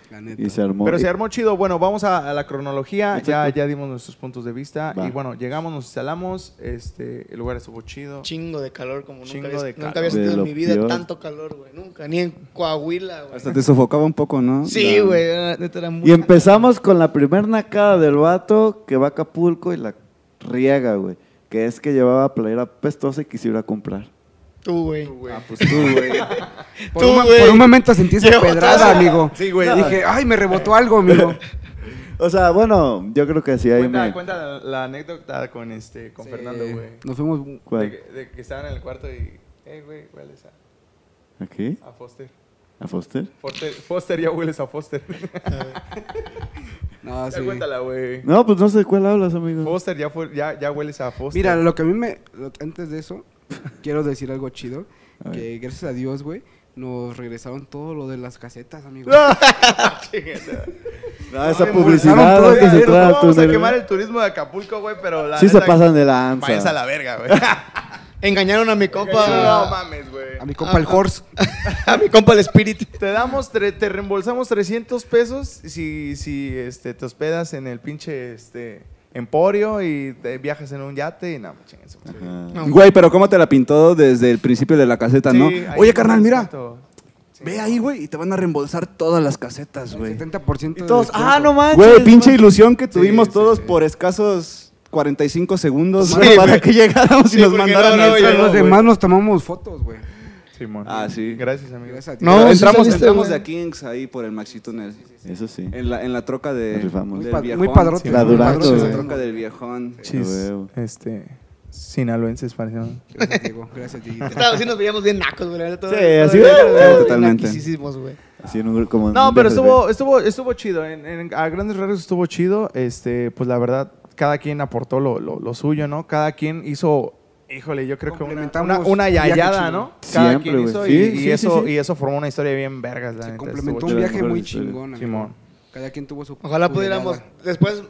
Speaker 4: La neta.
Speaker 1: Y se armó.
Speaker 2: Pero se armó chido. Bueno, vamos a, a la cronología. Ya,
Speaker 1: Exacto.
Speaker 2: ya dimos nuestros puntos de vista.
Speaker 1: Va.
Speaker 2: Y bueno, llegamos, nos instalamos. Este, el lugar estuvo chido.
Speaker 3: Chingo de calor como nunca,
Speaker 2: Chingo
Speaker 3: había-
Speaker 2: de
Speaker 3: nunca
Speaker 2: calor.
Speaker 3: había
Speaker 1: De
Speaker 3: sentido en
Speaker 1: lo
Speaker 3: mi vida
Speaker 1: peor.
Speaker 3: tanto calor, güey. Nunca, ni en Coahuila, güey.
Speaker 6: Hasta te sofocaba un poco, ¿no?
Speaker 3: Sí,
Speaker 6: La-
Speaker 3: güey, la neta era muy...
Speaker 1: Y empezamos con la primer nacada del vato que va a Acapulco y la riega, güey. Que es que llevaba playera pestosa y quisiera comprar.
Speaker 3: Tú, güey.
Speaker 6: Ah, pues tú, güey.
Speaker 4: por,
Speaker 3: Tú,
Speaker 4: un, ma-
Speaker 3: güey.
Speaker 4: por un momento sentí esa
Speaker 3: Llevo todo.
Speaker 4: pedrada, amigo.
Speaker 2: Sí, güey.
Speaker 4: Dije, ay, me rebotó algo, amigo.
Speaker 1: O sea, bueno, yo creo que sí ahí
Speaker 2: Cuenta,
Speaker 1: me...
Speaker 2: cuenta la, la anécdota con este, con Fernando,
Speaker 4: Sí,
Speaker 2: güey.
Speaker 4: Nos fuimos
Speaker 2: De,
Speaker 1: ¿Cuál?
Speaker 2: que- de que estaban en el cuarto y, hey, güey, hueles a,
Speaker 1: ¿Aquí?
Speaker 2: a Foster.
Speaker 1: ¿A Foster?
Speaker 2: Foster. Foster, ya hueles a Foster.
Speaker 4: No,
Speaker 2: Ya
Speaker 4: Ah, sí.
Speaker 2: cuéntala, güey.
Speaker 1: No, pues no sé de cuál hablas, amigo.
Speaker 2: Foster, ya, fue, ya, ya hueles a Foster.
Speaker 4: Mira, lo que a mí me. lo- antes de eso, quiero decir algo chido.
Speaker 1: A ver.
Speaker 4: Que gracias a Dios, güey, nos regresaron todo lo de las casetas, amigo.
Speaker 1: Ah, esa
Speaker 4: Ay,
Speaker 1: publicidad
Speaker 4: embolsaron todo
Speaker 1: de que
Speaker 4: el
Speaker 1: se
Speaker 2: Mira, no
Speaker 1: trata,
Speaker 2: vamos a
Speaker 1: túnel.
Speaker 2: quemar el turismo de Acapulco, güey, pero la
Speaker 1: Sí se
Speaker 2: neta-
Speaker 1: pasan de lanza.
Speaker 2: Váyanse a la verga, güey.
Speaker 3: Engañaron a mi
Speaker 2: No
Speaker 3: compa...
Speaker 2: mames, güey.
Speaker 4: A mi compa
Speaker 1: Ah,
Speaker 4: el Horse.
Speaker 3: a mi compa el Spirit.
Speaker 2: Te damos, tre- te reembolsamos 300 pesos si, si este, te hospedas en el pinche este, emporio y te viajas en un yate y nada, no, chingue su madre.
Speaker 1: Ajá.
Speaker 3: No.
Speaker 6: Güey, pero cómo te la pintó desde el principio de la caseta,
Speaker 2: Sí,
Speaker 6: ¿no?
Speaker 2: ahí
Speaker 6: Oye,
Speaker 2: está
Speaker 6: carnal,
Speaker 2: el
Speaker 6: mira.
Speaker 2: descuento. Sí.
Speaker 6: Ve ahí, güey, y te van a reembolsar todas las casetas,
Speaker 4: 70%
Speaker 6: güey.
Speaker 4: de
Speaker 1: Todos,
Speaker 4: descuento.
Speaker 1: ah, no manches.
Speaker 6: Güey, pinche ilusión que tuvimos
Speaker 2: sí,
Speaker 6: todos
Speaker 2: sí.
Speaker 6: por escasos 45 segundos
Speaker 3: Sí,
Speaker 6: más para
Speaker 3: güey.
Speaker 6: que llegáramos
Speaker 3: Sí,
Speaker 6: y nos
Speaker 3: porque
Speaker 6: mandaran
Speaker 3: no, no,
Speaker 6: esto.
Speaker 3: yo-
Speaker 4: los
Speaker 3: güey.
Speaker 4: demás nos tomamos fotos, güey.
Speaker 2: Simón.
Speaker 6: Ah, sí.
Speaker 2: Gracias, amigo.
Speaker 4: Gracias a ti.
Speaker 3: No,
Speaker 6: Pero
Speaker 3: sí
Speaker 6: entramos
Speaker 3: saliste,
Speaker 6: entramos
Speaker 3: güey.
Speaker 6: de a Kings ahí por el Maxi Tunnel.
Speaker 1: Eso sí.
Speaker 6: En la, en la troca de,
Speaker 1: Nos rifamos.
Speaker 4: Muy
Speaker 6: del
Speaker 4: pa- muy
Speaker 6: viejón.
Speaker 4: padrote,
Speaker 1: La muy Durango, padrote.
Speaker 6: La
Speaker 1: güey.
Speaker 6: troca del viejón.
Speaker 2: Chis,
Speaker 1: huevo.
Speaker 2: este, sinaloenses, parecieron.
Speaker 4: Gracias, Diego. Gracias, Diego.
Speaker 3: Estaba- sí nos veíamos bien nacos, güey. la neta, todo-
Speaker 1: Sí,
Speaker 3: todo
Speaker 1: así,
Speaker 3: bien,
Speaker 1: güey,
Speaker 3: güey, bien
Speaker 6: totalmente.
Speaker 3: naquisísimos, güey.
Speaker 1: Así en un gru- como en
Speaker 2: No,
Speaker 1: un
Speaker 2: pero
Speaker 1: viaje de
Speaker 2: estuvo, estuvo, estuvo chido. En, en- a grandes rasgos estuvo chido. Este, pues la verdad, cada quien aportó lo, lo- lo suyo, ¿no? Cada quien hizo, híjole, yo creo que una,
Speaker 4: Complementamos
Speaker 2: una- una
Speaker 4: un viaje
Speaker 2: yayada,
Speaker 4: chido.
Speaker 2: ¿no? Cada
Speaker 1: Siempre,
Speaker 2: quien
Speaker 1: güey.
Speaker 2: hizo
Speaker 1: Sí,
Speaker 2: y, y
Speaker 1: sí, sí,
Speaker 2: eso,
Speaker 1: sí.
Speaker 2: y eso formó una historia bien vergas, la
Speaker 4: Se
Speaker 2: neta,
Speaker 4: complementó
Speaker 2: estuvo
Speaker 4: un
Speaker 1: chido.
Speaker 4: viaje muy
Speaker 1: Estuvo
Speaker 4: chingón, amigo.
Speaker 2: Simón.
Speaker 4: Cada quien tuvo su
Speaker 3: Ojalá
Speaker 4: su
Speaker 3: pudiéramos.
Speaker 4: velada.
Speaker 3: Después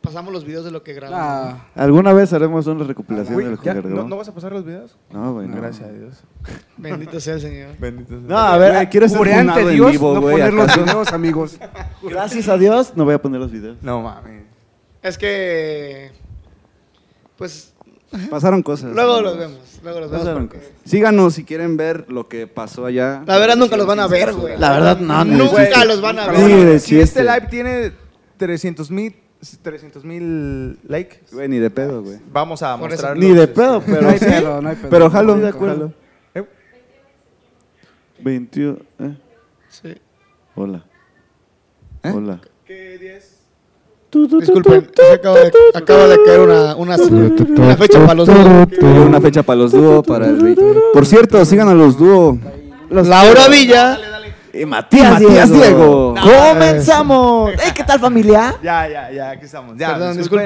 Speaker 3: pasamos los videos de lo que grabamos.
Speaker 4: Ah,
Speaker 1: Alguna vez haremos una
Speaker 2: chido.
Speaker 1: recopilación
Speaker 2: Güey,
Speaker 1: de lo que
Speaker 2: ya,
Speaker 1: cargó.
Speaker 2: ¿no, no vas a pasar los videos?
Speaker 1: No, güey, no.
Speaker 2: Gracias a Dios.
Speaker 3: Bendito sea el Señor.
Speaker 2: Bendito
Speaker 1: No,
Speaker 4: Ah,
Speaker 1: a ver, quiero ser
Speaker 4: juré
Speaker 3: Ah,
Speaker 4: ante
Speaker 1: funado en
Speaker 4: Dios
Speaker 1: vivo,
Speaker 4: no
Speaker 1: güey,
Speaker 4: poner los
Speaker 1: ¿acaso?
Speaker 4: videos, amigos.
Speaker 1: Gracias a Dios, no voy a poner los videos.
Speaker 2: No mames.
Speaker 3: Es que. Pues
Speaker 6: Pasaron cosas.
Speaker 3: luego
Speaker 6: amigos.
Speaker 3: los vemos. Luego los
Speaker 6: Pasaron
Speaker 3: vemos.
Speaker 6: cosas.
Speaker 3: porque-
Speaker 6: Síganos si quieren ver lo que pasó allá.
Speaker 3: La verdad nunca los van a ver, güey.
Speaker 1: La verdad, no, ni de
Speaker 3: Nunca
Speaker 1: chiste.
Speaker 3: los van a
Speaker 1: Ni de
Speaker 3: ver.
Speaker 2: Si este
Speaker 1: chiste.
Speaker 2: live tiene 300 mil 300, mil likes,
Speaker 6: Güey, ni de pedo, güey.
Speaker 2: vamos a
Speaker 3: Por eso.
Speaker 2: mostrar
Speaker 1: Ni de pedo, pero
Speaker 4: no hay
Speaker 1: sí.
Speaker 4: pedo, no hay pedo.
Speaker 1: Pero jalo.
Speaker 4: Sí,
Speaker 1: de acuerdo.
Speaker 4: jalo.
Speaker 2: ¿eh?
Speaker 1: 21. ¿eh?
Speaker 3: Sí.
Speaker 1: Hola.
Speaker 6: ¿Eh?
Speaker 1: Hola.
Speaker 3: ¿Qué Disculpen, se acaba de, acaba de caer una, una, una fecha para los dos.
Speaker 6: Tuve una fecha para los dúo, para el ritmo. Por cierto, sigan a los dúo.
Speaker 3: Laura Villa.
Speaker 1: Y Matías,
Speaker 6: Matías
Speaker 1: Diego.
Speaker 6: Diego.
Speaker 1: ¡Comenzamos! ¡Ey, qué tal, familia!
Speaker 2: Ya, ya, ya, aquí estamos. Ya,
Speaker 3: Perdón,
Speaker 2: Esto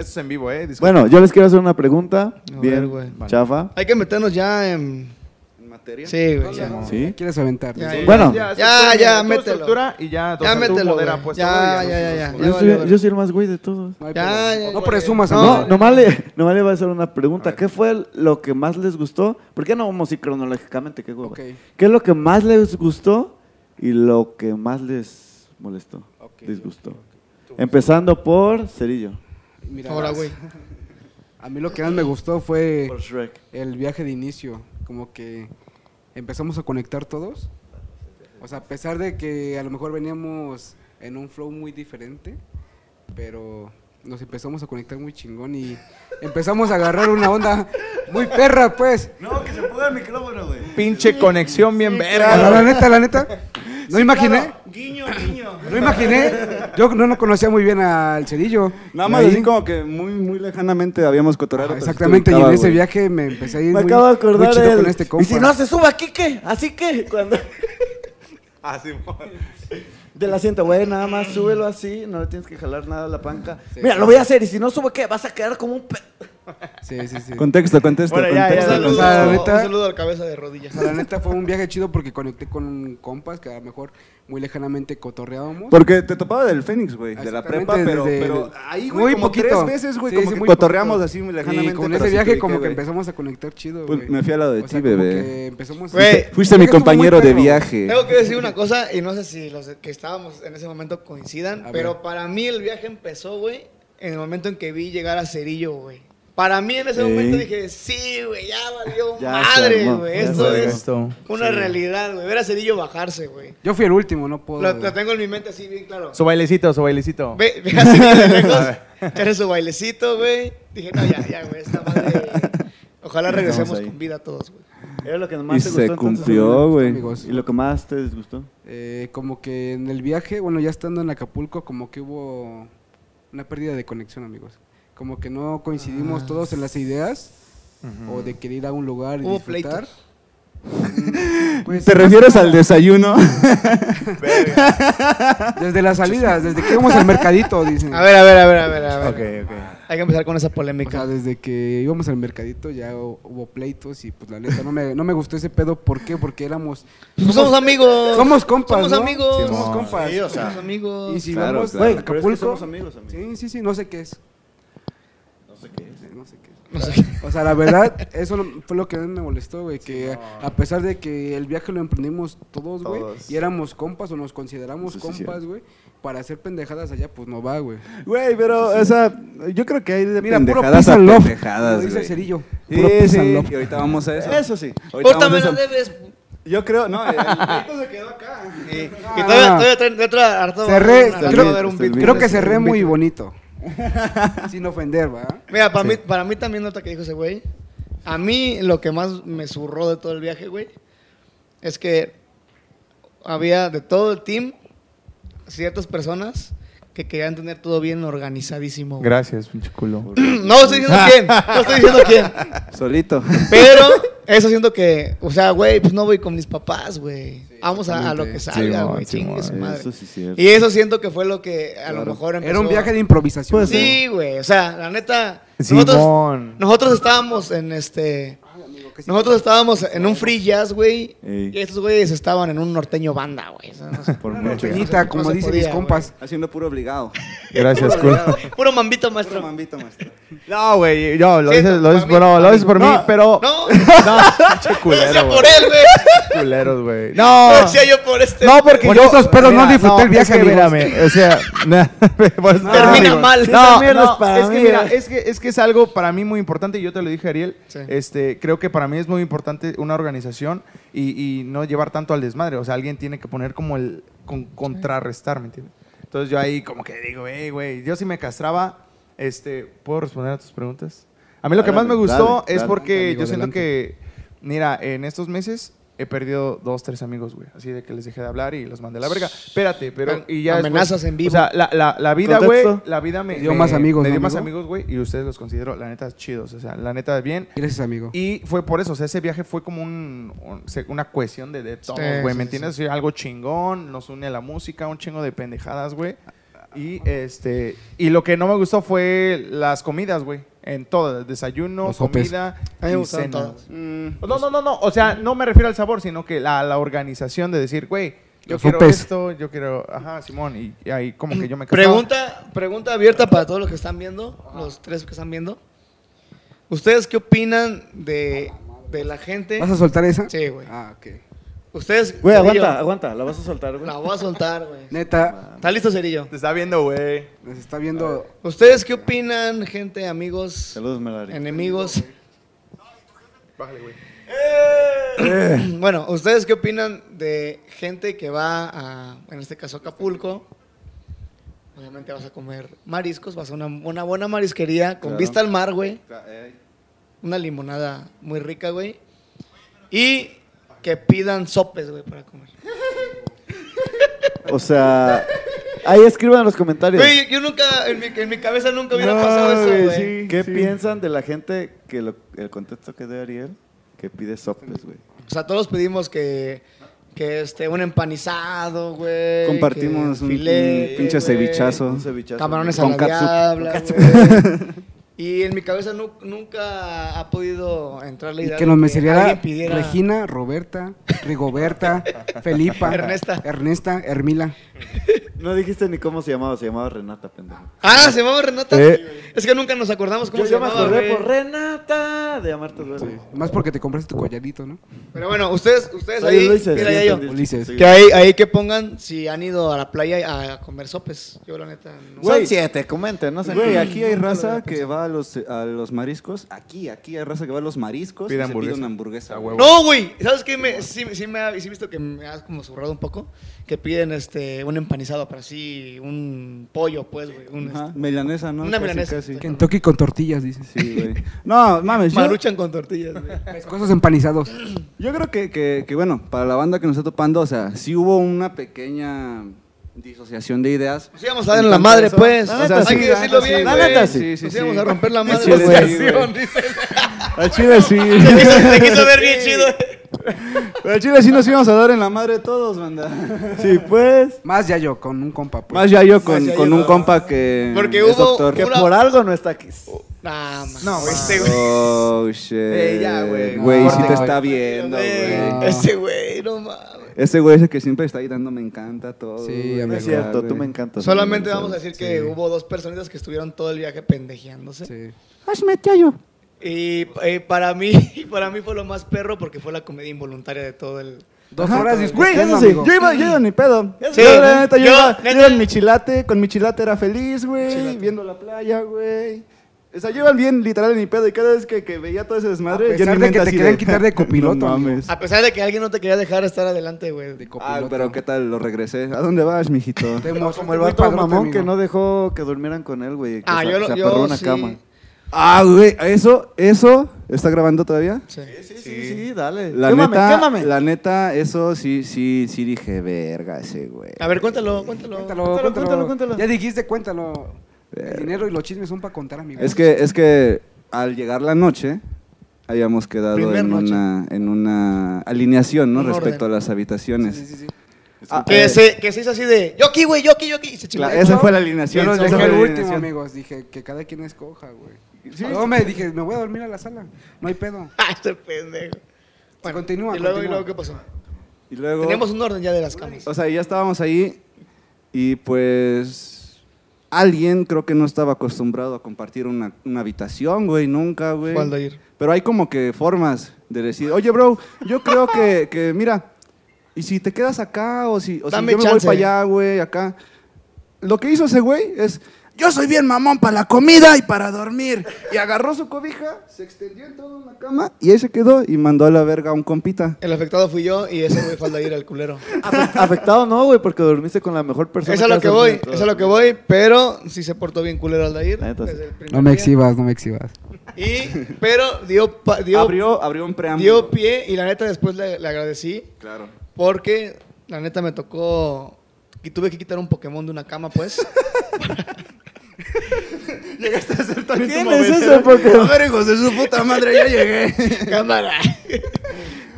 Speaker 2: es en vivo, eh. disculpen.
Speaker 1: Bueno, yo les quiero hacer una pregunta.
Speaker 3: A ver,
Speaker 1: Bien,
Speaker 3: güey.
Speaker 1: chafa.
Speaker 3: Hay que meternos ya en.
Speaker 6: ¿En materia?
Speaker 3: Sí, güey. Ya,
Speaker 1: ¿Sí?
Speaker 4: ¿Quieres aventar?
Speaker 3: Ya,
Speaker 2: Sí,
Speaker 1: Bueno.
Speaker 2: ya,
Speaker 3: Ya,
Speaker 2: ya,
Speaker 3: ya,
Speaker 2: tú
Speaker 3: mételo.
Speaker 2: estructura Y ya,
Speaker 3: ya mételo. güey.
Speaker 2: Pues,
Speaker 3: Ya, ya, ya. ya,
Speaker 1: Yo
Speaker 3: valió,
Speaker 1: soy,
Speaker 3: güey.
Speaker 1: yo soy el más güey de todos.
Speaker 4: No hay
Speaker 3: Ya,
Speaker 4: pedo.
Speaker 3: ya,
Speaker 4: No
Speaker 3: ya.
Speaker 4: presumas,
Speaker 3: No,
Speaker 4: amigo.
Speaker 1: No, nomás le, nomás le voy a hacer una pregunta. ¿Qué fue el- lo que más les gustó? ¿Por qué no vamos así cronológicamente? ¿Qué, hueva?
Speaker 4: Ok.
Speaker 1: ¿Qué es lo que más les gustó y lo que más les molestó? disgustó. Empezando por Cerillo.
Speaker 4: Mira,
Speaker 3: Ahora, güey.
Speaker 4: A mí lo que más me gustó fue
Speaker 1: Por Shrek.
Speaker 4: el viaje de inicio, como que empezamos a conectar todos. O sea, a pesar de que a lo mejor veníamos en un flow muy diferente, pero nos empezamos a conectar muy chingón y empezamos a agarrar una onda muy perra, pues.
Speaker 1: No, que se ponga el micrófono, güey.
Speaker 2: Pinche conexión bien verga.
Speaker 4: La, la neta, la neta. No imaginé. No imaginé. Yo no, no conocía muy bien al cerillo.
Speaker 6: Nada
Speaker 4: Y
Speaker 6: más
Speaker 4: ahí-
Speaker 6: así como que muy, muy lejanamente habíamos cotorreado.
Speaker 4: Ah,
Speaker 6: pero sí te
Speaker 4: exactamente, y en
Speaker 6: ubicaba,
Speaker 4: ese
Speaker 6: güey.
Speaker 4: viaje me empecé a ir
Speaker 1: Me
Speaker 4: muy,
Speaker 1: acabo de
Speaker 4: muy
Speaker 1: acordar
Speaker 4: chido
Speaker 1: el-
Speaker 4: con este compa.
Speaker 1: Y si no se sube aquí, ¿qué? Así que cuando... Del asiento, güey, nada más súbelo así, no le tienes que jalar nada a la panca. Mira, lo voy a hacer y si no sube, ¿qué? Vas a quedar como un... pe-
Speaker 4: Sí, sí, sí.
Speaker 6: Contexto, contexto,
Speaker 2: Bueno, ya, ya,
Speaker 3: Un
Speaker 2: ya,
Speaker 6: contexto.
Speaker 3: saludo,
Speaker 4: O sea, la neta-
Speaker 3: un saludo al cabeza de rodillas.
Speaker 4: O sea, la neta fue un viaje chido porque conecté con compas que a lo mejor muy lejanamente cotorreábamos. Ah,
Speaker 6: Porque te topaba del Fénix, güey, de la
Speaker 4: Exactamente,
Speaker 6: prepa, pero,
Speaker 4: desde-
Speaker 6: pero ahí, güey,
Speaker 4: muy
Speaker 6: como
Speaker 4: poquito.
Speaker 6: tres veces, güey,
Speaker 4: Sí,
Speaker 6: como
Speaker 4: sí,
Speaker 6: que
Speaker 4: muy
Speaker 6: cotorreamos
Speaker 4: poquito.
Speaker 6: así muy
Speaker 4: Y
Speaker 6: lejanamente.
Speaker 4: con
Speaker 6: pero
Speaker 4: ese
Speaker 6: sí te
Speaker 4: viaje
Speaker 6: ubiqué,
Speaker 4: como que
Speaker 6: güey.
Speaker 4: empezamos a conectar chido,
Speaker 6: Pues,
Speaker 4: güey.
Speaker 6: me fui al lado de
Speaker 4: O sea,
Speaker 6: ti,
Speaker 4: como
Speaker 6: bebé.
Speaker 4: que empezamos...
Speaker 3: Güey,
Speaker 6: Fuiste mi compañero de viaje.
Speaker 3: Tengo que decir una cosa, y no sé si los que estábamos en ese momento coincidan,
Speaker 4: A
Speaker 3: pero
Speaker 4: ver.
Speaker 3: para mí el viaje empezó, güey, en el momento en que vi llegar a Cerillo, güey. Para mí en ese
Speaker 1: Ey.
Speaker 3: momento dije, sí, güey, ya valió
Speaker 1: Ya se
Speaker 3: madre,
Speaker 1: armó,
Speaker 3: güey.
Speaker 1: ya
Speaker 3: Esto
Speaker 1: se
Speaker 3: es
Speaker 2: Esto.
Speaker 3: una realidad, güey. Ver a Cerillo bajarse, güey.
Speaker 4: Yo fui el último, no puedo...
Speaker 1: Pues,
Speaker 3: Lo, lo tengo en mi mente así bien claro.
Speaker 2: Su bailecito, su bailecito.
Speaker 3: Ve, ve a Cerillo de lejos, eres su bailecito, güey. Dije, no, ya, ya, güey, esta madre. Ojalá regresemos
Speaker 1: ahí.
Speaker 3: con vida todos, güey.
Speaker 1: Era lo que
Speaker 6: Y
Speaker 1: más te
Speaker 6: se
Speaker 1: gustó. entonces,
Speaker 6: cumplió, güey.
Speaker 4: amigos.
Speaker 1: Y lo que más te disgustó.
Speaker 4: Eh, como que en el viaje, bueno, ya estando en Acapulco, como que hubo una pérdida de conexión, amigos. Como que no
Speaker 1: Ah.
Speaker 4: coincidimos todos en las ideas o de querer ir a un lugar y
Speaker 3: Hubo
Speaker 4: disfrutar.
Speaker 3: pleitos.
Speaker 4: Mm, pues,
Speaker 6: ¿Te refieres al desayuno?
Speaker 4: Desde las salidas, desde que íbamos al mercadito, dicen.
Speaker 3: A ver, a ver, a ver, a ver, a ver.
Speaker 2: Ok, ok.
Speaker 3: Hay que empezar con esa
Speaker 4: O sea,
Speaker 3: polémica.
Speaker 4: desde que íbamos al mercadito ya hu- hubo pleitos y pues la neta no me, no me gustó ese pedo. ¿Por qué? Porque éramos...
Speaker 3: Pues Somos, amigos.
Speaker 4: Somos compas,
Speaker 3: Somos
Speaker 4: ¿no?
Speaker 3: amigos.
Speaker 4: Somos
Speaker 3: Somos
Speaker 4: compas.
Speaker 3: Somos amigos.
Speaker 4: Y si
Speaker 6: Claro,
Speaker 4: vamos
Speaker 6: claro.
Speaker 4: a
Speaker 1: Güey, pero es que
Speaker 4: Acapulco...
Speaker 1: somos amigos, amigo.
Speaker 4: Sí, sí, sí, no sé qué es. No sé qué es.
Speaker 3: No sé.
Speaker 4: O sea, la verdad, eso lo- fue lo que más me molestó, güey. Que a pesar de que el viaje lo emprendimos todos, güey,
Speaker 2: Todos.
Speaker 4: y éramos compas o nos consideramos
Speaker 1: Eso sí es
Speaker 4: compas,
Speaker 1: cierto.
Speaker 4: güey, para hacer pendejadas allá, pues no va, güey.
Speaker 6: Güey, pero, o sea, yo creo que hay de
Speaker 4: Mira, puro
Speaker 6: pendejadas
Speaker 4: peace
Speaker 6: a
Speaker 4: and love. Lo
Speaker 6: pendejadas,
Speaker 4: dice el
Speaker 6: güey.
Speaker 4: cerillo. Puro
Speaker 6: Sí,
Speaker 4: peace
Speaker 6: sí,
Speaker 4: and
Speaker 6: y
Speaker 4: love.
Speaker 6: ahorita vamos a eso.
Speaker 1: Eso sí.
Speaker 6: Ahorita
Speaker 3: Ahorita me
Speaker 6: vamos a
Speaker 3: lo
Speaker 6: eso.
Speaker 3: debes.
Speaker 6: Yo creo, no, el pleito se quedó
Speaker 3: Y,
Speaker 6: acá.
Speaker 3: y todavía, Ah. todavía traen de otra. harta-
Speaker 4: Cerré,
Speaker 3: harta-
Speaker 4: creo-
Speaker 3: va a haber un beat.
Speaker 4: Creo que cerré muy bonito. Sin ofender, ¿va?
Speaker 3: Mira, para, mí, para mí también nota que dijo ese güey. A mí lo que más me zurró de todo el viaje, güey, es que había de todo el team ciertas personas que querían tener todo bien organizadísimo. güey.
Speaker 2: Gracias, pinche culo.
Speaker 3: No estoy diciendo quién, no estoy diciendo quién.
Speaker 6: Solito.
Speaker 3: Pero eso siento que, o sea, güey, pues no voy con mis papás, güey. Vamos a, a lo que salga,
Speaker 2: Simón,
Speaker 3: güey.
Speaker 2: Simón.
Speaker 3: Chingue su madre.
Speaker 1: Eso sí es cierto.
Speaker 3: Y eso siento que fue lo que a lo mejor empezó.
Speaker 4: Era un viaje de improvisación.
Speaker 1: Pues,
Speaker 3: Sí, güey. O sea, la neta. Nosotros,
Speaker 2: Simón.
Speaker 3: nosotros estábamos en este.
Speaker 4: Ay, amigo, ¿qué sí?
Speaker 3: Nosotros estábamos en un free jazz, güey.
Speaker 1: Ey.
Speaker 3: Y estos güeyes estaban en un norteño banda, güey. O sea, no sé.
Speaker 1: Por
Speaker 4: Una
Speaker 1: mucho.
Speaker 4: norteñita,
Speaker 3: No
Speaker 4: como
Speaker 3: se
Speaker 4: dicen
Speaker 3: podía,
Speaker 4: mis compas.
Speaker 6: Haciendo puro obligado.
Speaker 2: Gracias, culo.
Speaker 3: Puro mambito,
Speaker 6: Puro
Speaker 3: maestro.
Speaker 6: mambito, maestro.
Speaker 2: No, güey, no, lo
Speaker 3: Sí,
Speaker 2: dices, lo
Speaker 3: para
Speaker 2: dices,
Speaker 3: mí,
Speaker 2: bueno,
Speaker 3: para
Speaker 2: lo
Speaker 3: mí.
Speaker 2: dices por mí,
Speaker 3: No,
Speaker 2: pero... No,
Speaker 3: No,
Speaker 2: pinche
Speaker 3: no
Speaker 2: culero,
Speaker 3: decía
Speaker 2: güey.
Speaker 3: por él, güey.
Speaker 2: Culeros, güey. No.
Speaker 3: No decía yo por este.
Speaker 2: No, porque
Speaker 4: Por
Speaker 2: yo...
Speaker 4: esos pedos no disfruté el viaje,
Speaker 2: es que
Speaker 4: amigos.
Speaker 2: mírame, o sea... na- por eso te
Speaker 3: Termina
Speaker 2: digo.
Speaker 3: mal.
Speaker 2: No,
Speaker 3: Esa
Speaker 1: mierda
Speaker 2: no,
Speaker 1: es para
Speaker 2: es que
Speaker 1: mí,
Speaker 2: mira,
Speaker 1: güey.
Speaker 2: es que, es que es algo para mí muy importante, y yo te lo dije, Ariel,
Speaker 3: Sí.
Speaker 2: este, creo que para mí es muy importante una organización y, y no llevar tanto al desmadre, o sea, alguien tiene que poner como el... con- contrarrestar, ¿me entiendes? Entonces yo ahí como que digo, hey, güey, yo si me castraba, este, ¿puedo responder a tus preguntas? A mí lo que
Speaker 1: Dale,
Speaker 2: más me gustó
Speaker 1: dale,
Speaker 2: es
Speaker 1: dale.
Speaker 2: porque
Speaker 4: Amigo,
Speaker 2: yo siento
Speaker 4: adelante.
Speaker 2: que, mira, en estos meses he perdido dos, tres amigos, güey. Así de que les dejé de hablar y los mandé a la verga. Espérate, pero... Y ya después-
Speaker 3: Amenazas en vivo.
Speaker 2: O sea, la, la- la vida, güey,
Speaker 1: Contexto.
Speaker 2: la vida me...
Speaker 4: Te dio
Speaker 2: me-
Speaker 4: más amigos,
Speaker 2: Me
Speaker 4: ¿no,
Speaker 2: dio más
Speaker 4: amigo?
Speaker 2: amigos, güey, y ustedes los considero, la neta, chidos. O sea, la neta, bien.
Speaker 4: Gracias, amigo.
Speaker 2: Y fue por eso, o sea, ese viaje fue como un, un- se- una cuestión de, de todos,
Speaker 3: Sí,
Speaker 2: güey,
Speaker 3: sí,
Speaker 2: ¿me
Speaker 3: sí,
Speaker 2: entiendes? O sea, algo chingón, nos une la música, un chingo de pendejadas, güey. Y este y lo que no me gustó fue las comidas, güey, en todo, desayuno,
Speaker 4: Los sopes.
Speaker 2: comida
Speaker 3: A mí me
Speaker 2: y
Speaker 3: gustaron
Speaker 2: cena. Mm.
Speaker 3: todas.
Speaker 2: No, no, no, no, o sea, no me refiero al sabor, sino que la, la organización de decir, güey, yo
Speaker 4: Los
Speaker 2: quiero
Speaker 4: sopes.
Speaker 2: esto, yo quiero, ajá, Simón, y, y ahí como que yo me casaba.
Speaker 3: Pregunta, pregunta abierta para todos los que están viendo, los tres que están viendo. ¿Ustedes qué opinan de, de la gente?
Speaker 4: ¿Vas a soltar esa?
Speaker 3: Sí, güey.
Speaker 4: Ah, ok.
Speaker 3: Ustedes.
Speaker 1: Güey,
Speaker 3: Cerillo,
Speaker 1: aguanta, aguanta. La vas a soltar, güey.
Speaker 3: La voy a soltar, güey.
Speaker 4: Neta,
Speaker 3: ¿Está listo, Cerillo?
Speaker 2: Te está viendo, güey.
Speaker 4: nos está viendo.
Speaker 3: ¿Ustedes qué opinan, gente, amigos,
Speaker 1: Saludos, Melari.
Speaker 3: enemigos?
Speaker 2: Bájale, güey.
Speaker 3: Bueno, ¿ustedes qué opinan de gente que va a, en este caso, Acapulco? Obviamente vas a comer mariscos, vas a una, una buena marisquería con
Speaker 1: Claro.
Speaker 3: vista al mar, güey.
Speaker 6: Ey,
Speaker 3: Una limonada muy rica, güey. Y que pidan sopes, güey, para comer.
Speaker 1: O sea, ahí escriban en los comentarios.
Speaker 3: Güey, yo nunca, en mi, en mi cabeza nunca hubiera
Speaker 1: No,
Speaker 3: pasado eso,
Speaker 1: güey,
Speaker 3: güey.
Speaker 1: sí, ¿Qué piensan de la gente que lo- el contexto que de Ariel que pide sopes, güey?
Speaker 3: O sea, todos pedimos que, que este, un empanizado, güey.
Speaker 6: Compartimos
Speaker 3: que
Speaker 6: un-
Speaker 3: filete,
Speaker 6: un pinche
Speaker 3: güey,
Speaker 6: cevichazo.
Speaker 1: Un cevichazo.
Speaker 3: Camarones a
Speaker 6: Con
Speaker 3: la
Speaker 6: catsup.
Speaker 3: diabla, güey. Y en mi cabeza nu- nunca ha podido entrar la
Speaker 4: Y
Speaker 3: idea
Speaker 4: que
Speaker 3: de
Speaker 4: nos mencionara
Speaker 3: alguien pidiera
Speaker 4: Regina, Roberta, Rigoberta, Felipa,
Speaker 3: Ernesta.
Speaker 4: Ernesta, Hermila.
Speaker 1: No dijiste ni cómo se llamaba, se llamaba Renata, pendejo.
Speaker 3: Ah, ¿se llamaba Renata?
Speaker 2: Eh.
Speaker 3: Es que nunca nos acordamos cómo
Speaker 1: Yo,
Speaker 3: se
Speaker 1: yo me
Speaker 3: llamaba,
Speaker 1: acordé
Speaker 3: güey.
Speaker 1: por Renata de llamarte luego.
Speaker 4: Este, Más porque te compraste tu collarito, ¿no?
Speaker 3: Pero bueno, ustedes, ustedes
Speaker 1: Soy
Speaker 3: ahí,
Speaker 1: Ulises,
Speaker 3: mira
Speaker 1: sí,
Speaker 3: ya yo.
Speaker 1: entendí.
Speaker 4: Ulises.
Speaker 1: Sí.
Speaker 3: Que ahí, ahí que pongan si han ido a la playa a comer sopes. Yo la neta no
Speaker 1: Son
Speaker 6: Güey.
Speaker 1: siete, comenten, no sé.
Speaker 6: Güey, aquí hay raza que va a los, a los mariscos. Aquí, aquí hay raza que va a los mariscos
Speaker 2: Pide
Speaker 6: y se pide
Speaker 2: hamburguesa.
Speaker 6: una hamburguesa.
Speaker 2: A
Speaker 6: güey.
Speaker 2: huevo.
Speaker 3: No, güey. ¿Sabes qué? Me, sí, sí me ha, sí he visto que me has como zurrado un poco. Que piden este, un empanizado, pero así, un pollo, pues, güey. un,
Speaker 6: Ajá,
Speaker 3: este,
Speaker 6: Milanesa, ¿no?
Speaker 3: Una
Speaker 6: Casi,
Speaker 3: milanesa.
Speaker 6: casi.
Speaker 4: Kentucky con tortillas, dices. Pues,
Speaker 6: Sí, güey. No, mames, yo,
Speaker 3: Maruchan con tortillas, güey.
Speaker 4: Cosas empanizados.
Speaker 6: yo creo que, que, que, bueno, para la banda que nos está topando, o sea, sí hubo una pequeña disociación de ideas.
Speaker 3: Nos íbamos a dar en la madre, pues.
Speaker 6: Entonces,
Speaker 1: la
Speaker 3: O
Speaker 1: neta
Speaker 3: sea,
Speaker 1: sí,
Speaker 3: hay que
Speaker 1: la
Speaker 3: decirlo
Speaker 1: neta
Speaker 3: bien,
Speaker 1: sí. La
Speaker 3: güey.
Speaker 1: neta sí.
Speaker 2: Sí, sí,
Speaker 3: Nos
Speaker 2: sí.
Speaker 3: íbamos a romper la madre.
Speaker 1: chile sí, güey.
Speaker 3: dice.
Speaker 6: Al chile sí.
Speaker 3: Se quiso- Se quiso ver bien chido.
Speaker 6: Al chile sí nos íbamos a dar en la madre todos, banda.
Speaker 1: Sí, pues.
Speaker 4: Más ya yo, con un compa. pues.
Speaker 6: Más ya yo con,
Speaker 3: Más ya
Speaker 6: con
Speaker 3: yo.
Speaker 6: un compa que
Speaker 3: Porque
Speaker 6: es
Speaker 3: hubo-
Speaker 6: doctor.
Speaker 1: Que
Speaker 3: Una-
Speaker 1: por algo no está aquí.
Speaker 3: Nah, man.
Speaker 2: No, güey.
Speaker 3: Este güey.
Speaker 6: Oh, shit.
Speaker 2: Eh, ya, güey.
Speaker 6: Güey,
Speaker 4: No,
Speaker 6: sí te
Speaker 4: güey.
Speaker 6: está viendo, güey.
Speaker 3: Güey, Este güey, no mames.
Speaker 6: Ese güey es el que siempre está ahí dando me encanta todo.
Speaker 4: Sí,
Speaker 6: güey,
Speaker 4: amigo.
Speaker 1: No es
Speaker 4: Verdad,
Speaker 1: cierto,
Speaker 6: Ah, güey.
Speaker 1: tú me encantas.
Speaker 3: Solamente
Speaker 1: güey,
Speaker 3: vamos a
Speaker 1: ¿sabes?
Speaker 3: decir que hubo dos personitas que estuvieron todo el viaje pendejeándose.
Speaker 4: Sí.
Speaker 3: Y eh, para mí, para mí fue lo más perro porque fue la comedia involuntaria de todo el.
Speaker 4: Dos horas
Speaker 6: Güey,
Speaker 4: discutiendo,
Speaker 6: eso sí,
Speaker 4: amigo.
Speaker 6: yo iba, yo iba en mi pedo.
Speaker 3: Sí,
Speaker 6: yo, la neta, yo,
Speaker 3: yo,
Speaker 6: iba, yo
Speaker 3: neta.
Speaker 6: iba en mi chilate, con mi chilate era feliz, güey, viendo la playa, güey. O sea, llevan bien literal en mi pedo y cada vez que, que veía todo ese desmadre,
Speaker 4: A
Speaker 6: yo en
Speaker 4: pesar
Speaker 6: mi
Speaker 4: de
Speaker 6: mente
Speaker 4: que te
Speaker 6: así
Speaker 4: querían quitar de copiloto,
Speaker 6: No
Speaker 4: amigo.
Speaker 6: mames.
Speaker 3: A pesar de que alguien no te quería dejar estar adelante, güey.
Speaker 4: De
Speaker 6: Ah,
Speaker 4: copiloto.
Speaker 6: pero qué tal, lo regresé. ¿A dónde vas, mijito?
Speaker 4: Te mostraste
Speaker 1: Como el
Speaker 4: muy
Speaker 1: vato
Speaker 4: padrote,
Speaker 1: mamón
Speaker 4: amigo.
Speaker 1: que no dejó que durmieran con él, güey. que
Speaker 3: Ah,
Speaker 1: se-
Speaker 3: yo lo-
Speaker 1: se
Speaker 3: yo
Speaker 1: aperró una
Speaker 3: sí.
Speaker 1: cama.
Speaker 6: Ah, güey, eso, eso, ¿está grabando todavía?
Speaker 3: Sí.
Speaker 1: Sí, sí, sí, dale.
Speaker 6: La
Speaker 1: quémame,
Speaker 6: neta,
Speaker 1: quémame.
Speaker 6: la neta, eso sí, sí, sí dije, verga ese güey.
Speaker 3: A ver, cuéntalo, cuéntalo.
Speaker 4: Cuéntalo,
Speaker 1: Cuéntalo,
Speaker 4: cuéntalo,
Speaker 1: cuéntalo, cuéntalo.
Speaker 4: Ya dijiste, cuéntalo.
Speaker 6: Verga.
Speaker 4: El dinero y los chismes son para contar, amigo.
Speaker 6: Es que, es que al llegar la noche, habíamos quedado
Speaker 3: Primer
Speaker 6: en
Speaker 3: noche.
Speaker 6: una, en una alineación, ¿no?
Speaker 3: Un
Speaker 6: Respecto
Speaker 3: orden.
Speaker 6: a las habitaciones.
Speaker 4: Sí, sí, sí.
Speaker 6: Ah,
Speaker 3: Que,
Speaker 6: eh,
Speaker 3: se, que se hizo así de, yo aquí, güey, yo aquí, yo aquí. y se chingó.
Speaker 6: cla- esa fue la alineación.
Speaker 4: Yo los
Speaker 6: esa
Speaker 4: dejé
Speaker 6: fue
Speaker 4: el
Speaker 6: la
Speaker 4: último,
Speaker 6: alineación.
Speaker 4: amigos. Dije que cada quien escoja, güey. Yo me dije, me voy a dormir a la sala. No hay pedo.
Speaker 3: Ah, este pendejo. Bueno,
Speaker 4: continúa,
Speaker 3: y luego,
Speaker 4: continúa.
Speaker 3: ¿Y luego qué pasó?
Speaker 6: Y luego,
Speaker 3: Tenemos un orden ya de las camas.
Speaker 6: o sea, ya estábamos ahí y pues alguien creo que no estaba acostumbrado a compartir una, una habitación, güey, nunca, güey.
Speaker 3: ¿Cuál de ir?
Speaker 6: Pero hay como que formas de decir, oye, bro, yo creo que, que, mira, y si te quedas acá o si, o si yo
Speaker 3: Dame
Speaker 6: me voy
Speaker 3: chance.
Speaker 6: para allá, güey, acá. Lo que hizo ese güey es, yo soy bien mamón para la comida y para dormir. Y agarró su cobija, se extendió en toda una cama y ahí se quedó y mandó a la verga a un compita.
Speaker 3: El afectado fui yo y ese güey fue al de ir al culero.
Speaker 1: Afe- Afectado no, güey, porque dormiste con la mejor persona.
Speaker 3: Es a lo
Speaker 1: has
Speaker 3: que voy,
Speaker 1: dormido.
Speaker 3: es a lo que voy, pero sí se portó bien culero Aldair.
Speaker 1: La neta, sí.
Speaker 3: desde el primer
Speaker 4: No me
Speaker 3: día.
Speaker 4: exhibas, no me exhibas.
Speaker 3: Y, pero dio, pa- dio,
Speaker 6: abrió, abrió un preámbulo.
Speaker 3: dio pie y la neta después le, le agradecí
Speaker 6: Claro.
Speaker 3: porque la neta me tocó y tuve que quitar un Pokémon de una cama, pues. Llegaste a ser tan
Speaker 1: ¿Quién es ese Pokémon?
Speaker 6: A ver, hijos de su puta madre, ya llegué.
Speaker 3: Cámara.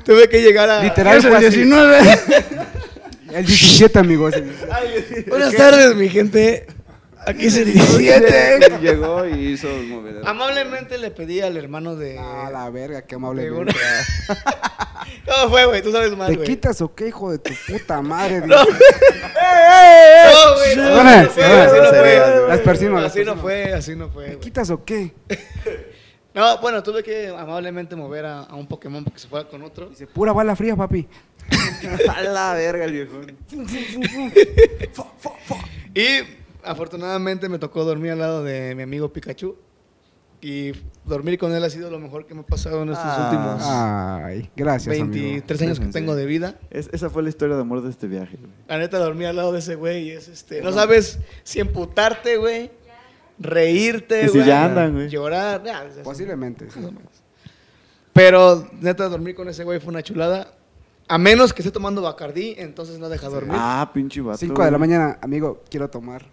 Speaker 3: tuve que llegar a.
Speaker 4: Literal,
Speaker 6: Es el
Speaker 4: fue así.
Speaker 6: 19.
Speaker 4: El 17, amigos.
Speaker 3: Buenas tardes, mi gente. Aquí se
Speaker 6: Siete. Llegó y hizo el movedero.
Speaker 3: Amablemente le pedí al hermano de.
Speaker 4: Ah, la verga, qué amable.
Speaker 3: de una- ¿Cómo fue, güey? Tú sabes más,
Speaker 4: ¿Te
Speaker 3: güey.
Speaker 4: quitas o qué, hijo de tu puta madre?
Speaker 3: No, güey, no,
Speaker 4: Perdóname,
Speaker 3: así no fue,
Speaker 4: perdóname,
Speaker 3: así no
Speaker 4: sí,
Speaker 3: fue,
Speaker 4: sí,
Speaker 3: güey.
Speaker 4: las persino, las
Speaker 3: Así no
Speaker 4: persino.
Speaker 3: fue, así no fue.
Speaker 4: ¿Te
Speaker 3: güey.
Speaker 4: quitas o qué?
Speaker 3: No, bueno, tuve que amablemente mover a, a un Pokémon porque se fuera con otro.
Speaker 4: Dice, pura bala fría, papi.
Speaker 6: A la verga el viejón.
Speaker 3: Y afortunadamente me tocó dormir al lado de mi amigo Pikachu. Y dormir con él ha sido lo mejor que me ha pasado en estos
Speaker 1: Ah.
Speaker 3: últimos
Speaker 4: Ay, gracias, amigo.
Speaker 3: 23 años que tengo de vida.
Speaker 1: Es- esa fue la historia de amor de este viaje. güey.
Speaker 3: La neta, dormí al lado de ese güey y es este. No sabes si emputarte, güey. Reírte,
Speaker 1: Que
Speaker 3: güey.
Speaker 1: si ya andan, güey.
Speaker 3: Llorar. ya, es-
Speaker 6: Pues
Speaker 4: Posiblemente. sí.
Speaker 3: Pero neta, dormir con ese güey fue una chulada. A menos que esté tomando Bacardí, entonces no deja dormir.
Speaker 1: Ah, pinche vato.
Speaker 4: 5 de la
Speaker 1: güey.
Speaker 4: mañana, amigo, quiero tomar.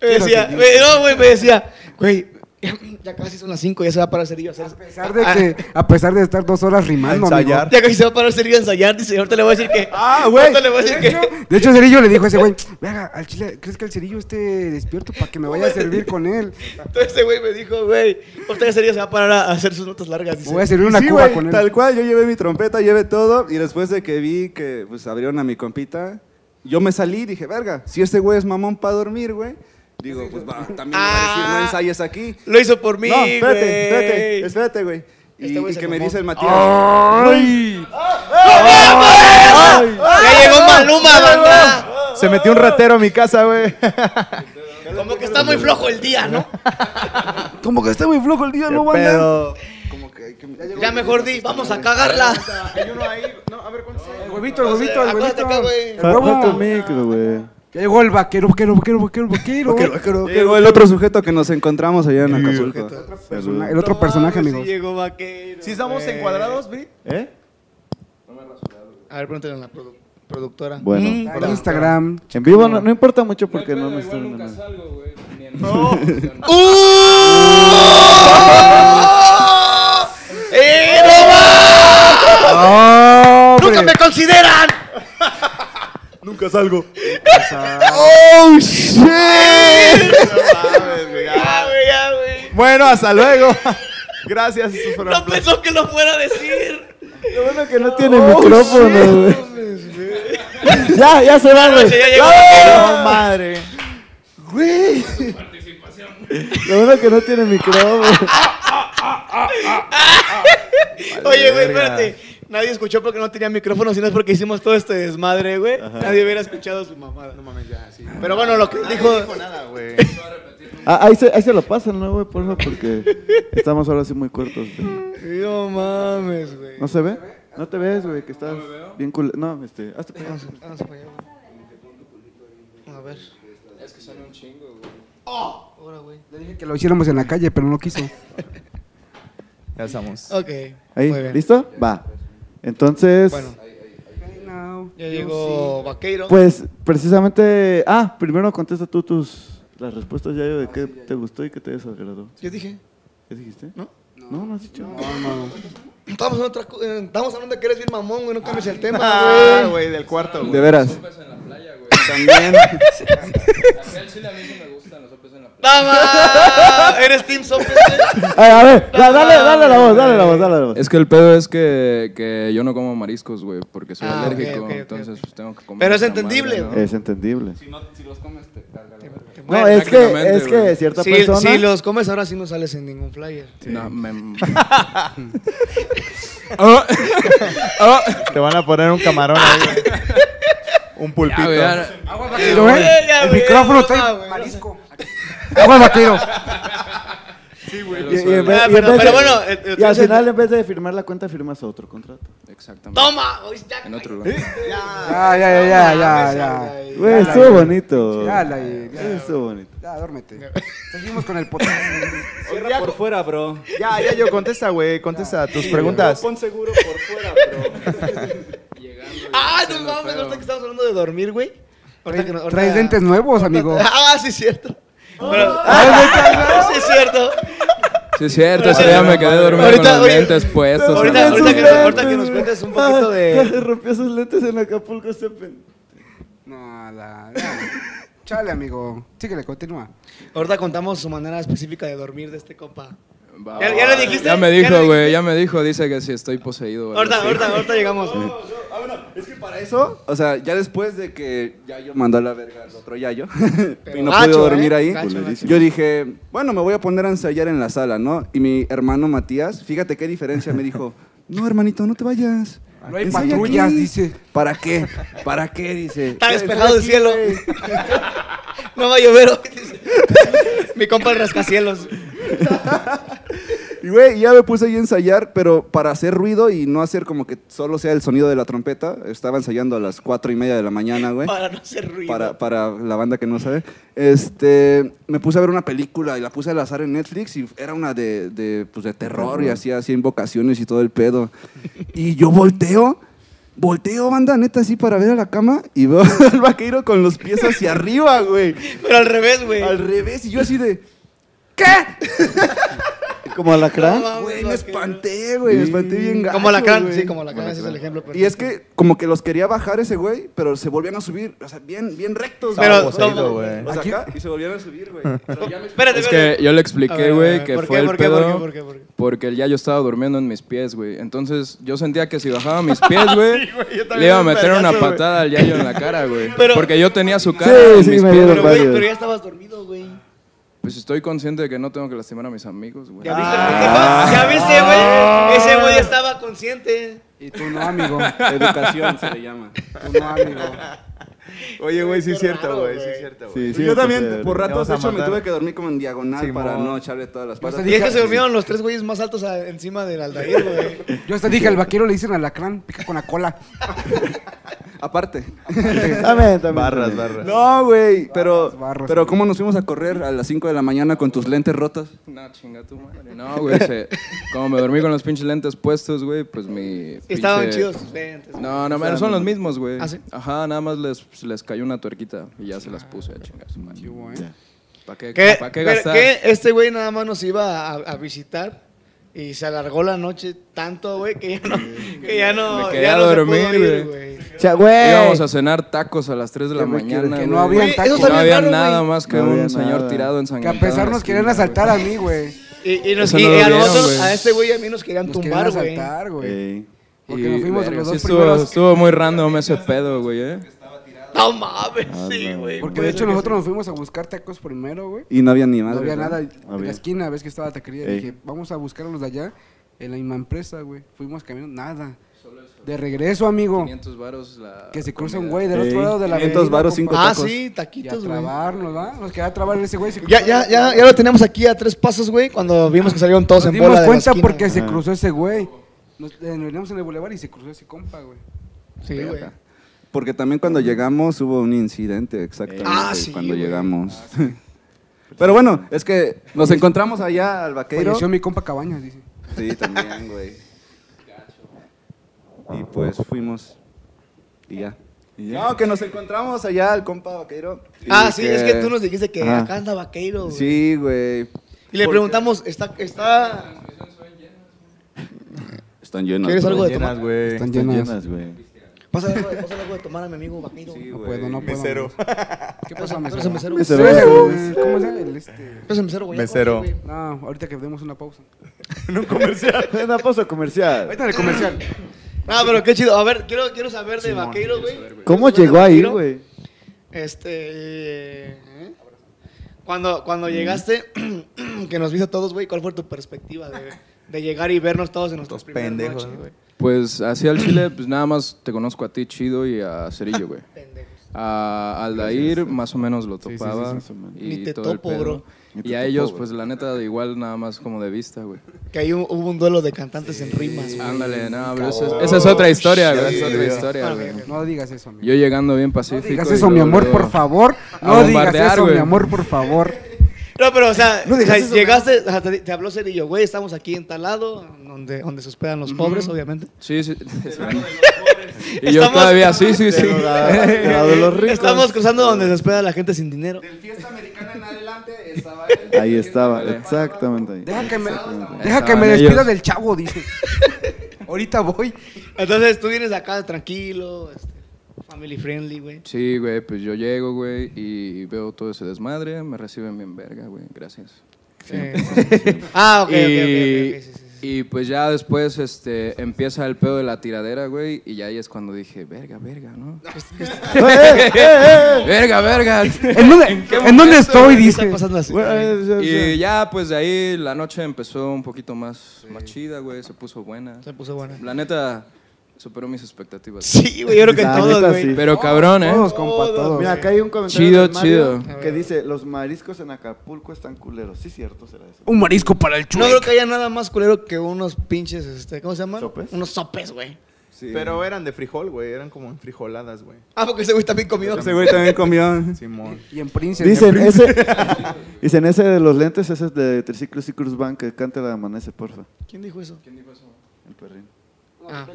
Speaker 3: me decía,
Speaker 4: quiero
Speaker 3: güey, no, güey, me decía, güey, ya casi son las 5, ya se va a parar Cerillo a hacer.
Speaker 4: A pesar de que, a pesar de estar dos horas rimando, amigo.
Speaker 3: Ah, Ya casi se va a parar Cerillo a ensayar, dice, ahorita le voy a decir que.
Speaker 6: Ah, güey.
Speaker 3: Ahorita le voy a decir que.
Speaker 4: De hecho, Cerillo le dijo a ese güey, venga, al chile, ¿crees que el Cerillo esté despierto para que me vaya a servir con él?
Speaker 3: Entonces ese güey me dijo, güey, ahorita Cerillo se va a parar a hacer sus notas largas.
Speaker 4: Me voy a
Speaker 6: Pues,
Speaker 3: Dice.
Speaker 4: servir una
Speaker 6: Sí,
Speaker 4: cuba
Speaker 6: güey,
Speaker 4: con él.
Speaker 6: Tal cual, yo llevé mi trompeta, llevé todo. Y después de que vi que pues, abrieron a mi compita, yo me salí y dije, verga, si este güey es mamón para dormir, güey. Digo, pues va, también me va a decir, no
Speaker 3: Ah.
Speaker 6: ensayes aquí.
Speaker 3: Lo hizo por mí,
Speaker 6: no, espérate,
Speaker 3: güey.
Speaker 6: espérate, espérate, güey. Y,
Speaker 3: Este güey
Speaker 6: y
Speaker 3: se
Speaker 6: que me
Speaker 3: mamó.
Speaker 6: dice el Matías.
Speaker 3: Ah, Ya llegó Maluma, banda.
Speaker 1: Se metió un ratero a mi casa, güey.
Speaker 3: Como que está muy flojo el día, ¿no?
Speaker 4: Como que está muy flojo el día,
Speaker 1: ¿Qué pedo?
Speaker 6: Como que, hay que-
Speaker 3: Ya mejor di, vamos a cagarla.
Speaker 4: El huevito, el huevito, el
Speaker 3: Acuérdate acá,
Speaker 4: huevito.
Speaker 3: güey.
Speaker 4: El
Speaker 1: Fa- falta el
Speaker 4: huevo.
Speaker 1: micro, güey.
Speaker 4: Ya llegó el vaquero, vaquero, vaquero, vaquero, eh. vaquero.
Speaker 6: Ya Llegó el otro sujeto que nos encontramos allá en Acapulco.
Speaker 1: Salud.
Speaker 4: El otro personaje,
Speaker 3: No mames,
Speaker 4: amigos.
Speaker 3: Sí llegó vaquero.
Speaker 7: Si estamos
Speaker 3: güey.
Speaker 7: encuadrados, Bri.
Speaker 1: ¿Eh?
Speaker 3: A ver, pregúntale a la produ- productora.
Speaker 1: Bueno.
Speaker 3: Mm,
Speaker 4: Por
Speaker 3: perdón.
Speaker 4: Instagram.
Speaker 1: En vivo no, no importa mucho porque no, me estoy
Speaker 7: salgo, güey.
Speaker 3: ¡Uh! ¡Eh, no
Speaker 4: ¡Oh,
Speaker 3: ¡Nunca me consideran!
Speaker 1: Nunca salgo.
Speaker 6: ¡Oh, shit!
Speaker 3: Ya, güey, ya, güey.
Speaker 1: Bueno, hasta luego. Gracias. Eso fue
Speaker 3: No pensó que lo fuera a decir.
Speaker 1: Lo bueno que no tiene micrófono, güey. ya, ya se va, güey.
Speaker 3: Sí, ya llegó.
Speaker 1: No, madre. Güey. Lo bueno que no tiene micrófono.
Speaker 3: Oye, güey, espérate. Nadie escuchó porque no tenía micrófono, sino es porque hicimos todo este desmadre, güey. Nadie hubiera escuchado su mamada. No mames, ya, sí. Pero bueno, lo que dijo.
Speaker 7: Nada, güey.
Speaker 1: Ah, ahí, se, ahí se lo pasan, ¿no, güey? Porfa, porque estamos ahora sí muy cortos. güey.
Speaker 3: No mames, güey.
Speaker 1: ¿No se ve? No te ves, güey, que estás bien cool. No, este, hazte para allá.
Speaker 3: Vamos para allá, Ah, güey. A ver. Oh.
Speaker 7: Es que son un chingo, güey.
Speaker 3: Ahora, güey.
Speaker 4: Le dije que lo hiciéramos en la calle, pero no quiso.
Speaker 2: Ya estamos.
Speaker 3: Ok.
Speaker 1: Ahí,
Speaker 3: muy bien.
Speaker 1: ¿listo? Va. Entonces,
Speaker 3: Bueno, ya
Speaker 4: Ya
Speaker 3: llegó Vaqueiro.
Speaker 1: pues precisamente. Ah, primero contesta tú tus. Las respuestas Ah, ya yo de qué te gustó y qué te desagradó.
Speaker 3: Yo dije.
Speaker 1: ¿Qué dijiste?
Speaker 3: ¿No?
Speaker 1: No, no has dicho.
Speaker 3: Estamos en otra co- eh, Estamos hablando de que eres bien mamón, güey. No cambies el tema, Ah, güey.
Speaker 2: güey, del cuarto,
Speaker 1: De veras.
Speaker 7: Sopes en la playa, güey.
Speaker 6: También.
Speaker 7: A mí al chile a mí sí me gustan los sopes en la playa.
Speaker 3: ¡Tama! Eres Team Sopes.
Speaker 1: Ay, a ver, da- dale, dale la voz, dale la voz, dale la voz.
Speaker 7: Es que el pedo es que, que yo no como mariscos, güey, porque soy
Speaker 3: Ah, ok,
Speaker 7: alérgico,
Speaker 3: ok, ok,
Speaker 7: entonces
Speaker 3: ok.
Speaker 7: pues tengo que comer.
Speaker 3: Pero es
Speaker 7: esa madre,
Speaker 3: entendible,
Speaker 7: ¿no?
Speaker 1: Es entendible.
Speaker 7: Si, no, si los comes, te carga la verga.
Speaker 1: No, es que,
Speaker 7: prácticamente,
Speaker 1: es que
Speaker 7: güey.
Speaker 1: cierta
Speaker 3: si,
Speaker 1: persona.
Speaker 3: si los comes ahora sí no sales en ningún flyer.
Speaker 7: No, me...
Speaker 2: Te van a poner un camarón ahí, güey. Un pulpito.
Speaker 7: Ya, güey, ya-
Speaker 4: Agua
Speaker 3: Pero,
Speaker 4: vaquero,
Speaker 3: güey,
Speaker 4: eh.
Speaker 3: ya,
Speaker 4: El
Speaker 3: güey,
Speaker 4: micrófono
Speaker 3: no,
Speaker 4: trae
Speaker 3: "Ah, güey.
Speaker 4: marisco.
Speaker 2: ¡Agua vaquero!
Speaker 1: Y, y en
Speaker 7: sueldo.
Speaker 1: vez-
Speaker 3: Ah,
Speaker 1: y en
Speaker 3: pero-
Speaker 1: vez
Speaker 3: pero
Speaker 1: de-
Speaker 3: bueno, eh, eh,
Speaker 1: y al
Speaker 3: entonces-
Speaker 1: final, en vez de firmar la cuenta, firmas otro contrato.
Speaker 7: Exactamente.
Speaker 3: ¡Toma! Hoy ya-
Speaker 7: En otro lugar.
Speaker 4: Ya, ya, ya, ya, Ah, ya, ya.
Speaker 3: Ay,
Speaker 1: Güey,
Speaker 4: la-
Speaker 1: estuvo bonito.
Speaker 4: ya la- ya.
Speaker 1: Estuvo bonito.
Speaker 4: Ya, duérmete. Seguimos con el podcast.
Speaker 2: Ya,
Speaker 5: Por fuera, bro.
Speaker 2: ya, ya, yo contesta, güey. Contesta tus preguntas.
Speaker 5: Pon seguro por fuera, bro.
Speaker 7: Llegando,
Speaker 3: ¡Ah, no
Speaker 7: haciendo
Speaker 3: mames!
Speaker 7: feo.
Speaker 3: Ahorita que estamos hablando de dormir, güey. Ahorita que no- ahorita-
Speaker 4: Traes dentes nuevos, amigo.
Speaker 3: Ah, sí, es cierto. Pero- Ah, sí, es cierto.
Speaker 7: Sí, es cierto, ese día me quedé dormido
Speaker 3: Ahorita,
Speaker 7: con los
Speaker 3: oye,
Speaker 7: dientes puestos.
Speaker 3: ahorita-
Speaker 7: a la
Speaker 3: ahorita
Speaker 7: verga.
Speaker 3: que- ahorita que nos cuentes un poquito de-
Speaker 1: Ah, rompió sus lentes en Acapulco este pen-
Speaker 4: No, la. la- Chale, amigo. Síguele, continúa.
Speaker 3: Ahorita contamos su manera específica de dormir de este compa.
Speaker 7: Va,
Speaker 3: ¿Ya-
Speaker 7: va,
Speaker 3: ya le
Speaker 7: va.
Speaker 3: dijiste?
Speaker 7: Ya me
Speaker 3: ¿Ya le
Speaker 7: dijo,
Speaker 3: dijiste?
Speaker 7: güey, ya me dijo. Dice que si estoy poseído. güey.
Speaker 3: Ahorita, ahorita, ahorita llegamos.
Speaker 6: Para eso, o sea, ya después de que Yayo mandó a la verga al otro Yayo y no
Speaker 3: gacho,
Speaker 6: pude dormir
Speaker 3: ¿eh?
Speaker 6: ahí,
Speaker 3: Gacho, gacho.
Speaker 6: yo dije, bueno, me voy a poner a ensayar en la sala, ¿no? Y mi hermano Matías, fíjate qué diferencia, me dijo, no, hermanito, no te vayas.
Speaker 4: No hay
Speaker 6: Ensaya
Speaker 4: patrullas,
Speaker 6: aquí".
Speaker 4: dice.
Speaker 6: ¿Para qué? ¿Para qué? Dice.
Speaker 3: Está despejado el cielo. No va a llover hoy. dice. Mi compa el rascacielos.
Speaker 6: Y güey, ya me puse ahí a ensayar, pero para hacer ruido y no hacer como que solo sea el sonido de la trompeta, estaba ensayando a las cuatro y media de la mañana, güey.
Speaker 3: Para no hacer ruido.
Speaker 6: para, para la banda que no sabe. Este, me puse a ver una película y la puse al azar en Netflix y era una de, de, pues, de terror y hacía así invocaciones y todo el pedo. Y yo volteo, volteo, banda neta, así para ver a la cama y veo al vaquero con los pies hacia arriba, güey.
Speaker 3: Pero al revés, güey.
Speaker 6: Al revés y yo así de...
Speaker 1: Como alacrán.
Speaker 3: No,
Speaker 6: Güey,
Speaker 3: vaquero.
Speaker 6: me espanté, güey, me espanté bien gacho,
Speaker 3: Como la can,
Speaker 6: güey.
Speaker 3: sí, como la can, ese es el ejemplo.
Speaker 6: Y es
Speaker 3: perfecto.
Speaker 6: que como que los quería bajar ese güey, pero se volvían a subir, o sea, bien, bien rectos.
Speaker 3: Pero,
Speaker 6: güey.
Speaker 3: Estaba poseído,
Speaker 2: güey.
Speaker 6: O sea, acá, y se volvieron a subir, güey. O sea, ya me-
Speaker 3: Espérate,
Speaker 7: Es
Speaker 3: espérate.
Speaker 7: que yo le
Speaker 3: A ver,
Speaker 7: expliqué,
Speaker 3: a ver, a
Speaker 7: güey,
Speaker 3: ver,
Speaker 7: que
Speaker 3: ¿por
Speaker 7: fue
Speaker 3: qué,
Speaker 7: el
Speaker 3: por qué,
Speaker 7: pedo.
Speaker 3: por qué, por qué, por qué?
Speaker 7: Porque el yo estaba durmiendo en mis pies, güey. Entonces yo sentía que si bajaba mis pies, güey, le iba a meter una patada al Yayo en la cara, güey.
Speaker 3: Pero-
Speaker 7: Porque yo tenía su cara
Speaker 1: Sí,
Speaker 7: en
Speaker 1: sí,
Speaker 7: mis
Speaker 1: me
Speaker 7: pies.
Speaker 1: dieron
Speaker 3: Pero, güey,
Speaker 1: varios.
Speaker 3: pero ya estabas dormido, güey.
Speaker 7: Pues estoy consciente de que no tengo que lastimar a mis amigos, güey.
Speaker 3: ¿Ya viste, güey? ¿Qué pasa? ¿Ya viste, güey? Ese güey estaba consciente.
Speaker 4: Y tú no, amigo.
Speaker 6: Educación se le llama.
Speaker 4: Tú no, amigo.
Speaker 2: Oye, güey, sí es
Speaker 3: Qué
Speaker 2: cierto,
Speaker 3: raro,
Speaker 2: güey. Sí
Speaker 3: güey.
Speaker 2: es cierto, güey.
Speaker 1: Sí, sí,
Speaker 6: yo
Speaker 1: me
Speaker 6: también,
Speaker 1: pasé de
Speaker 6: por
Speaker 1: verga.
Speaker 6: ratos, de
Speaker 2: Vamos a
Speaker 6: hecho, me
Speaker 2: matar.
Speaker 6: tuve que dormir como en diagonal
Speaker 2: Sí,
Speaker 6: para
Speaker 2: mo.
Speaker 6: no echarle todas las patas.
Speaker 4: te
Speaker 3: Y es Pues, que se
Speaker 4: Sí.
Speaker 3: durmieron los tres güeyes más altos a- encima del Aldair, güey.
Speaker 4: Yo hasta dije, al vaquero le dicen alacrán, pica con la cola.
Speaker 6: Aparte.
Speaker 1: También, también.
Speaker 2: Barras,
Speaker 1: también.
Speaker 2: barras.
Speaker 6: No, güey, pero,
Speaker 4: barras.
Speaker 6: pero ¿cómo nos fuimos a correr a las 5 de la mañana con tus lentes rotos?
Speaker 7: No, chinga tu madre. No, güey. se- Como me dormí con los pinches lentes puestos, güey, pues mi.
Speaker 3: Estaban
Speaker 7: pinche-
Speaker 3: chidos sus lentes. güey.
Speaker 7: No, no, man, son los mismos, güey.
Speaker 3: ¿Ah, sí?
Speaker 7: Ajá, nada más les, les cayó una tuerquita y ya se las puse a chingar su madre. ¿Para qué,
Speaker 3: ¿Qué,
Speaker 7: pa' qué
Speaker 3: pero
Speaker 7: gastar?
Speaker 3: qué? Este güey nada más nos iba a, a visitar y se alargó la noche tanto, güey, que ya no, que ya no,
Speaker 7: Me quedé
Speaker 3: ya
Speaker 7: a
Speaker 3: no se
Speaker 7: dormir,
Speaker 3: pudo ir,
Speaker 7: güey.
Speaker 3: güey.
Speaker 1: O sea, güey.
Speaker 7: Íbamos a cenar tacos a las 3 de la
Speaker 1: ¿Qué me quieres?
Speaker 7: mañana.
Speaker 4: Que no
Speaker 7: güey.
Speaker 4: había
Speaker 3: Güey,
Speaker 4: tacos.
Speaker 3: eso
Speaker 7: No
Speaker 3: también-
Speaker 7: había
Speaker 3: raro,
Speaker 7: nada
Speaker 3: güey.
Speaker 7: más que
Speaker 1: No había
Speaker 7: un señor
Speaker 1: nada.
Speaker 7: tirado
Speaker 4: Que a
Speaker 7: ensangrentado.
Speaker 4: pesar nos querían asaltar a mí, güey.
Speaker 3: Y, y nos,
Speaker 7: Eso
Speaker 3: y
Speaker 7: no lo
Speaker 3: a
Speaker 7: vieron,
Speaker 3: nosotros,
Speaker 7: güey.
Speaker 3: a este güey y a mí nos querían
Speaker 4: Nos querían
Speaker 3: tumbar, güey.
Speaker 4: asaltar, güey. Eh,
Speaker 1: Ey.
Speaker 4: Porque nos fuimos
Speaker 7: verga,
Speaker 4: los
Speaker 7: sí
Speaker 4: dos
Speaker 7: estuvo,
Speaker 4: primeros.
Speaker 7: estuvo muy random ese pedo, güey, eh.
Speaker 3: No mames,
Speaker 1: Ah,
Speaker 3: sí,
Speaker 1: no.
Speaker 3: güey.
Speaker 4: Porque
Speaker 3: puede
Speaker 4: de
Speaker 3: ser
Speaker 4: hecho
Speaker 3: que
Speaker 4: nosotros nos fuimos a buscar tacos primero, güey.
Speaker 6: Y no había ni madre.
Speaker 4: No había
Speaker 6: ¿verdad?
Speaker 4: nada
Speaker 1: Ah,
Speaker 4: en
Speaker 1: bien.
Speaker 4: la esquina, ves que estaba la taquería.
Speaker 1: Ey.
Speaker 4: Dije, vamos a buscar a los de allá en la misma empresa, güey. Fuimos caminando, nada. De regreso, amigo.
Speaker 7: 500 varos la
Speaker 4: Que se cruza un
Speaker 7: comida.
Speaker 4: güey del otro
Speaker 1: Ey,
Speaker 4: lado de la
Speaker 6: 500
Speaker 4: avenida,
Speaker 6: varos,
Speaker 4: compa.
Speaker 6: cinco
Speaker 3: Ah,
Speaker 6: tacos.
Speaker 3: sí,
Speaker 4: Y a
Speaker 3: taquitos, güey.
Speaker 4: trabarnos, ¿va? Nos queda trabar ese güey. se
Speaker 3: Ya,
Speaker 4: cruzó.
Speaker 3: ya, ya, ya lo tenemos aquí a tres pasos, güey, cuando vimos que salieron todos
Speaker 4: Nos
Speaker 3: en
Speaker 4: dimos
Speaker 3: bola de la
Speaker 4: cuenta
Speaker 3: esquina,
Speaker 4: porque
Speaker 3: güey.
Speaker 4: se
Speaker 1: Ah.
Speaker 4: cruzó ese güey. Nos, eh, nos veníamos en el bulevar y se cruzó ese compa, güey.
Speaker 3: Sí, güey.
Speaker 6: Porque también cuando llegamos hubo un incidente, exactamente.
Speaker 3: Ah, sí,
Speaker 6: cuando
Speaker 3: güey. Ah,
Speaker 6: llegamos. Pero bueno, es que nos encontramos allá al vaquero.
Speaker 4: Falleció mi compa Cabañas, dice.
Speaker 6: Sí, también, güey. Y pues fuimos. Y ya. No, que nos encontramos allá al compa vaquero. Y
Speaker 3: Ah, sí, es que tú nos dijiste que
Speaker 6: Ajá.
Speaker 3: acá anda vaquero, güey.
Speaker 6: Sí, güey.
Speaker 3: Y le preguntamos, ¿está, está...
Speaker 6: Están llenos.
Speaker 3: ¿Quieres algo de
Speaker 2: Llenas,
Speaker 3: tomar?
Speaker 2: güey.
Speaker 4: Están
Speaker 1: Están
Speaker 4: llenas.
Speaker 1: llenas, güey.
Speaker 3: Pásale algo, pásale algo de tomar a mi amigo vaquero.
Speaker 6: Sí,
Speaker 4: No
Speaker 6: güey.
Speaker 4: puedo, no puedo.
Speaker 8: Mesero.
Speaker 4: ¿Qué pasa,
Speaker 3: ¿Tú
Speaker 4: mesero?
Speaker 3: eres el mesero?
Speaker 1: Mesero.
Speaker 4: Mesero, güey. ¿Cómo es el este?
Speaker 3: ¿Tú eres el mesero, güey?
Speaker 2: Mesero.
Speaker 3: Sí, güey.
Speaker 4: No, ahorita que demos una pausa.
Speaker 1: Una pausa comercial.
Speaker 4: Ahorita en el comercial.
Speaker 3: Ah, pero qué chido. A ver, quiero, quiero saber de vaquero, güey.
Speaker 1: ¿Cómo
Speaker 3: Quiero saber
Speaker 1: llegó
Speaker 3: de
Speaker 1: ahí,
Speaker 3: Vaqueiro.
Speaker 1: güey?
Speaker 3: Este... ¿eh? Cuando, cuando llegaste, que nos viste a todos, güey, ¿cuál fue tu perspectiva de, de llegar y vernos todos en nuestros
Speaker 2: Estos
Speaker 3: primeros
Speaker 2: pendejos,
Speaker 3: noches,
Speaker 2: güey.
Speaker 7: Pues así al chile, pues nada más te conozco a ti, Chido, y a Cerillo, güey.
Speaker 3: Pendejos.
Speaker 7: A Aldair más o menos lo
Speaker 4: sí,
Speaker 7: topaba.
Speaker 4: sí,
Speaker 1: más o menos.
Speaker 7: Y
Speaker 3: Ni te
Speaker 7: todo el
Speaker 3: topo,
Speaker 7: pedo.
Speaker 3: bro.
Speaker 1: Ni te
Speaker 7: Y a
Speaker 1: topo,
Speaker 7: ellos,
Speaker 1: güey.
Speaker 7: pues la neta, igual nada más como de vista, güey.
Speaker 3: Que ahí hu- hubo un duelo de cantantes en rimas, güey.
Speaker 7: Ándale, no, pero esa, es- esa es otra historia, güey. Esa es otra historia,
Speaker 3: Ah,
Speaker 7: güey.
Speaker 3: ok, ok.
Speaker 4: No digas eso, amigo.
Speaker 7: Yo llegando bien pacífico.
Speaker 4: No digas
Speaker 7: y
Speaker 4: eso, mi
Speaker 7: luego,
Speaker 4: amor,
Speaker 7: luego-
Speaker 4: por favor.
Speaker 7: a
Speaker 4: No digas
Speaker 7: bombardear,
Speaker 4: eso, mi
Speaker 7: güey.
Speaker 4: amor, por favor.
Speaker 3: No, pero, o sea, o sea, llegaste, ajá, te, te habló Cerillo, güey, estamos aquí en tal lado, donde, donde se hospedan los pobres, obviamente.
Speaker 7: Sí, sí. y yo
Speaker 3: Estamos-
Speaker 7: todavía, sí, sí, sí.
Speaker 3: Estamos cruzando donde se hospeda la gente sin dinero.
Speaker 4: Fiesta americana en adelante estaba
Speaker 1: Ahí estaba, exactamente ahí.
Speaker 4: Deja que me,
Speaker 1: Exactamente.
Speaker 4: deja que me
Speaker 7: Estaban
Speaker 4: despida
Speaker 7: ellos.
Speaker 4: del chavo, dice. Ahorita voy.
Speaker 3: Entonces tú vienes acá tranquilo, este, family friendly, güey.
Speaker 7: Sí, güey, pues yo llego, güey, y veo todo ese desmadre. Me reciben bien verga, güey. Gracias.
Speaker 3: Eh, ah, ok, ok, ok,
Speaker 7: y,
Speaker 3: ok, ok, sí, sí, sí.
Speaker 7: y pues ya después este, empieza el pedo de la tiradera, güey. Y ya ahí es cuando dije, verga, verga, ¿no?
Speaker 1: Eh,
Speaker 7: verga, verga.
Speaker 4: ¿En dónde, ¿en dónde estoy?
Speaker 3: ¿Qué está
Speaker 4: Dice.
Speaker 3: pasando así?
Speaker 7: y ya pues de ahí la noche empezó un poquito más, más chida, güey. Se puso buena.
Speaker 3: Se puso buena.
Speaker 7: La neta superó mis expectativas.
Speaker 3: Sí, güey, yo creo que
Speaker 1: La
Speaker 3: todos,
Speaker 1: neta,
Speaker 3: güey.
Speaker 1: sí.
Speaker 7: Pero cabrón, ¿eh?
Speaker 4: Todos, compa, todos.
Speaker 1: Mira, acá hay un comentario
Speaker 7: Chido,
Speaker 1: de Mario
Speaker 7: chido.
Speaker 1: que dice, los mariscos en Acapulco están culeros. Sí, cierto, será eso.
Speaker 4: Un marisco para el
Speaker 3: No
Speaker 4: chulo.
Speaker 3: creo que haya nada más culero que unos pinches, este, ¿cómo se llaman?
Speaker 1: ¿Sopes?
Speaker 3: Unos sopes, güey.
Speaker 8: Pero eran de frijol, güey. Eran como en frijoladas, güey.
Speaker 3: Ah, porque ese güey también comió.
Speaker 6: Ese güey también comió.
Speaker 8: Simón.
Speaker 4: Y en Prince.
Speaker 1: Dicen ese, dicen ese de los lentes, ese es de Triciclos y Cruz Bank, que canta la amanece, porfa.
Speaker 3: ¿Quién dijo eso?
Speaker 1: El perrín.
Speaker 3: Ah,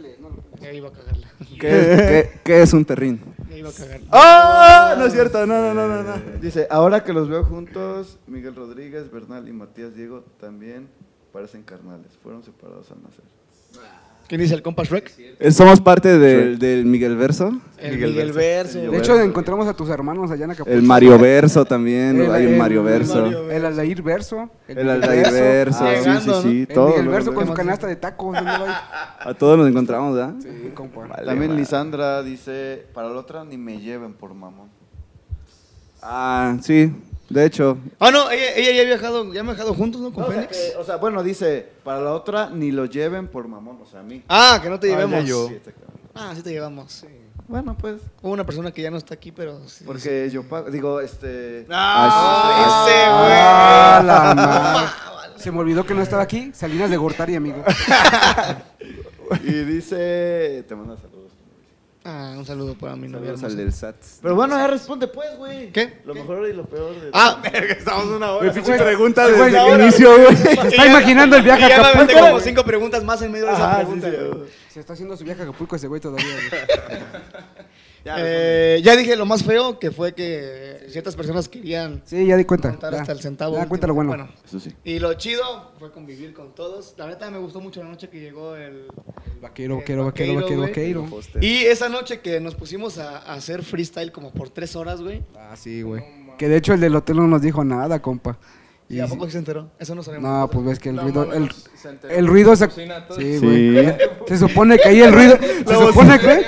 Speaker 3: ya iba a cagarla.
Speaker 6: ¿Qué es, qué- qué es un terrín?
Speaker 3: Ya iba a cagarla.
Speaker 1: ¡Ah! No es cierto, no, no, no, no, no. Dice, ahora que los veo juntos, Miguel Rodríguez, Bernal y Matías Diego también parecen carnales. Fueron separados al nacer.
Speaker 3: ¿Quién dice el compa Shrek?
Speaker 6: Eh, Somos parte del, del Miguel Verso.
Speaker 3: El Miguel Verso.
Speaker 4: De hecho, encontramos a tus hermanos allá en Acapulco.
Speaker 6: El Mario Verso también.
Speaker 4: El-
Speaker 6: hay
Speaker 4: el-
Speaker 6: un Mario Verso.
Speaker 3: Mario-
Speaker 4: El Aldair Verso.
Speaker 6: El Aldair Verso.
Speaker 3: Ah, sí. Llegando,
Speaker 1: sí,
Speaker 4: El
Speaker 1: todos
Speaker 4: Miguel
Speaker 1: los
Speaker 4: Verso con su
Speaker 1: vemos.
Speaker 4: canasta de tacos. ¿dónde va?
Speaker 6: A todos nos encontramos, ¿verdad?
Speaker 4: Sí, compa.
Speaker 1: También Lisandra dice, para la otra ni me lleven por mamón.
Speaker 6: Ah, sí. De hecho,
Speaker 3: Ah, no, ella, ella ya ha viajado, ya han viajado juntos, ¿no? Con
Speaker 1: No, o, sea, eh,
Speaker 3: Fénix.
Speaker 1: que- o sea, bueno, dice, para la otra ni lo lleven por mamón, o sea, a mí.
Speaker 3: Ah, que no te llevemos.
Speaker 1: Sí, exactamente.
Speaker 3: Ah, sí te llevamos. sí.
Speaker 1: Bueno, pues,
Speaker 3: Hubo una persona que ya no está aquí, pero. sí.
Speaker 1: porque yo pago, digo, este...
Speaker 3: Ah, ese, güey.
Speaker 4: Ah, la madre. Se me olvidó que no estaba aquí. Salinas de Gortari, amigo.
Speaker 1: Y dice, te manda saludos.
Speaker 3: Ah, un saludo para mi novia.
Speaker 6: saludos al
Speaker 3: hermosa.
Speaker 6: del SATS.
Speaker 1: Pero bueno, ya responde pues, güey.
Speaker 3: ¿Qué?
Speaker 1: Lo mejor y lo peor de...
Speaker 3: Ah,
Speaker 6: pregunta
Speaker 4: Güey,
Speaker 6: desde
Speaker 4: ahora-
Speaker 6: el inicio, güey.
Speaker 4: Se está imaginando el viaje
Speaker 3: y
Speaker 4: a
Speaker 3: ya me aventé
Speaker 4: Acapulco.
Speaker 3: como cinco preguntas más en medio de esa
Speaker 2: Ah,
Speaker 1: Ajá, sí,
Speaker 3: pregunta.
Speaker 1: sí,
Speaker 3: güey.
Speaker 1: güey.
Speaker 4: Se está haciendo su viaje a Acapulco ese güey todavía. güey.
Speaker 3: Eh, ya dije lo más feo, que fue que ciertas personas querían
Speaker 4: Sí, ya di cuenta.
Speaker 3: contar
Speaker 4: Ya.
Speaker 3: hasta el centavo.
Speaker 4: Ya,
Speaker 3: último.
Speaker 4: cuenta lo bueno.
Speaker 1: Eso sí.
Speaker 3: Y lo chido fue convivir con todos. La neta me gustó mucho la noche que llegó el...
Speaker 4: Vaquero, vaquero, vaquero, vaquero,
Speaker 3: Eh, Vaquero, Pues,
Speaker 4: vaquero.
Speaker 3: Y esa noche que nos pusimos a, a hacer freestyle como por tres horas, güey.
Speaker 4: Ah, sí, güey. Que de hecho el del hotel no nos dijo nada, compa.
Speaker 3: ¿Y
Speaker 4: Y-
Speaker 3: a poco sí se enteró? Eso no sabemos.
Speaker 4: No, pues ves que el
Speaker 7: No,
Speaker 4: ruido. El,
Speaker 7: mames, se enteró.
Speaker 4: el ruido se.
Speaker 7: Cocina, todo.
Speaker 4: Sí,
Speaker 1: Sí.
Speaker 4: güey. Se supone que ahí el ruido. Se supone que.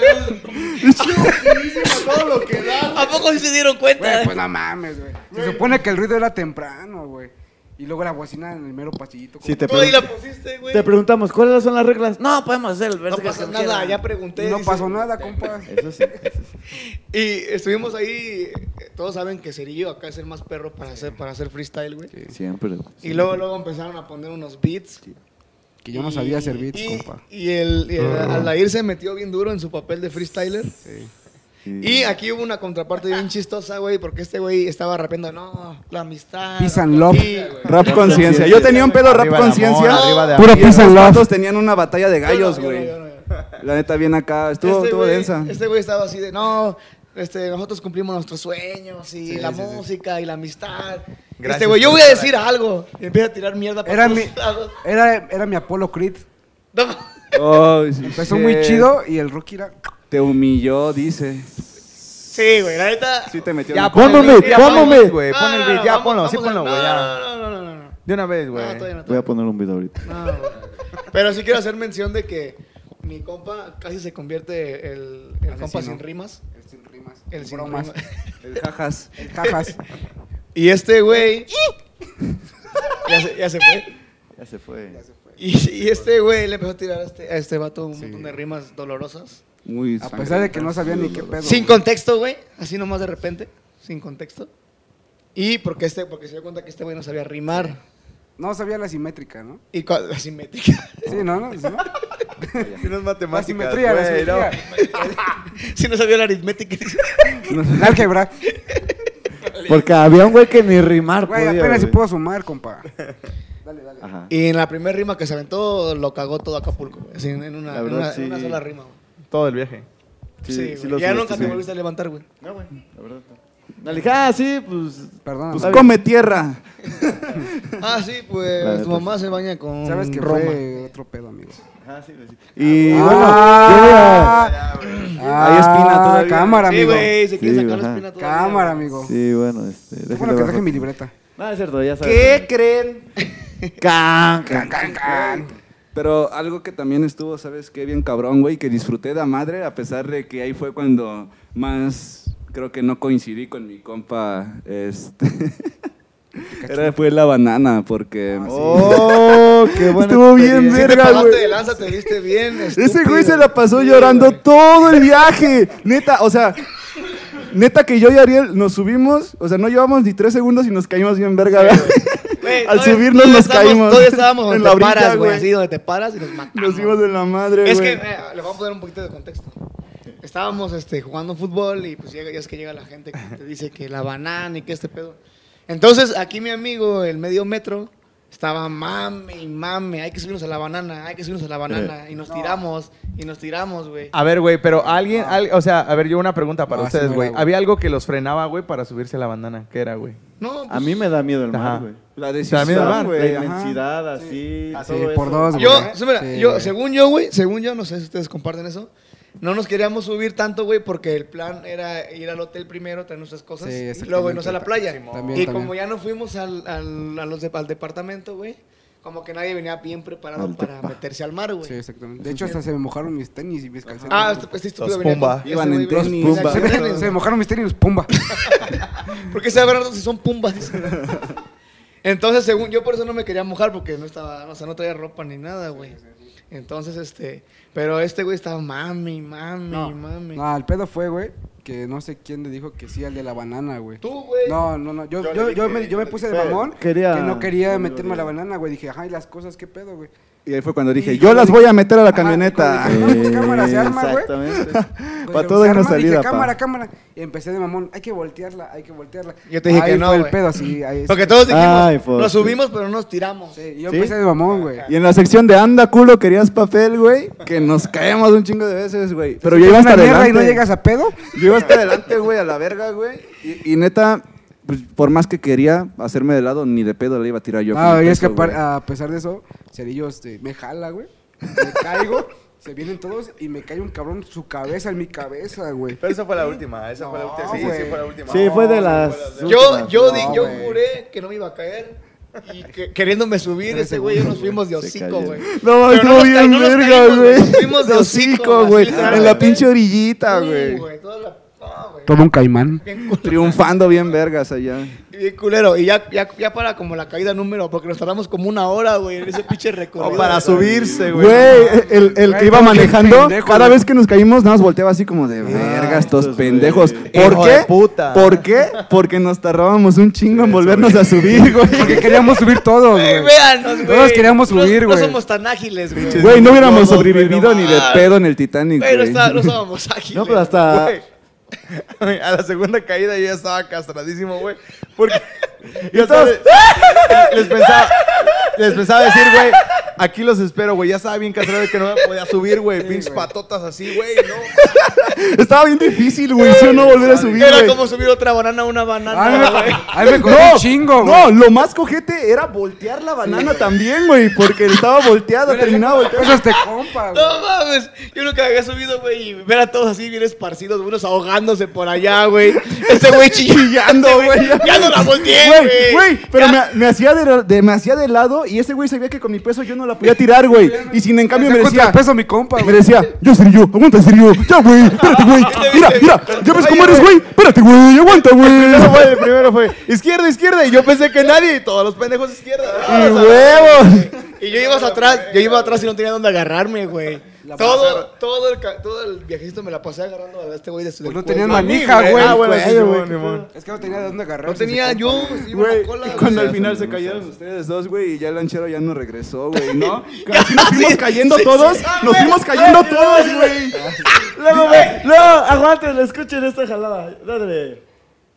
Speaker 3: ¿A poco sí se dieron cuenta?
Speaker 4: Güey, pues no mames, güey. Se supone que el ruido era temprano, güey. Y luego la bocina en el mero pasillito.
Speaker 1: Sí, te,
Speaker 3: Tú ahí
Speaker 1: pregun-
Speaker 3: la pusiste, güey.
Speaker 1: te preguntamos, ¿cuáles son las reglas? No, podemos hacer el
Speaker 3: No
Speaker 1: verso que
Speaker 3: pasa
Speaker 1: se
Speaker 3: nada,
Speaker 1: quiera.
Speaker 3: ya pregunté.
Speaker 4: Y no
Speaker 3: dice.
Speaker 4: pasó nada, compa.
Speaker 1: Eso sí, eso sí.
Speaker 3: Y estuvimos ahí, eh, todos saben que Cerillo acá es el más perro para hacer, para hacer freestyle, güey.
Speaker 1: Siempre.
Speaker 3: Y luego, luego empezaron a poner unos beats.
Speaker 4: Que yo no
Speaker 3: Y-
Speaker 4: sabía hacer beats,
Speaker 3: y-
Speaker 4: compa. Ah.
Speaker 3: Y el, y el Aldair se metió bien duro en su papel de freestyler. Y aquí hubo una contraparte bien chistosa, güey, porque este güey estaba rapeando, no, la amistad.
Speaker 4: Peace
Speaker 3: la
Speaker 4: and love".
Speaker 3: tranquila, güey".
Speaker 6: Rap conciencia. Yo tenía un pedo rap
Speaker 2: Arriba el amor,
Speaker 6: conciencia.
Speaker 2: arriba de-
Speaker 6: Puro
Speaker 4: Puro peace and love.
Speaker 6: tenían una batalla de gallos,
Speaker 3: Yo no, yo
Speaker 6: güey.
Speaker 3: no, yo no, yo no.
Speaker 6: La neta, bien acá. Estuvo,
Speaker 3: este
Speaker 6: estuvo
Speaker 3: güey-
Speaker 6: densa.
Speaker 3: Este güey estaba así de, no, este, nosotros cumplimos nuestros sueños y
Speaker 4: Sí,
Speaker 3: la
Speaker 4: sí, sí.
Speaker 3: música y la amistad.
Speaker 8: Gracias
Speaker 3: este güey, yo
Speaker 8: por
Speaker 3: voy a
Speaker 8: estar
Speaker 3: decir algo. Y empieza a tirar mierda para
Speaker 4: Era
Speaker 3: todos
Speaker 4: mi,
Speaker 3: lados.
Speaker 4: era, era mi Apollo Creed.
Speaker 3: No,
Speaker 6: Ay, sí,
Speaker 4: Empezó
Speaker 6: sí.
Speaker 4: muy chido y el rookie era.
Speaker 6: Te humilló, dice.
Speaker 3: Sí, güey, la neta.
Speaker 6: Sí, te metió en
Speaker 2: Ya, pues,
Speaker 6: la-
Speaker 2: pon un
Speaker 3: ponme,
Speaker 2: beat, ya pon un
Speaker 3: ponme.
Speaker 2: beat, güey.
Speaker 3: No,
Speaker 2: Pon el
Speaker 3: no,
Speaker 2: beat,
Speaker 3: no,
Speaker 2: ya
Speaker 3: vamos-
Speaker 2: ponlo, sí
Speaker 3: vamos a-
Speaker 2: ponlo, güey.
Speaker 3: no,
Speaker 2: ya.
Speaker 3: No, no, no, no, no, no.
Speaker 2: De una vez, güey.
Speaker 3: No, todavía no,
Speaker 1: Voy a
Speaker 3: todavía
Speaker 1: poner un video ahorita.
Speaker 3: no. No, güey. Pero sí quiero hacer mención de que mi compa casi se convierte el, el compa
Speaker 4: Asesino.
Speaker 3: sin rimas.
Speaker 4: El sin rimas.
Speaker 3: El sin
Speaker 4: bromas.
Speaker 3: rimas.
Speaker 6: El jajas.
Speaker 4: El cajas.
Speaker 3: Y este güey. ya, se, ya se fue.
Speaker 1: Ya se fue.
Speaker 3: Y, y este güey le empezó a tirar a este, a este vato un montón de rimas dolorosas.
Speaker 6: Muy
Speaker 4: A pesar de que no sabía ni qué pedo.
Speaker 3: Sin
Speaker 4: güey.
Speaker 3: contexto, güey. Así nomás de repente. Sin contexto. Y porque, este, porque se dio cuenta que este güey no sabía rimar.
Speaker 4: No sabía la simétrica, ¿no?
Speaker 3: Y cua- la simétrica.
Speaker 4: Sí, ¿no? no, sí, ¿no?
Speaker 8: Tienes
Speaker 4: La
Speaker 8: matemáticas,
Speaker 4: simetría, la
Speaker 8: güey, no.
Speaker 4: simetría.
Speaker 3: si no sabía la aritmética.
Speaker 4: El álgebra.
Speaker 1: Porque había un güey que ni rimar
Speaker 4: Güey,
Speaker 1: podía,
Speaker 4: apenas si
Speaker 1: güey.
Speaker 4: puedo sumar, compa.
Speaker 1: Ajá.
Speaker 3: y en la primera rima que se aventó, lo cagó todo Acapulco. güey. Así, en, en una,
Speaker 1: La
Speaker 3: en
Speaker 1: verdad,
Speaker 3: una- en
Speaker 1: sí.
Speaker 3: una sola rima, güey.
Speaker 8: Todo el viaje.
Speaker 3: Sí, güey.
Speaker 1: lo
Speaker 3: ya nunca te
Speaker 1: subestimaste.
Speaker 3: volviste a levantar, güey.
Speaker 1: No, güey, la verdad. no. Le dije, ah, sí, pues.
Speaker 4: Perdón.
Speaker 6: Pues come tierra.
Speaker 3: Ah, sí,
Speaker 1: La
Speaker 3: pues
Speaker 1: neta,
Speaker 3: tu mamá se baña con
Speaker 4: Sabes que
Speaker 3: mm, Roma.
Speaker 4: fue otro pedo, amigos.
Speaker 1: Ajá, Ah, sí, sí. Y bueno, yo voy a-
Speaker 4: Ah,
Speaker 6: Hay espina
Speaker 4: ah,
Speaker 6: todavía.
Speaker 4: Cámara,
Speaker 3: Sí,
Speaker 4: amigo.
Speaker 3: güey, se quiere
Speaker 1: Sí,
Speaker 3: sacar la
Speaker 1: ajá.
Speaker 3: espina todavía.
Speaker 4: Cámara, amigo.
Speaker 1: Sí, bueno, este. déjale
Speaker 4: Bueno, que
Speaker 1: bajo.
Speaker 4: traje mi libreta.
Speaker 1: No, es cierto, ya sabes.
Speaker 6: ¿Qué creen?
Speaker 1: Can,
Speaker 4: Can,
Speaker 1: can.
Speaker 4: can, can.
Speaker 6: Pero algo que también estuvo, ¿sabes qué? Bien cabrón, güey, que disfruté de madre, a pesar de que ahí fue cuando más creo que no coincidí con mi compa. Este. Era, fue la banana, porque.
Speaker 1: Oh, qué bueno.
Speaker 6: Ah, Estuvo bien,
Speaker 3: Sí, te
Speaker 6: verga,
Speaker 3: pasaste
Speaker 6: güey.
Speaker 3: de lanza, te viste bien.
Speaker 6: Ese
Speaker 3: estúpido.
Speaker 6: güey se la pasó
Speaker 3: Sí,
Speaker 6: llorando
Speaker 3: güey.
Speaker 6: todo el viaje. Neta, o sea, neta que yo y Ariel nos subimos, o sea, no llevamos ni tres segundos y nos caímos bien verga. ¿verdad?
Speaker 3: Güey,
Speaker 6: Al
Speaker 3: todavía-
Speaker 6: subirnos
Speaker 3: todavía
Speaker 6: nos
Speaker 3: estábamos-
Speaker 6: caímos.
Speaker 3: Todavía estábamos donde
Speaker 6: En la
Speaker 3: te
Speaker 6: orilla,
Speaker 3: paras, güey.
Speaker 6: güey.
Speaker 3: Así donde te paras y nos matamos.
Speaker 6: Nos dimos de la madre,
Speaker 3: Es que,
Speaker 6: güey.
Speaker 3: eh, le vamos a poner un poquito de contexto. Estábamos este, jugando fútbol y pues llega, ya es que llega la gente que te dice que la banana y que este pedo. Entonces, aquí mi amigo, el medio metro, estaba mame y mame, hay que subirnos a la banana, hay que subirnos a la banana.
Speaker 6: Eh.
Speaker 3: Y nos tiramos, y nos tiramos,
Speaker 6: Ah,
Speaker 3: güey.
Speaker 2: A ver, güey, pero alguien, al- o sea, a ver, yo una pregunta para
Speaker 4: No, así
Speaker 2: ustedes,
Speaker 4: no
Speaker 2: güey.
Speaker 4: era, güey.
Speaker 2: Había algo que los frenaba, güey, para subirse a la bandana. ¿Qué era, güey?
Speaker 3: No,
Speaker 1: A
Speaker 3: pues,
Speaker 1: mí me da miedo el
Speaker 2: Ajá.
Speaker 1: mar, güey.
Speaker 6: La
Speaker 2: También el mar,
Speaker 6: decisión, güey.
Speaker 1: la
Speaker 6: ajá.
Speaker 1: inmensidad, así.
Speaker 4: Así,
Speaker 1: todo
Speaker 4: por
Speaker 1: eso.
Speaker 4: dos, güey.
Speaker 3: Yo,
Speaker 4: ¿Eh?
Speaker 3: sí, mira,
Speaker 4: Sí,
Speaker 3: yo,
Speaker 4: güey.
Speaker 3: según yo, güey, según yo, no sé si ustedes comparten eso, no nos queríamos subir tanto, güey, porque el plan era ir al hotel primero, traer nuestras cosas,
Speaker 4: Sí,
Speaker 3: y
Speaker 4: exactamente.
Speaker 3: luego irnos a la playa.
Speaker 4: También,
Speaker 3: y
Speaker 4: también.
Speaker 3: como ya no fuimos al, al- a los de- al departamento, güey, como que nadie venía bien preparado
Speaker 1: Al
Speaker 3: para
Speaker 1: depa.
Speaker 3: meterse al mar, güey.
Speaker 4: Sí, exactamente. De hecho, hasta se me mojaron mis tenis y mis calcetines.
Speaker 3: Ah, este, este estúpido
Speaker 8: Los
Speaker 3: venía
Speaker 8: Pumba.
Speaker 3: con-
Speaker 6: Iban
Speaker 3: este
Speaker 6: en
Speaker 3: güey venía
Speaker 6: tenis.
Speaker 3: con-
Speaker 4: se, me, se me mojaron mis tenis, pumba.
Speaker 3: ¿Por qué se abren si son pumbas? Entonces, según yo, por eso no me quería mojar, porque no estaba, o sea, no traía ropa ni nada, güey. Entonces, este, pero este güey estaba mami, mami, mami.
Speaker 4: No, el pedo fue, güey, que no sé quién le dijo que sí al de la banana, güey.
Speaker 3: Tú, güey.
Speaker 4: No, no, no. Yo, yo, yo, me, yo me puse de mamón.
Speaker 1: Quería-
Speaker 4: Que no quería meterme a la banana, güey. Dije, ajá, ¿y las cosas, qué pedo, güey.
Speaker 6: Y ahí fue cuando dije,
Speaker 4: Y
Speaker 6: yo
Speaker 4: cuando
Speaker 6: las
Speaker 4: dije-
Speaker 6: voy a meter a la
Speaker 4: Ajá,
Speaker 6: camioneta.
Speaker 4: cuando dije, no, pues, cámara, se arma, güey.
Speaker 1: Exactamente.
Speaker 4: Cuando
Speaker 6: Pa'
Speaker 4: se
Speaker 6: todo hay una
Speaker 4: arma, dije,
Speaker 6: salida, pa.
Speaker 4: cámara, cámara. Y empecé de mamón, hay que voltearla, hay que voltearla.
Speaker 3: Yo te dije
Speaker 4: Ahí
Speaker 3: que no,
Speaker 4: fue
Speaker 3: güey.
Speaker 4: el pedo, sí. ahí-
Speaker 3: Porque todos dijimos,
Speaker 1: Ay, por
Speaker 3: nos
Speaker 1: sí.
Speaker 3: subimos, pero no nos tiramos.
Speaker 4: Sí, yo
Speaker 1: ¿Sí?
Speaker 4: empecé de mamón, güey.
Speaker 6: Y en la sección de anda, culo, querías papel, güey, que nos caemos un chingo de veces, güey. Pero yo
Speaker 4: ¿Es
Speaker 6: iba
Speaker 4: una
Speaker 6: hasta
Speaker 4: mierda y
Speaker 6: adelante.
Speaker 4: no llegas a pedo?
Speaker 6: Yo iba hasta adelante, güey, a la verga, güey. Y, y neta, pues, por más que quería hacerme de lado, ni de pedo le iba a tirar yo. con
Speaker 4: No,
Speaker 6: el
Speaker 4: y es que ah.
Speaker 6: peso,
Speaker 4: apar-
Speaker 6: güey.
Speaker 4: a pesar de eso, Cerillo este, me jala, güey. Me caigo, se vienen todos y me cae un cabrón su cabeza en mi cabeza, güey.
Speaker 8: Pero esa fue la última, esa fue la
Speaker 4: No,
Speaker 8: última. Sí, sí
Speaker 4: güey.
Speaker 8: fue la última.
Speaker 1: Sí, fue de
Speaker 8: No,
Speaker 1: las.
Speaker 3: Yo, yo,
Speaker 4: No,
Speaker 3: di- yo
Speaker 4: güey.
Speaker 3: juré que no me iba a caer y que- queriéndome subir,
Speaker 4: Tres
Speaker 3: ese güey, y nos fuimos de
Speaker 1: Se
Speaker 3: hocico,
Speaker 1: cayeron.
Speaker 3: güey.
Speaker 6: No,
Speaker 3: Pero
Speaker 6: mames,
Speaker 3: no
Speaker 6: estuvo
Speaker 3: nos caí-
Speaker 6: bien
Speaker 3: no nos
Speaker 6: verga,
Speaker 3: caímos,
Speaker 6: güey.
Speaker 3: nos fuimos de hocico,
Speaker 6: güey.
Speaker 3: así,
Speaker 6: En la
Speaker 3: literalmente.
Speaker 6: pinche orillita,
Speaker 3: Sí,
Speaker 6: güey.
Speaker 3: güey, toda la- no, güey.
Speaker 4: Como un caimán.
Speaker 3: Bien culo.
Speaker 6: Triunfando bien vergas allá.
Speaker 3: Y bien culero. Y ya, ya, ya para como la caída número, porque nos tardamos como una hora, güey, en ese pinche recorrido.
Speaker 8: O para
Speaker 3: güey.
Speaker 8: subirse, güey.
Speaker 6: Güey, el, el que
Speaker 4: Güey,
Speaker 6: iba
Speaker 4: qué
Speaker 6: manejando,
Speaker 4: pendejo,
Speaker 6: cada
Speaker 4: güey.
Speaker 6: vez que nos caímos, nada más volteaba así como de verga, estos
Speaker 1: estos
Speaker 6: pendejos.
Speaker 1: güeyes.
Speaker 6: ¿Por
Speaker 8: Hijo
Speaker 6: qué?
Speaker 8: de puta.
Speaker 6: ¿Por qué? Porque nos tardábamos un chingo en volvernos a subir,
Speaker 4: Porque
Speaker 6: güey.
Speaker 4: queríamos subir todos,
Speaker 3: Güey,
Speaker 4: güey.
Speaker 3: véanos, güey.
Speaker 4: Todos queríamos
Speaker 3: No-
Speaker 4: subir,
Speaker 3: no,
Speaker 4: güey.
Speaker 3: somos tan ágiles, güey.
Speaker 8: Pinches-
Speaker 6: Güey, no hubiéramos
Speaker 8: Todos, güey, no
Speaker 6: sobrevivido ni de
Speaker 3: mames.
Speaker 6: pedo en el Titanic,
Speaker 3: Güey, no,
Speaker 6: güey.
Speaker 3: está- no estábamos ágiles.
Speaker 1: No, pero hasta.
Speaker 8: Güey. A la segunda caída yo ya estaba castradísimo, güey. Porque yo estaba- les pensaba, les pensaba decir, güey, aquí los espero, güey. Ya estaba bien castrado de que no me podía subir, güey. Pinches patotas así, güey, no.
Speaker 6: Estaba bien difícil, güey, si no volver a subir,
Speaker 3: Era
Speaker 6: güey.
Speaker 3: como subir otra banana a una
Speaker 4: A mí
Speaker 3: banana.
Speaker 4: me, a mí me costó un chingo, güey.
Speaker 6: no, lo más cojete era voltear la banana también, güey, porque estaba volteada, terminaba volteada.
Speaker 4: Eso es de compa, güey.
Speaker 3: No mames, yo nunca había subido, güey, y ver a todos así bien esparcidos, unos ahogándose por allá, güey. Este güey chillando, güey. Ya no la volteé,
Speaker 6: Güey,
Speaker 3: güey.
Speaker 6: güey, pero me, me hacía de, de- me hacía de lado y ese güey sabía que con mi peso yo no la podía tirar, güey. Y sin en cambio me
Speaker 4: Sacó
Speaker 6: decía,
Speaker 4: peso mi compa,
Speaker 6: me
Speaker 4: güey.
Speaker 6: decía, yo seré yo, aguanta serio, ya güey, espérate güey, mira, mira, ya ves cómo eres güey, espérate güey, aguanta
Speaker 8: Primero
Speaker 6: güey.
Speaker 8: fue, primero fue izquierda, izquierda. Y yo pensé que nadie, y todos los pendejos izquierda. Ah,
Speaker 6: Y huevos.
Speaker 3: Y yo iba hacia atrás, yo iba atrás y no tenía dónde agarrarme, güey. Todo, todo el, ca- todo el viajecito me la pasé agarrando a este güey de su
Speaker 4: Pues
Speaker 3: del
Speaker 4: no
Speaker 3: cuello.
Speaker 4: tenías manija, güey.
Speaker 8: Ah, bueno, sí,
Speaker 6: cuello,
Speaker 8: Simón,
Speaker 6: güey, qué
Speaker 8: Simón.
Speaker 4: Es que no tenía de dónde agarrar.
Speaker 3: No tenía yo, pues, iba en la
Speaker 6: Güey,
Speaker 3: cola,
Speaker 6: y
Speaker 3: güey.
Speaker 6: cuando al final se cayeron ustedes dos, güey, y ya el lanchero ya no regresó, güey, ¿no? Así nos fuimos cayendo todos, nos fuimos cayendo todos, güey.
Speaker 1: Luego, güey. Luego, aguanten, escuchen esta jalada. Dale.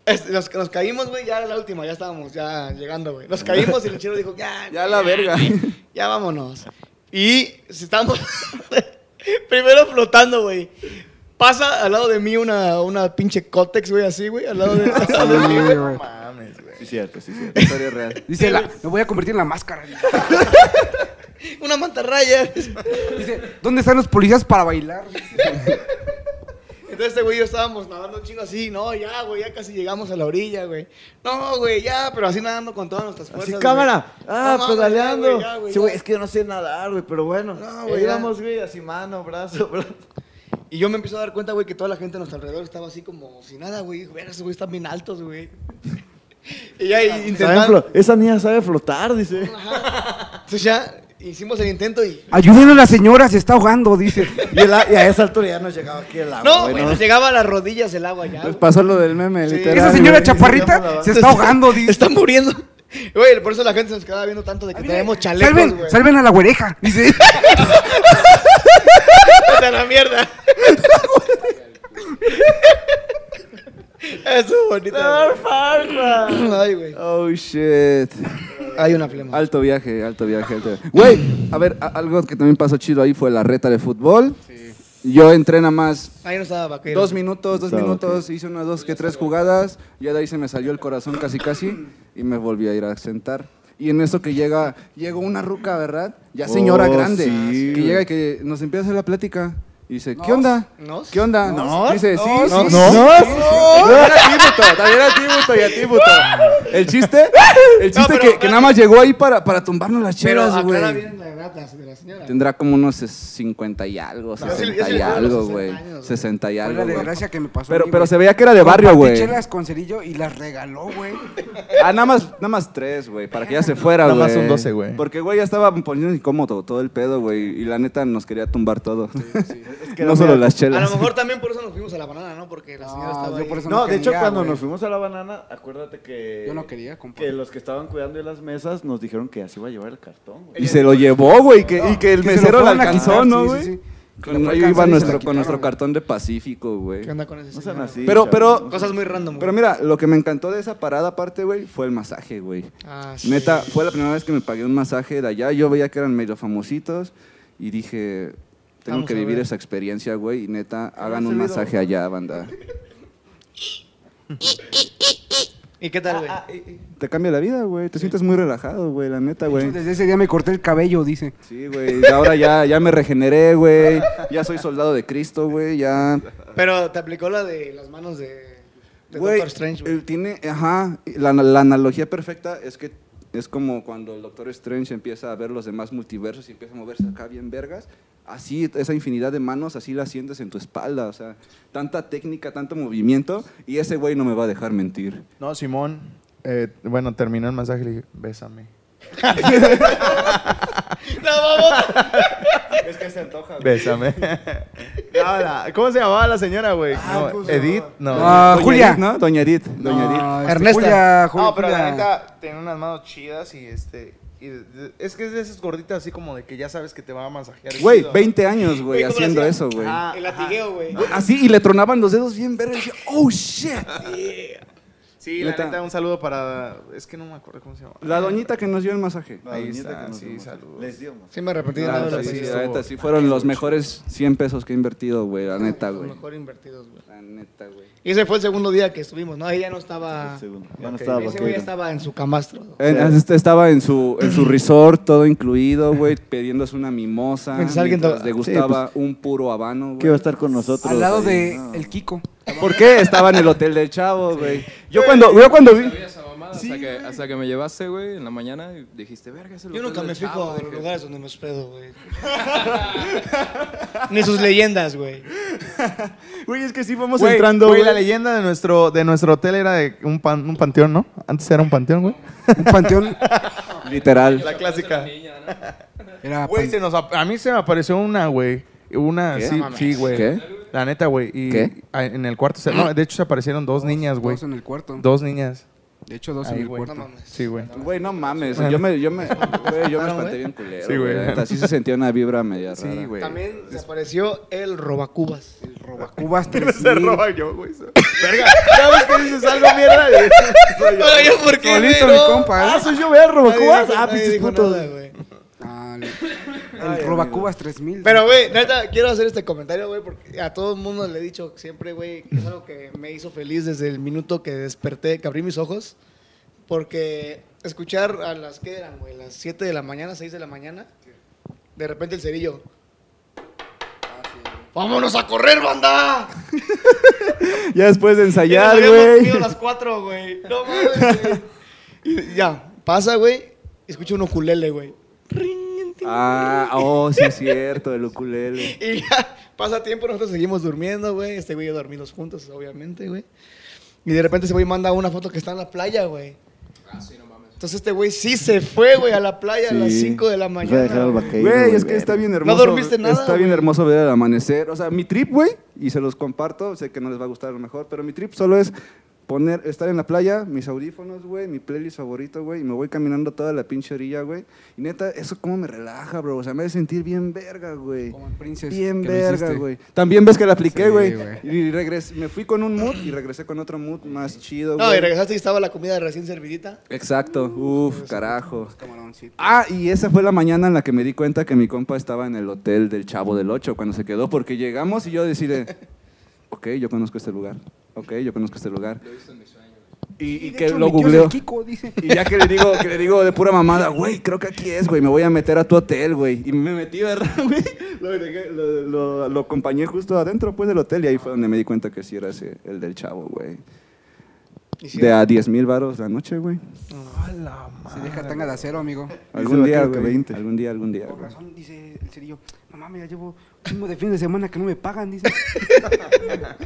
Speaker 3: Es- nos, nos caímos, güey, ya era la última, ya estábamos, ya llegando, güey. Nos caímos y el chino dijo, ya,
Speaker 6: Ya la verga.
Speaker 3: ya vámonos. Y si estamos primero flotando, güey. Pasa al lado de mí una, una pinche cótex, güey, así, güey, al lado de, al lado de mí, güey.
Speaker 6: Sí, cierto, sí, cierto, historia real.
Speaker 4: Dice, la, me voy a convertir en la máscara.
Speaker 3: Una mantarraya.
Speaker 4: Dice, ¿dónde están los policías para bailar?
Speaker 3: Entonces, este güey y yo estábamos nadando un chingo así, no, ya, güey, ya casi llegamos a la orilla, güey. No, güey, ya, pero así nadando con todas nuestras fuerzas.
Speaker 1: Así,
Speaker 3: güey.
Speaker 1: cámara. Ah,
Speaker 3: No mames, ya,
Speaker 1: pedaleando.
Speaker 3: güey, ya, güey,
Speaker 1: Sí, güey,
Speaker 3: ya.
Speaker 1: es que yo no sé nadar, güey, pero bueno.
Speaker 3: No,
Speaker 1: No,
Speaker 3: güey,
Speaker 1: güey.
Speaker 3: ya.
Speaker 1: Íbamos, güey, así mano, brazo, brazo.
Speaker 3: Y yo me empiezo a dar cuenta, güey, que toda la gente a nuestro alrededor estaba así como sin nada, güey. Dijo, verga, esos güeyes están bien altos, güey. y ya
Speaker 1: Saben
Speaker 3: intentando.
Speaker 1: flo- Esa niña sabe flotar, dice.
Speaker 3: Entonces ya hicimos el intento y.
Speaker 4: Ayuden a la señora, se está ahogando, dice.
Speaker 1: Y, el a- y a esa altura ya nos llegaba aquí el agua.
Speaker 3: No,
Speaker 1: güey,
Speaker 3: güey, nos llegaba a las rodillas el agua ya.
Speaker 6: Pues
Speaker 3: güey.
Speaker 6: pasó lo del meme,
Speaker 3: Sí.
Speaker 6: literal.
Speaker 4: Esa señora
Speaker 6: güey.
Speaker 4: chaparrita se está ahogando, dice.
Speaker 3: Están muriendo. Güey, por eso la gente se nos quedaba viendo tanto de que tenemos chalecos,
Speaker 4: salven,
Speaker 3: güey.
Speaker 4: salven a la güereja, dice.
Speaker 3: Vete a la mierda. Eso es bonito. güey. Ay, güey.
Speaker 6: Oh shit.
Speaker 3: Hay una flema.
Speaker 6: Alto viaje, alto viaje, alto viaje. Güey, a ver, a- algo que también pasó chido ahí fue la reta de fútbol. Yo entré nada más
Speaker 3: Ahí no estaba vaquero.
Speaker 6: dos minutos, dos
Speaker 1: Estaba
Speaker 6: minutos, hice unas dos que tres jugadas, ya de ahí se me salió el corazón casi casi y me volví a ir a sentar. Y en eso que llega, llegó una ruca, ¿verdad? Ya señora
Speaker 1: Oh,
Speaker 6: grande,
Speaker 1: sí,
Speaker 6: que
Speaker 1: güey.
Speaker 6: llega y que nos empieza a hacer la plática. Y dice, ¿qué onda? ¿Qué onda?
Speaker 3: ¿Nos?
Speaker 6: Dice, sí,
Speaker 3: ¿Nos?
Speaker 6: sí,
Speaker 3: ¿Nos?
Speaker 6: sí, sí, sí, sí". También era tíbuto, también era tíbuto y a tíbuto. El chiste, el chiste
Speaker 3: pero
Speaker 6: que, que nada más llegó ahí para, para tumbarnos las
Speaker 3: Pero
Speaker 6: chelas,
Speaker 3: aclara
Speaker 6: güey.
Speaker 3: Ah, bien la edad de la señora.
Speaker 6: Tendrá como unos 50 y algo,
Speaker 3: sí, sí,
Speaker 6: 60
Speaker 3: sí,
Speaker 6: y algo,
Speaker 3: sí,
Speaker 6: güey.
Speaker 3: 60 años, güey.
Speaker 6: 60 y
Speaker 4: Fue
Speaker 6: algo,
Speaker 4: la
Speaker 6: güey.
Speaker 4: desgracia que me pasó. a
Speaker 6: Pero,
Speaker 4: mí,
Speaker 6: pero
Speaker 4: güey.
Speaker 6: se veía que era de barrio,
Speaker 4: Compartí
Speaker 6: güey.
Speaker 4: chelas con cerillo y las regaló, güey.
Speaker 6: Ah, nada más, nada más tres, güey, para que ya se fuera,
Speaker 8: Nada
Speaker 6: güey.
Speaker 8: más son 12, güey.
Speaker 6: Porque, güey, ya estaba poniendo incómodo todo el pedo, güey. Y la neta nos quería tumbar todo.
Speaker 1: que
Speaker 6: no
Speaker 1: era
Speaker 6: solo
Speaker 1: muy-
Speaker 6: las
Speaker 3: A
Speaker 6: chelas.
Speaker 3: lo mejor también por eso nos fuimos a la banana, ¿no? Porque la señora
Speaker 4: No,
Speaker 3: estaba
Speaker 4: yo
Speaker 3: ahí.
Speaker 4: por eso-
Speaker 1: No, de hecho,
Speaker 4: quería,
Speaker 1: cuando
Speaker 4: güey.
Speaker 1: nos fuimos a la banana, acuérdate que.
Speaker 4: Yo no quería, compa.
Speaker 1: Que los que estaban cuidando de las mesas nos dijeron que así iba a llevar el cartón, güey.
Speaker 6: Y se lo llevó, güey. que- y que el
Speaker 4: Que se
Speaker 6: mesero
Speaker 4: lo
Speaker 6: la
Speaker 4: fueron a
Speaker 6: alcanzó,
Speaker 4: quitar,
Speaker 6: ¿no,
Speaker 4: sí,
Speaker 6: güey?
Speaker 4: sí, sí. Que lo
Speaker 6: Ahí
Speaker 4: fue a
Speaker 6: iba
Speaker 4: alcanzar y
Speaker 6: nuestro-
Speaker 4: se la
Speaker 6: con nuestro
Speaker 4: quitaron, güey.
Speaker 6: cartón de Pacífico, güey.
Speaker 3: ¿Qué onda con ese
Speaker 1: No
Speaker 3: señor?
Speaker 1: sean así.
Speaker 6: Pero-
Speaker 1: chavos.
Speaker 6: pero-
Speaker 3: Cosas muy random.
Speaker 6: Pero
Speaker 3: güey.
Speaker 6: mira, lo que me encantó de esa parada aparte, güey, fue el masaje, güey.
Speaker 3: Ah, sí.
Speaker 6: Neta, fue la primera vez que me pagué un masaje de allá. Yo veía que eran medio famositos y dije, tengo
Speaker 3: Vamos
Speaker 6: que
Speaker 3: a
Speaker 6: vivir
Speaker 3: ver.
Speaker 6: esa experiencia, güey. Y neta, hagan un masaje allá, banda.
Speaker 3: ¿Y qué tal, güey?
Speaker 6: Te cambia la vida, güey. Te sientes muy relajado, güey, la neta, güey.
Speaker 4: Desde ese día me corté el cabello, dice.
Speaker 6: Sí, güey. y Ahora ya, ya me regeneré, güey. Ya soy soldado de Cristo, güey. Ya.
Speaker 3: Pero te aplicó la de las manos de, de
Speaker 6: Güey,
Speaker 3: Doctor Strange,
Speaker 6: eh,
Speaker 3: güey.
Speaker 6: tiene, ajá, la, la analogía perfecta es que es como cuando el Doctor Strange empieza a ver los demás multiversos y empieza a moverse acá bien vergas. Así, esa infinidad de manos, así la sientes en tu espalda. O sea, tanta técnica, tanto movimiento. Y ese güey no me va a dejar mentir.
Speaker 8: No, Simón.
Speaker 2: eh, bueno, terminó el masaje y le dije, bésame.
Speaker 5: Es que se antoja, güey.
Speaker 2: Bésame. No, la- ¿Cómo se llamaba la señora, güey? No,
Speaker 4: ¿cómo se
Speaker 2: Edith, no.
Speaker 4: Ah,
Speaker 6: Doña
Speaker 4: Julia.
Speaker 6: Edith, ¿no? Doña Edith. Doña Edith.
Speaker 4: No, este,
Speaker 3: Ernesta.
Speaker 4: Julia, Julia,
Speaker 2: No, pero la
Speaker 4: Julia.
Speaker 2: neta tiene unas manos chidas y este. y de- de- es que es de esas gorditas así como de que ya sabes que te va a masajear.
Speaker 6: Güey,
Speaker 2: chido.
Speaker 6: 20 años, güey,
Speaker 3: ¿cómo
Speaker 6: haciendo
Speaker 3: lo hacía? Ah.
Speaker 6: eso, güey.
Speaker 3: El latigueo, güey.
Speaker 6: Así, y le tronaban los dedos bien verga. Y decía, oh, shit.
Speaker 2: Sí, la
Speaker 6: neta.
Speaker 2: neta, un saludo para. Es que no me acuerdo cómo se llama.
Speaker 6: La doñita que nos dio el masaje.
Speaker 1: La
Speaker 2: Ahí
Speaker 1: doñita
Speaker 2: está,
Speaker 1: que nos
Speaker 2: sí,
Speaker 1: dio más.
Speaker 2: saludos.
Speaker 1: Les dio más.
Speaker 3: Sí, me arrepentí de
Speaker 2: Ah,
Speaker 3: no
Speaker 6: La
Speaker 3: haberlo
Speaker 2: sí,
Speaker 6: sí,
Speaker 3: pedido.
Speaker 2: sí,
Speaker 6: la
Speaker 2: estuvo-
Speaker 6: neta, sí, fueron los mejores 100 pesos que he invertido, güey, la neta,
Speaker 3: Los
Speaker 6: güey.
Speaker 3: mejor invertidos, güey.
Speaker 6: La neta, güey.
Speaker 3: Y ese fue el segundo día que estuvimos, ¿no? Ahí ya no estaba.
Speaker 1: Segundo. Ya no estaba
Speaker 3: Ese güey ya
Speaker 1: vaquero.
Speaker 3: estaba en su camastro.
Speaker 6: En- este, Estaba en su, en su resort, todo incluido, güey, pidiéndose una mimosa.
Speaker 3: Mientras alguien
Speaker 6: mientras
Speaker 3: to-
Speaker 6: le gustaba un puro habano, güey.
Speaker 1: ¿Qué va a estar con nosotros?
Speaker 4: Al lado
Speaker 1: ahí?
Speaker 4: de
Speaker 1: No.
Speaker 4: el Kiko.
Speaker 6: ¿Por qué? Estaba en el hotel del chavo, güey. Yo cuando, yo cuando vi...
Speaker 7: Sabía esa mamada hasta, que, hasta que me llevaste, güey, en la mañana y dijiste, verga, es el
Speaker 3: Yo
Speaker 7: hotel
Speaker 3: nunca
Speaker 7: del
Speaker 3: me
Speaker 7: chavo",
Speaker 3: fijo en los
Speaker 7: dije.
Speaker 3: lugares donde me hospedo, güey. Ni sus leyendas, güey.
Speaker 8: Güey, es que sí fuimos
Speaker 2: Güey,
Speaker 8: entrando,
Speaker 2: güey,
Speaker 8: güey.
Speaker 2: la leyenda de nuestro, de nuestro hotel era de un, pan- un panteón, ¿no? Antes era un panteón, güey.
Speaker 4: Un panteón.
Speaker 6: Literal.
Speaker 2: La clásica.
Speaker 4: Era
Speaker 2: Güey,
Speaker 4: pan-
Speaker 2: se nos ap- a mí se me apareció una, güey. Una,
Speaker 6: ¿Qué?
Speaker 2: sí,
Speaker 6: No mames.
Speaker 2: sí, güey.
Speaker 6: ¿Qué?
Speaker 2: La neta, güey. Y
Speaker 6: ¿Qué?
Speaker 2: a- en el cuarto, se- no, de hecho se aparecieron dos niñas, güey.
Speaker 4: Dos en el cuarto.
Speaker 2: Dos niñas.
Speaker 4: De hecho, dos
Speaker 2: Ahí,
Speaker 4: en el
Speaker 2: güey.
Speaker 4: cuarto.
Speaker 3: No mames.
Speaker 2: Sí, güey.
Speaker 6: Güey, no mames. Yo me, yo me, güey, yo me espanté bien culero.
Speaker 2: Sí,
Speaker 6: Sí,
Speaker 2: güey.
Speaker 6: güey. Así se sentía una vibra media rara.
Speaker 2: Sí, güey.
Speaker 3: También se apareció el Robacubas.
Speaker 4: El Robacubas
Speaker 2: Se
Speaker 4: 3000.
Speaker 2: roba yo, güey. Verga, ¿sabes qué dices algo, mierda?
Speaker 3: Oye, ¿por qué?
Speaker 4: Solito mi
Speaker 3: güey, no? Ah,
Speaker 4: compa. ¿eh?
Speaker 1: soy yo, vea, Robocubas.
Speaker 3: Nadie dijo-
Speaker 1: Ah,
Speaker 3: nadie
Speaker 1: pinches
Speaker 3: dijo
Speaker 1: putos.
Speaker 3: nada, güey.
Speaker 4: Ah, el- El Robacubas 3000.
Speaker 3: Pero, güey, neta, quiero hacer este comentario, güey, porque a todo el mundo le he dicho siempre, güey, que es algo que me hizo feliz desde el minuto que desperté, que abrí mis ojos, porque escuchar a las, ¿qué eran, güey? Las 7 de la mañana, 6 de la mañana, de repente el cerillo. ¡Vámonos a correr, banda!
Speaker 6: Ya después de
Speaker 3: Y nos
Speaker 6: ensayar,
Speaker 3: habíamos
Speaker 6: güey.
Speaker 3: comido a las 4, güey. No mames, güey. Y Ya, pasa, güey, escucho un ukulele, güey. Ring, ting,
Speaker 6: Ah, oh, sí es cierto, el ukulele.
Speaker 3: Y ya pasa tiempo, nosotros seguimos durmiendo, güey. Este güey y yo dormimos juntos, obviamente, güey. Y de repente ese güey manda una foto que está en la playa, güey.
Speaker 6: Ah,
Speaker 3: Entonces este güey sí se fue, güey, a la playa a las
Speaker 6: Sí.
Speaker 3: 5 de la
Speaker 1: Voy a dejar al
Speaker 3: mañana. güey.
Speaker 1: vaquero.
Speaker 6: Güey,
Speaker 1: güey,
Speaker 6: es que
Speaker 1: verga.
Speaker 6: está bien hermoso.
Speaker 3: dormiste nada,
Speaker 6: Está bien
Speaker 3: güey.
Speaker 6: hermoso ver el amanecer. O sea, mi trip, güey, y se los comparto, sé que no les va a gustar a lo mejor, pero mi trip solo es poner, estar en la playa, mis audífonos, güey, mi playlist favorito, güey, y me voy caminando toda la pinche orilla, güey. Y neta, eso como me relaja, bro. O sea, me hace sentir bien verga, güey.
Speaker 4: Como en Princess.
Speaker 6: Bien
Speaker 4: que lo
Speaker 6: verga,
Speaker 4: hiciste.
Speaker 6: güey. También ves que la apliqué,
Speaker 4: Sí,
Speaker 6: güey.
Speaker 4: güey.
Speaker 6: y regresé, me fui con un mood y regresé con otro mood más chido, güey.
Speaker 3: No, y regresaste y estaba la comida recién servidita.
Speaker 6: Exacto. Uf, carajo.
Speaker 4: Camaroncito.
Speaker 6: Ah, y esa fue la mañana en la que me di cuenta que mi compa estaba en el hotel del Chavo del Ocho cuando se quedó, porque llegamos y yo decidí, ok, yo conozco este lugar, ok, yo conozco este lugar. Y, y
Speaker 4: De
Speaker 6: que
Speaker 4: hecho,
Speaker 6: lo
Speaker 4: mi tío es
Speaker 6: googleó.
Speaker 4: el Kiko, dice.
Speaker 6: Y ya que le digo, que le digo de pura mamada, güey, creo que aquí es, güey, me voy a meter a tu hotel, güey. Y me metí, ¿verdad, güey? Lo, dejé- lo- lo- lo acompañé justo adentro, pues, del hotel y ahí fue donde me di cuenta que sí era ese, el del Chavo, güey.
Speaker 3: Y sí,
Speaker 6: De a 10 mil varos la noche, güey.
Speaker 4: Se
Speaker 2: Ah,
Speaker 4: deja tanga de acero, amigo.
Speaker 6: Algún día,
Speaker 1: vaquero que
Speaker 6: güey.
Speaker 1: 20.
Speaker 6: Algún día, algún día.
Speaker 4: Por
Speaker 6: güey.
Speaker 4: razón, dice el cerillo. No mames, ya llevo un chingo de fin de semana que no me pagan, dice.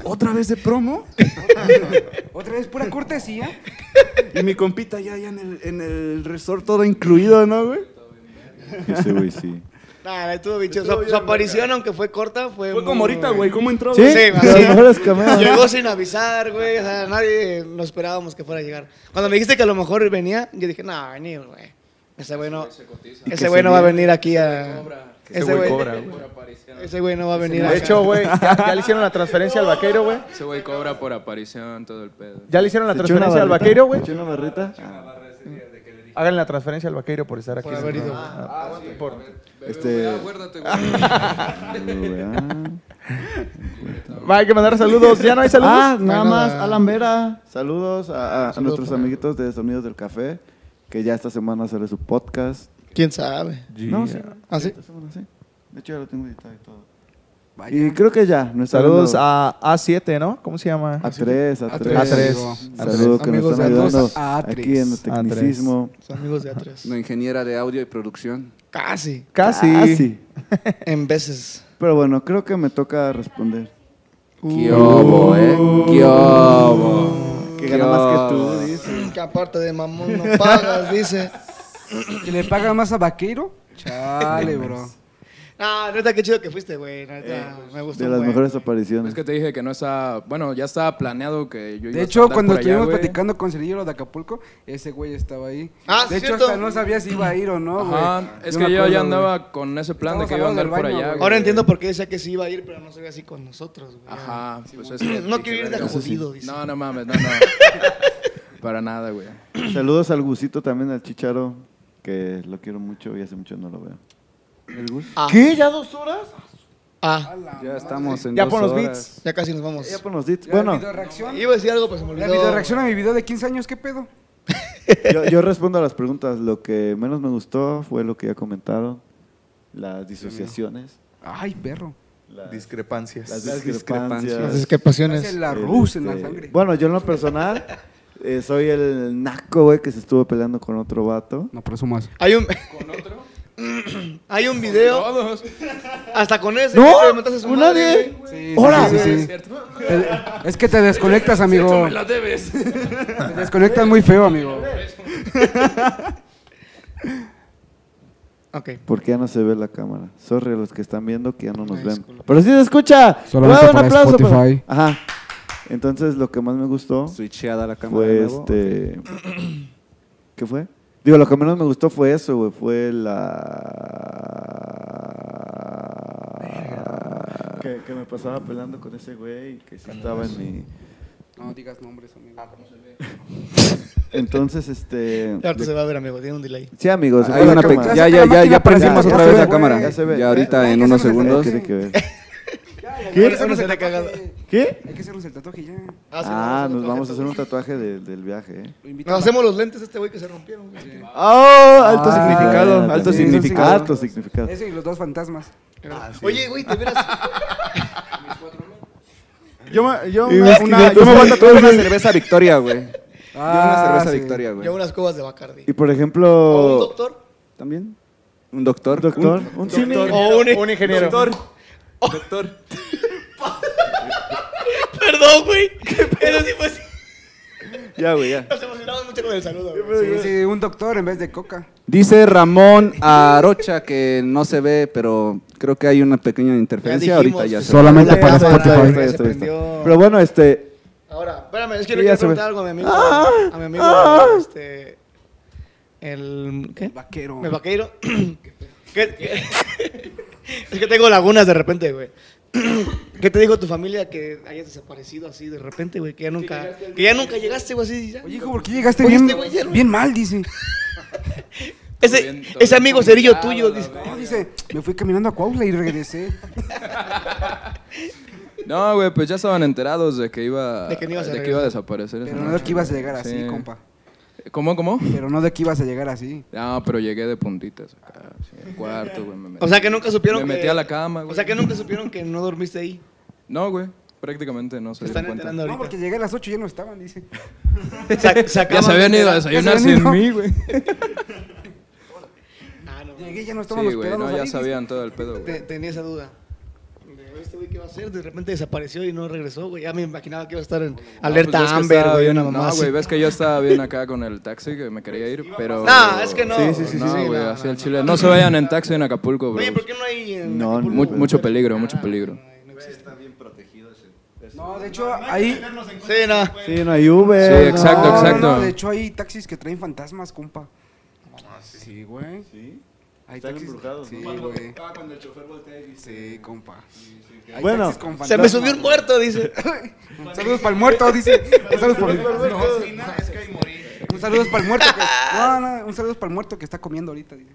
Speaker 6: ¿Otra vez de promo?
Speaker 4: Otra vez, pura cortesía.
Speaker 6: Y mi compita ya, ya en, el, en el resort todo incluido, ¿no, güey?
Speaker 1: Ese güey sí.
Speaker 3: Nada, estuvo bicho. Su, su aparición, aunque fue corta, fue.
Speaker 6: Fue
Speaker 3: muy-
Speaker 6: como ahorita, güey, ¿cómo entró?
Speaker 1: Sí,
Speaker 6: güey?
Speaker 3: Sí,
Speaker 1: de
Speaker 3: así.
Speaker 1: los mejores cameos.
Speaker 3: Llegó sin avisar, güey. O sea, nadie nos esperábamos que fuera a llegar. Cuando me dijiste que a lo mejor venía, yo dije, no, ni, güey. Ese güey no, ese güey no va a venir aquí a. Ese güey
Speaker 2: cobra, güey.
Speaker 3: Ese güey no va a venir
Speaker 2: De
Speaker 3: acá.
Speaker 2: hecho, güey, ya, ya le hicieron la transferencia al vaquero, güey.
Speaker 7: Ese güey cobra por aparición, todo el pedo.
Speaker 2: Ya le hicieron la
Speaker 1: ¿Se echó una
Speaker 2: transferencia al
Speaker 1: barrita?
Speaker 2: vaquero, güey.
Speaker 1: ¿Se echó una barrita? Ah,
Speaker 2: Hagan la transferencia al vaquero por estar aquí.
Speaker 3: Por haber ido.
Speaker 2: Ah, ah, por-
Speaker 1: Este-
Speaker 7: Este... Acuérdate, güey.
Speaker 1: güey, ah.
Speaker 2: Va, hay que mandar saludos. ¿Ya no hay saludos?
Speaker 1: Ah, nada
Speaker 3: Bueno,
Speaker 1: más,
Speaker 3: eh,
Speaker 1: Alan Vera. Saludos a, a- a
Speaker 3: saludos
Speaker 1: nuestros
Speaker 3: para-
Speaker 1: amiguitos de Sonidos del Café, que ya esta semana sale su podcast.
Speaker 3: ¿Quién sabe?
Speaker 1: No, sí, no,
Speaker 3: ¿Ah, sí?
Speaker 1: Esta semana sí. De hecho, ya lo tengo editado y todo.
Speaker 4: Vaya.
Speaker 1: Y creo que ya. nos está
Speaker 2: Saludos
Speaker 1: dando
Speaker 2: a A7, ¿no? ¿Cómo se llama?
Speaker 1: a tres, a
Speaker 4: A
Speaker 1: tres.
Speaker 2: tres.
Speaker 1: Saludos que nos
Speaker 3: Amigos
Speaker 1: están
Speaker 3: de
Speaker 4: Atlas.
Speaker 1: ayudando
Speaker 4: A tres.
Speaker 1: aquí en el
Speaker 4: A
Speaker 2: tres.
Speaker 1: tecnicismo.
Speaker 3: Son amigos de atrás.
Speaker 6: La ingeniera de audio y producción.
Speaker 3: Casi.
Speaker 2: Casi.
Speaker 1: Casi.
Speaker 3: En veces.
Speaker 1: Pero bueno, creo que me toca responder.
Speaker 6: ¡Qué obo, eh! ¡Qué obo!
Speaker 1: Que gana más que tú, dice.
Speaker 3: Que aparte de mamón no pagas, dice.
Speaker 4: ¿Que le paga más a Vaqueiro? Chale, bro.
Speaker 3: Ah, neta, qué chido que fuiste, güey. Neta, me gustó.
Speaker 1: De las
Speaker 3: güey.
Speaker 1: mejores
Speaker 7: Es
Speaker 1: apariciones.
Speaker 7: que te dije que no está. Bueno, ya estaba planeado que yo iba
Speaker 4: De
Speaker 7: a
Speaker 4: hecho,
Speaker 7: andar
Speaker 4: cuando
Speaker 7: por allá,
Speaker 4: estuvimos
Speaker 7: güey.
Speaker 4: platicando con Cerillo lo de Acapulco, ese güey estaba ahí.
Speaker 3: Ah,
Speaker 4: de
Speaker 3: sí,
Speaker 4: hecho,
Speaker 3: cierto.
Speaker 4: hasta no sabía si iba a ir o no, güey.
Speaker 7: Ajá, es
Speaker 4: me
Speaker 7: que yo
Speaker 4: acuerdo, güey.
Speaker 7: ya andaba con ese plan de
Speaker 4: Estamos
Speaker 7: que iba a andar
Speaker 4: hablando
Speaker 7: por
Speaker 4: del baño,
Speaker 7: allá,
Speaker 4: güey.
Speaker 7: güey.
Speaker 3: Ahora entiendo por qué decía que sí iba a ir, pero no se ve así con nosotros, güey.
Speaker 7: Ajá, pues es que-
Speaker 3: No quiero ir de jodido, dice.
Speaker 7: No, no mames, no, no. Para nada, güey.
Speaker 1: Saludos al Gusito también, al Chicharo, que lo quiero mucho y hace mucho no lo veo.
Speaker 3: ¿Qué? ¿Ya dos horas? Ah,
Speaker 6: Ya estamos en
Speaker 2: Ya
Speaker 6: dos
Speaker 2: pon los
Speaker 6: horas.
Speaker 2: beats.
Speaker 3: ya casi nos vamos.
Speaker 1: Ya pon los dits.
Speaker 4: La
Speaker 1: Bueno,
Speaker 4: videoreacción-
Speaker 3: Iba a decir algo, pues se me
Speaker 4: la
Speaker 3: olvidó.
Speaker 4: videoreacción a mi video de 15 años, ¿qué pedo?
Speaker 1: yo, yo respondo a las preguntas. Lo que menos me gustó fue lo que ya comentaron, las disociaciones,
Speaker 4: Ay, perro.
Speaker 1: las,
Speaker 8: Discrepancias.
Speaker 1: las
Speaker 6: Las
Speaker 1: discrepancias.
Speaker 6: discrepancias.
Speaker 3: Las escapaciones.
Speaker 4: Hace la
Speaker 1: el,
Speaker 4: Rus en la
Speaker 1: este,
Speaker 4: sangre.
Speaker 1: Bueno, yo en lo personal eh, soy el naco, güey, que se estuvo peleando con otro vato.
Speaker 4: No, pero eso más.
Speaker 3: Hay un. Hay un video.
Speaker 7: Todos.
Speaker 3: Hasta con ese.
Speaker 1: ¡No!
Speaker 3: güey, pero entonces su
Speaker 1: ¡Con
Speaker 3: madre,
Speaker 1: nadie!
Speaker 3: güey.
Speaker 4: Sí,
Speaker 1: ¡Hola!
Speaker 4: sí, sí, sí. Te- Es que te desconectas, amigo.
Speaker 7: La debes.
Speaker 4: Te desconectas muy feo, amigo.
Speaker 3: Ok.
Speaker 1: Porque ya no se ve la cámara. Sorry a los que están viendo que ya no nos
Speaker 3: Ay,
Speaker 1: ven.
Speaker 3: disculpa.
Speaker 1: Pero sí se escucha.
Speaker 4: Solamente
Speaker 1: ¡Bravo,
Speaker 4: para
Speaker 1: pero-
Speaker 4: Spotify.
Speaker 1: Ajá. Entonces lo que más me gustó
Speaker 6: Switcheada la cámara. de
Speaker 1: fue
Speaker 6: nuevo.
Speaker 1: este. ¿Qué fue? Digo, lo que menos me gustó fue eso, güey. Fue la. Que, que me pasaba pelando con ese güey que sí estaba en mi.
Speaker 4: No digas nombres, amigo.
Speaker 1: Entonces, este.
Speaker 3: Ya pues, ahorita se va a ver, amigo. Tiene un delay.
Speaker 1: Sí, amigos, se
Speaker 6: Ahí
Speaker 1: pues, fue
Speaker 6: una
Speaker 1: la
Speaker 6: pe-
Speaker 1: cámara.
Speaker 6: Ya, ya, ya, ya prendimos
Speaker 1: Ya, ya se
Speaker 6: otra
Speaker 1: ve,
Speaker 6: vez la
Speaker 1: güey,
Speaker 6: cámara.
Speaker 1: ya se ve.
Speaker 6: Ya ahorita
Speaker 4: Ya,
Speaker 6: en
Speaker 4: ya
Speaker 6: unos
Speaker 4: se ve, ya
Speaker 1: Eh,
Speaker 6: segundos.
Speaker 1: tiene que ver.
Speaker 3: ¿Qué?
Speaker 4: Hay que hacernos el
Speaker 3: Ahora se te
Speaker 4: tatuaje.
Speaker 1: ¿Qué?
Speaker 4: Hay que hacernos el tatuaje ya.
Speaker 3: sí,
Speaker 1: Ah,
Speaker 3: no,
Speaker 1: nos
Speaker 3: no,
Speaker 1: vamos a
Speaker 3: no,
Speaker 1: hacer
Speaker 3: no.
Speaker 1: un tatuaje de- del viaje, eh.
Speaker 4: Lo invito
Speaker 3: Nos
Speaker 4: a-
Speaker 3: hacemos los lentes de este güey que se rompieron. güey.
Speaker 1: ¡Oh! Alto
Speaker 4: Ah,
Speaker 1: significado,
Speaker 6: también.
Speaker 1: alto
Speaker 6: Sí,
Speaker 1: significado.
Speaker 4: sí,
Speaker 1: Alto significado.
Speaker 4: Eso y los dos fantasmas.
Speaker 3: Oye, güey, te verás.
Speaker 8: Yo me, yo,
Speaker 1: Y
Speaker 8: me-
Speaker 1: ves
Speaker 8: una,
Speaker 1: 500
Speaker 8: yo me voy a
Speaker 1: mil.
Speaker 8: tatuar una
Speaker 6: Una
Speaker 8: cerveza.
Speaker 6: cerveza Victoria, güey. Yo una cerveza
Speaker 4: sí.
Speaker 6: Victoria, güey.
Speaker 3: Yo unas cubas de Bacardi.
Speaker 1: Y por
Speaker 3: ¿O un
Speaker 1: ejemplo,
Speaker 3: doctor?
Speaker 6: ¿También? ¿Un doctor?
Speaker 1: doctor,
Speaker 6: Un-
Speaker 1: un cine.
Speaker 3: O un,
Speaker 8: ingeniero.
Speaker 6: doctor.
Speaker 3: Perdón, güey. Pero sí pues
Speaker 6: Ya, güey, ya.
Speaker 3: Nos emocionamos mucho con el saludo. güey.
Speaker 4: Sí, sí, un doctor en vez de coca.
Speaker 6: Dice Ramón Arocha que no se ve, pero creo que hay una pequeña interferencia.
Speaker 3: dijimos.
Speaker 6: Ahorita ya se ve.
Speaker 4: Solamente
Speaker 1: Ya, ya,
Speaker 4: para
Speaker 1: ya,
Speaker 4: Spotify.
Speaker 1: ya, ya,
Speaker 3: Se
Speaker 1: ya, ya, ya.
Speaker 3: prendió.
Speaker 1: Pero bueno, este,
Speaker 3: Ahora, espérame, es que le
Speaker 1: Sí, ya
Speaker 3: quiero
Speaker 1: se ve.
Speaker 3: preguntar algo a mi amigo.
Speaker 1: Ah,
Speaker 3: a mi amigo,
Speaker 1: ah.
Speaker 3: este. El. ¿Qué?
Speaker 4: Vaquero.
Speaker 3: El vaquero. ¿Qué- qué- es que tengo lagunas de repente, güey. ¿Qué te dijo tu familia que hayas desaparecido así de repente, güey? Que ya nunca. Que ya nunca llegaste, güey, así. ya.
Speaker 4: Oye, hijo, ¿por qué llegaste
Speaker 3: Oye,
Speaker 4: bien,
Speaker 3: este güey ya no-
Speaker 4: bien mal? Dice.
Speaker 3: "Ah". Ese, ese amigo cerillo tuyo, dice.
Speaker 4: No, dice, me fui caminando a Cuautla y regresé.
Speaker 7: No, güey, pues ya estaban enterados de que iba,
Speaker 3: De que no ibas a
Speaker 7: iba a
Speaker 3: regresar.
Speaker 7: desaparecer. esa
Speaker 4: Pero no
Speaker 7: noche,
Speaker 4: de que ibas a
Speaker 7: güey.
Speaker 4: llegar así,
Speaker 7: Sí.
Speaker 4: compa.
Speaker 7: ¿Cómo, cómo?
Speaker 4: Pero no de que ibas a llegar así.
Speaker 7: No, pero llegué de puntitas acá, sí, al cuarto, güey. me metí.
Speaker 3: O sea que nunca supieron que.
Speaker 7: Me metí a la cama, güey.
Speaker 3: O sea que nunca supieron que no dormiste ahí.
Speaker 7: No, güey, prácticamente no se
Speaker 3: Se están
Speaker 7: dieron cuenta.
Speaker 3: enterando
Speaker 4: No, porque
Speaker 3: ahorita.
Speaker 4: llegué a las 8 y ya no estaban, dice.
Speaker 3: Se, se
Speaker 7: Ya
Speaker 3: acaban
Speaker 7: se habían
Speaker 3: de
Speaker 7: ido a
Speaker 3: enterar.
Speaker 7: desayunar
Speaker 4: Ya se habían ido.
Speaker 7: sin mí, güey.
Speaker 3: Ah, no,
Speaker 4: Llegué y ya no estaban
Speaker 7: Sí,
Speaker 4: los
Speaker 7: güey,
Speaker 4: pedos
Speaker 7: no,
Speaker 4: ahí,
Speaker 7: ya
Speaker 4: dice.
Speaker 7: sabían todo el pedo,
Speaker 3: Te-
Speaker 7: güey.
Speaker 3: tenía esa duda. De, Este güey, ¿qué va a hacer? De repente desapareció y no regresó, güey. Ya me imaginaba que iba a estar en alerta
Speaker 7: No, pues, ves que
Speaker 3: Amber,
Speaker 7: estaba
Speaker 3: güey,
Speaker 7: bien-
Speaker 3: una mamá
Speaker 7: No,
Speaker 3: así.
Speaker 7: güey, ves que yo estaba bien acá con el taxi que me quería ir, pero...
Speaker 3: No, es que no.
Speaker 1: Sí, sí, sí,
Speaker 7: No,
Speaker 1: sí,
Speaker 7: güey,
Speaker 3: no,
Speaker 7: así
Speaker 3: no,
Speaker 7: el
Speaker 3: no.
Speaker 7: chile. No se vayan en taxi en Acapulco, bro.
Speaker 3: Oye, ¿por qué no hay eh, en
Speaker 1: No,
Speaker 3: Acapulco?
Speaker 1: no,
Speaker 7: Mu- mucho peligro, mucho
Speaker 3: Ah,
Speaker 7: peligro.
Speaker 3: no, no existe.
Speaker 4: No, de hecho, ahí.
Speaker 3: Sí, no.
Speaker 1: sí, no hay Uber.
Speaker 7: Sí, exacto,
Speaker 4: no, no,
Speaker 7: exacto.
Speaker 4: no, Ah, de hecho, hay taxis que traen fantasmas, compa. Sí, güey.
Speaker 1: Sí.
Speaker 4: Hay
Speaker 1: Están
Speaker 4: taxis.
Speaker 1: embrujados,
Speaker 4: sí,
Speaker 1: ¿no?
Speaker 4: güey.
Speaker 2: Ah,
Speaker 4: Sí, compa. Hay
Speaker 1: Bueno,
Speaker 4: taxis con
Speaker 3: Se me
Speaker 4: fantasmas.
Speaker 3: subió un muerto, dice.
Speaker 4: Un saludo para el muerto, dice. Un saludo para el muerto. Un saludo para el muerto. que- No, no, un saludo para el muerto que está comiendo ahorita. dice.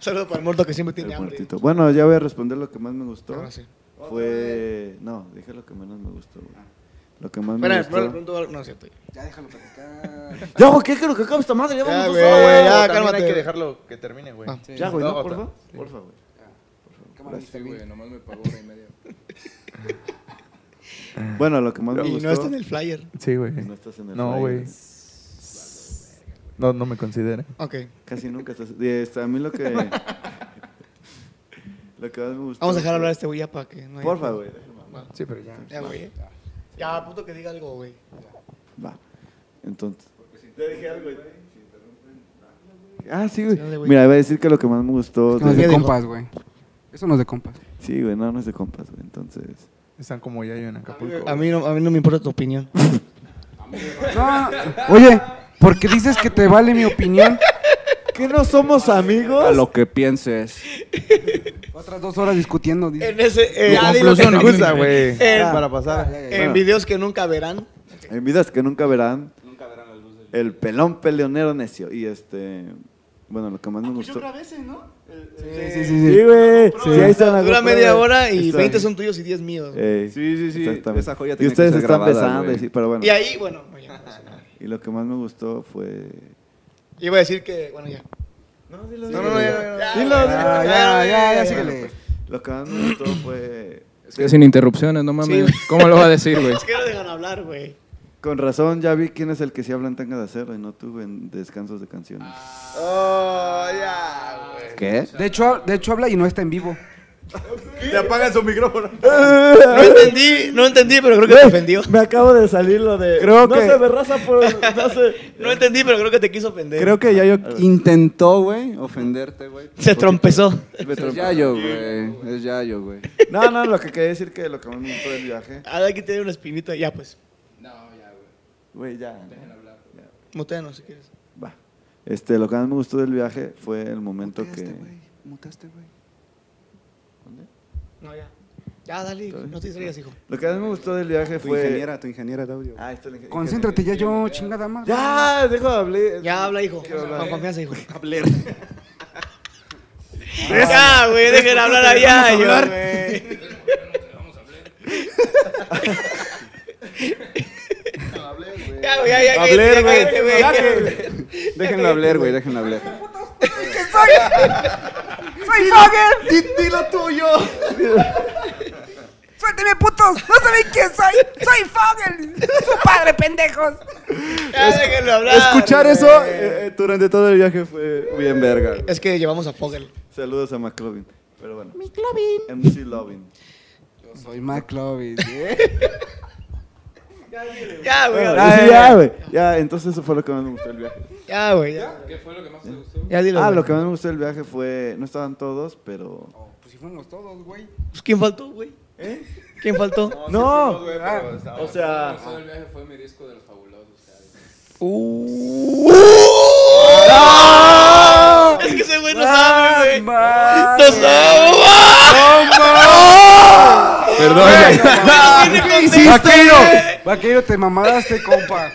Speaker 3: Saludo para el muerto que siempre
Speaker 1: El
Speaker 3: tiene hambre.
Speaker 1: muertito. Bueno, ya voy a responder lo que más me gustó.
Speaker 3: Ahora sí.
Speaker 1: Fue. No, dije lo que menos me gustó, güey. Lo que más me
Speaker 3: Espera, espera, le
Speaker 1: gustó.
Speaker 3: pregunto algo. No, es cierto.
Speaker 4: Ya déjalo platicar.
Speaker 1: Ya, güey, ¿qué creo que acaba esta madre? Ya
Speaker 3: Ya,
Speaker 1: vamos
Speaker 3: güey,
Speaker 1: dos horas, güey.
Speaker 3: ya,
Speaker 8: También
Speaker 3: cálmate.
Speaker 8: hay que dejarlo que termine, güey.
Speaker 3: Ah.
Speaker 1: Ya, güey,
Speaker 8: No,
Speaker 1: no,
Speaker 8: otra.
Speaker 1: porfa. Porfa, güey.
Speaker 4: Cámara,
Speaker 7: Sí,
Speaker 4: Mr. Bean.
Speaker 7: güey, nomás me pagó hora y media.
Speaker 1: Bueno, lo que más me
Speaker 3: Y
Speaker 1: gustó.
Speaker 3: no está en el flyer.
Speaker 2: Sí, güey.
Speaker 1: No estás en el
Speaker 2: No,
Speaker 1: flyer.
Speaker 2: güey. No, no me considera.
Speaker 3: Ok.
Speaker 1: Casi nunca estás. Eh, este, A mí lo que. lo que más me gustó.
Speaker 3: Vamos a dejar hablar a este güey ya para que no haya-
Speaker 1: Porfa, güey. déjame hablar.
Speaker 2: Sí, pero ya.
Speaker 3: Ya, güey. Ya, puto que diga algo, güey.
Speaker 1: Va. Entonces. Ah, sí, güey.
Speaker 3: Dale, güey.
Speaker 1: Mira, iba a decir que lo que más me gustó.
Speaker 4: No es
Speaker 1: de-
Speaker 4: de
Speaker 3: dijo?
Speaker 4: compas, güey. Eso no es de compas.
Speaker 1: Sí, güey, no, no es de compas, güey. Entonces.
Speaker 2: Están como Yayo en Acapulco.
Speaker 3: A mí, no, a mí no me importa tu opinión.
Speaker 4: No, oye, ¿por qué dices que te vale mi opinión?
Speaker 1: ¿Que no somos amigos?
Speaker 6: A lo que pienses.
Speaker 4: Otras dos horas discutiendo. dice.
Speaker 3: En ese. eh,
Speaker 2: Tu
Speaker 3: ah, dilo que
Speaker 2: conclusión,
Speaker 3: te
Speaker 2: amigo.
Speaker 3: gusta, güey.
Speaker 2: Eh,
Speaker 3: Ah.
Speaker 2: para pasar.
Speaker 3: En videos que nunca verán.
Speaker 1: En vidas que nunca verán. El pelón peleonero necio. Y este. Bueno, lo que más me gustó.
Speaker 4: Sí, sí, sí, sí.
Speaker 1: Sí, güey. Sí, ahí están las
Speaker 3: Dura
Speaker 1: GoPro,
Speaker 3: media
Speaker 1: güey.
Speaker 3: hora y
Speaker 1: Está
Speaker 3: 20
Speaker 1: bien. Eh,
Speaker 3: son tuyos y 10 míos. güey.
Speaker 1: Ey,
Speaker 6: Sí, sí, sí,
Speaker 1: exactamente.
Speaker 6: esa joya
Speaker 1: Y
Speaker 6: tenía que
Speaker 1: ustedes
Speaker 6: ser
Speaker 1: están
Speaker 6: grabada,
Speaker 1: besando,
Speaker 6: güey.
Speaker 1: y sí, pero bueno.
Speaker 3: Y ahí, bueno. ya no pasa nada.
Speaker 1: Y lo que más me gustó fue.
Speaker 3: Iba a decir que. Bueno, ya.
Speaker 1: Eh.
Speaker 3: No, no, no, ya, ya,
Speaker 1: Dilo,
Speaker 3: ya,
Speaker 1: dilo.
Speaker 4: Ah, ya, ya, ya, síguele.
Speaker 1: pues, Lo que más me gustó fue.
Speaker 7: Es que sin interrupciones, no
Speaker 3: Sí,
Speaker 7: mames.
Speaker 3: güey.
Speaker 7: ¿Cómo lo va a decir, güey?
Speaker 3: Es que no dejan hablar, güey.
Speaker 1: Con razón, ya vi quién es el que sí habla en tanga de acero y no tuve en descansos de canciones.
Speaker 6: ¿Qué?
Speaker 4: De hecho, de hecho habla y no está en vivo.
Speaker 8: Te apagan su micrófono.
Speaker 3: No entendí, no entendí, pero creo que te ofendió.
Speaker 1: Me acabo de salir lo de.
Speaker 4: Creo que-
Speaker 1: me raza por. No sé.
Speaker 3: No entendí, pero creo que te quiso ofender.
Speaker 6: Creo que Yayo intentó, güey, ofenderte, güey.
Speaker 3: Se trompezó.
Speaker 6: Es Yayo, güey. Es Yayo, güey.
Speaker 1: No, no, lo que quería decir que lo que más me gustó del viaje.
Speaker 3: Ah, aquí tiene una espinita. Ya, pues.
Speaker 1: Güey, ya.
Speaker 3: Muteanos si quieres.
Speaker 1: Va. Este, lo que más me gustó del viaje fue el momento que.
Speaker 4: Mutaste, güey.
Speaker 3: No, ya. Ya, dale. No te distraigas, hijo.
Speaker 1: Lo que más me gustó del viaje
Speaker 6: Tu
Speaker 1: fue.
Speaker 6: ingeniera, tu ingeniera de audio.
Speaker 1: Ah, ahí está Ah, el ingeniero.
Speaker 4: Concéntrate ya yo, chingada madre.
Speaker 1: Ya, dejo de hablar.
Speaker 3: Ya habla, hijo. Con
Speaker 1: hablar.
Speaker 3: confianza, hijo. Ya, güey. Dejen hablar
Speaker 4: vamos a
Speaker 3: allá, yo,
Speaker 4: hablar.
Speaker 3: güey. Ya, güey, ya, ya,
Speaker 6: Hablar,
Speaker 3: cállate,
Speaker 6: güey.
Speaker 3: cállate, güey.
Speaker 6: Déjenlo hablar, güey, déjenlo hablar.
Speaker 4: ¡Soy Fogger! ¡Dilo tuyo! ¡Suélteme, putos! ¡No saben quién soy! ¡Soy Fogger! ¡Su padre, pendejos!
Speaker 3: Ya, déjenlo hablar.
Speaker 1: Escuchar eso eh, eh, durante todo el viaje fue bien verga. güey.
Speaker 3: Es que llevamos a Fogel.
Speaker 1: Saludos a McLovin. Pero bueno. McLovin. MC Lovin.
Speaker 4: Yo soy McLovin, ¿eh?
Speaker 3: Ya, güey.
Speaker 1: Bueno,
Speaker 3: ya,
Speaker 1: sí, ya, güey. Ya, entonces eso fue lo que más me gustó del viaje.
Speaker 3: Ya, güey. Ya. ¿Qué fue lo que más te gustó? Ya, dilo.
Speaker 1: Ah,
Speaker 3: güey.
Speaker 1: lo que más me gustó del viaje fue. No estaban todos, pero.
Speaker 4: Oh, pues si fuimos todos, güey.
Speaker 3: Pues, ¿Quién faltó, güey? ¿Quién faltó?
Speaker 1: ¡No! o sea.
Speaker 7: El viaje fue mi disco de los fabulosos.
Speaker 3: Es que ese güey no Ah, sabe, güey. No sabe.
Speaker 7: Perdón.
Speaker 3: ¿Qué
Speaker 4: ¡Vaquero! ¡Vaquero, te mamadaste, compa!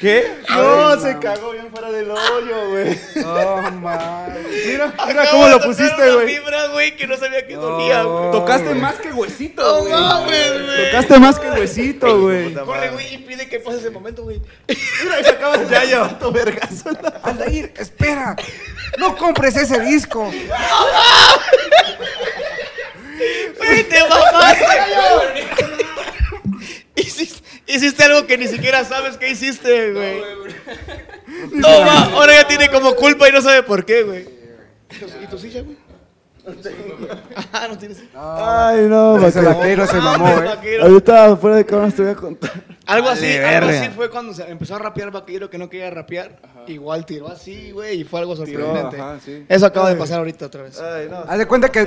Speaker 1: ¿Qué? No, se cagó bien fuera del hoyo, güey.
Speaker 4: ¡No, mames!
Speaker 1: Mira cómo lo pusiste, güey.
Speaker 3: fibra, güey, que no sabía que dolía, güey.
Speaker 4: Tocaste
Speaker 6: más que huesito,
Speaker 3: No mames, güey.
Speaker 6: Tocaste más que huesito, güey.
Speaker 3: Corre, güey, y pide que pase ese momento, güey.
Speaker 4: Aldair, espera. No compres ese disco.
Speaker 3: Güey, te mamaste. Hiciste, hiciste algo que ni siquiera sabes que hiciste, güey. No, va, ahora ya tiene como culpa y no sabe por qué, güey. ¿Y tu silla, güey? Ah, no tienes.
Speaker 1: Ay, no,
Speaker 4: Ese
Speaker 1: vaquero.
Speaker 4: vaquero se mamó, eh.
Speaker 1: Ahorita fuera de cámara te voy a contar.
Speaker 3: Algo así,
Speaker 4: Vale,
Speaker 3: algo
Speaker 4: verga.
Speaker 3: así fue cuando se empezó a rapear Vaquero que no quería rapear. Igual tiró así, güey, y fue algo sorprendente. Eso acaba de pasar ahorita otra vez.
Speaker 1: Ay, no.
Speaker 4: Haz de cuenta que.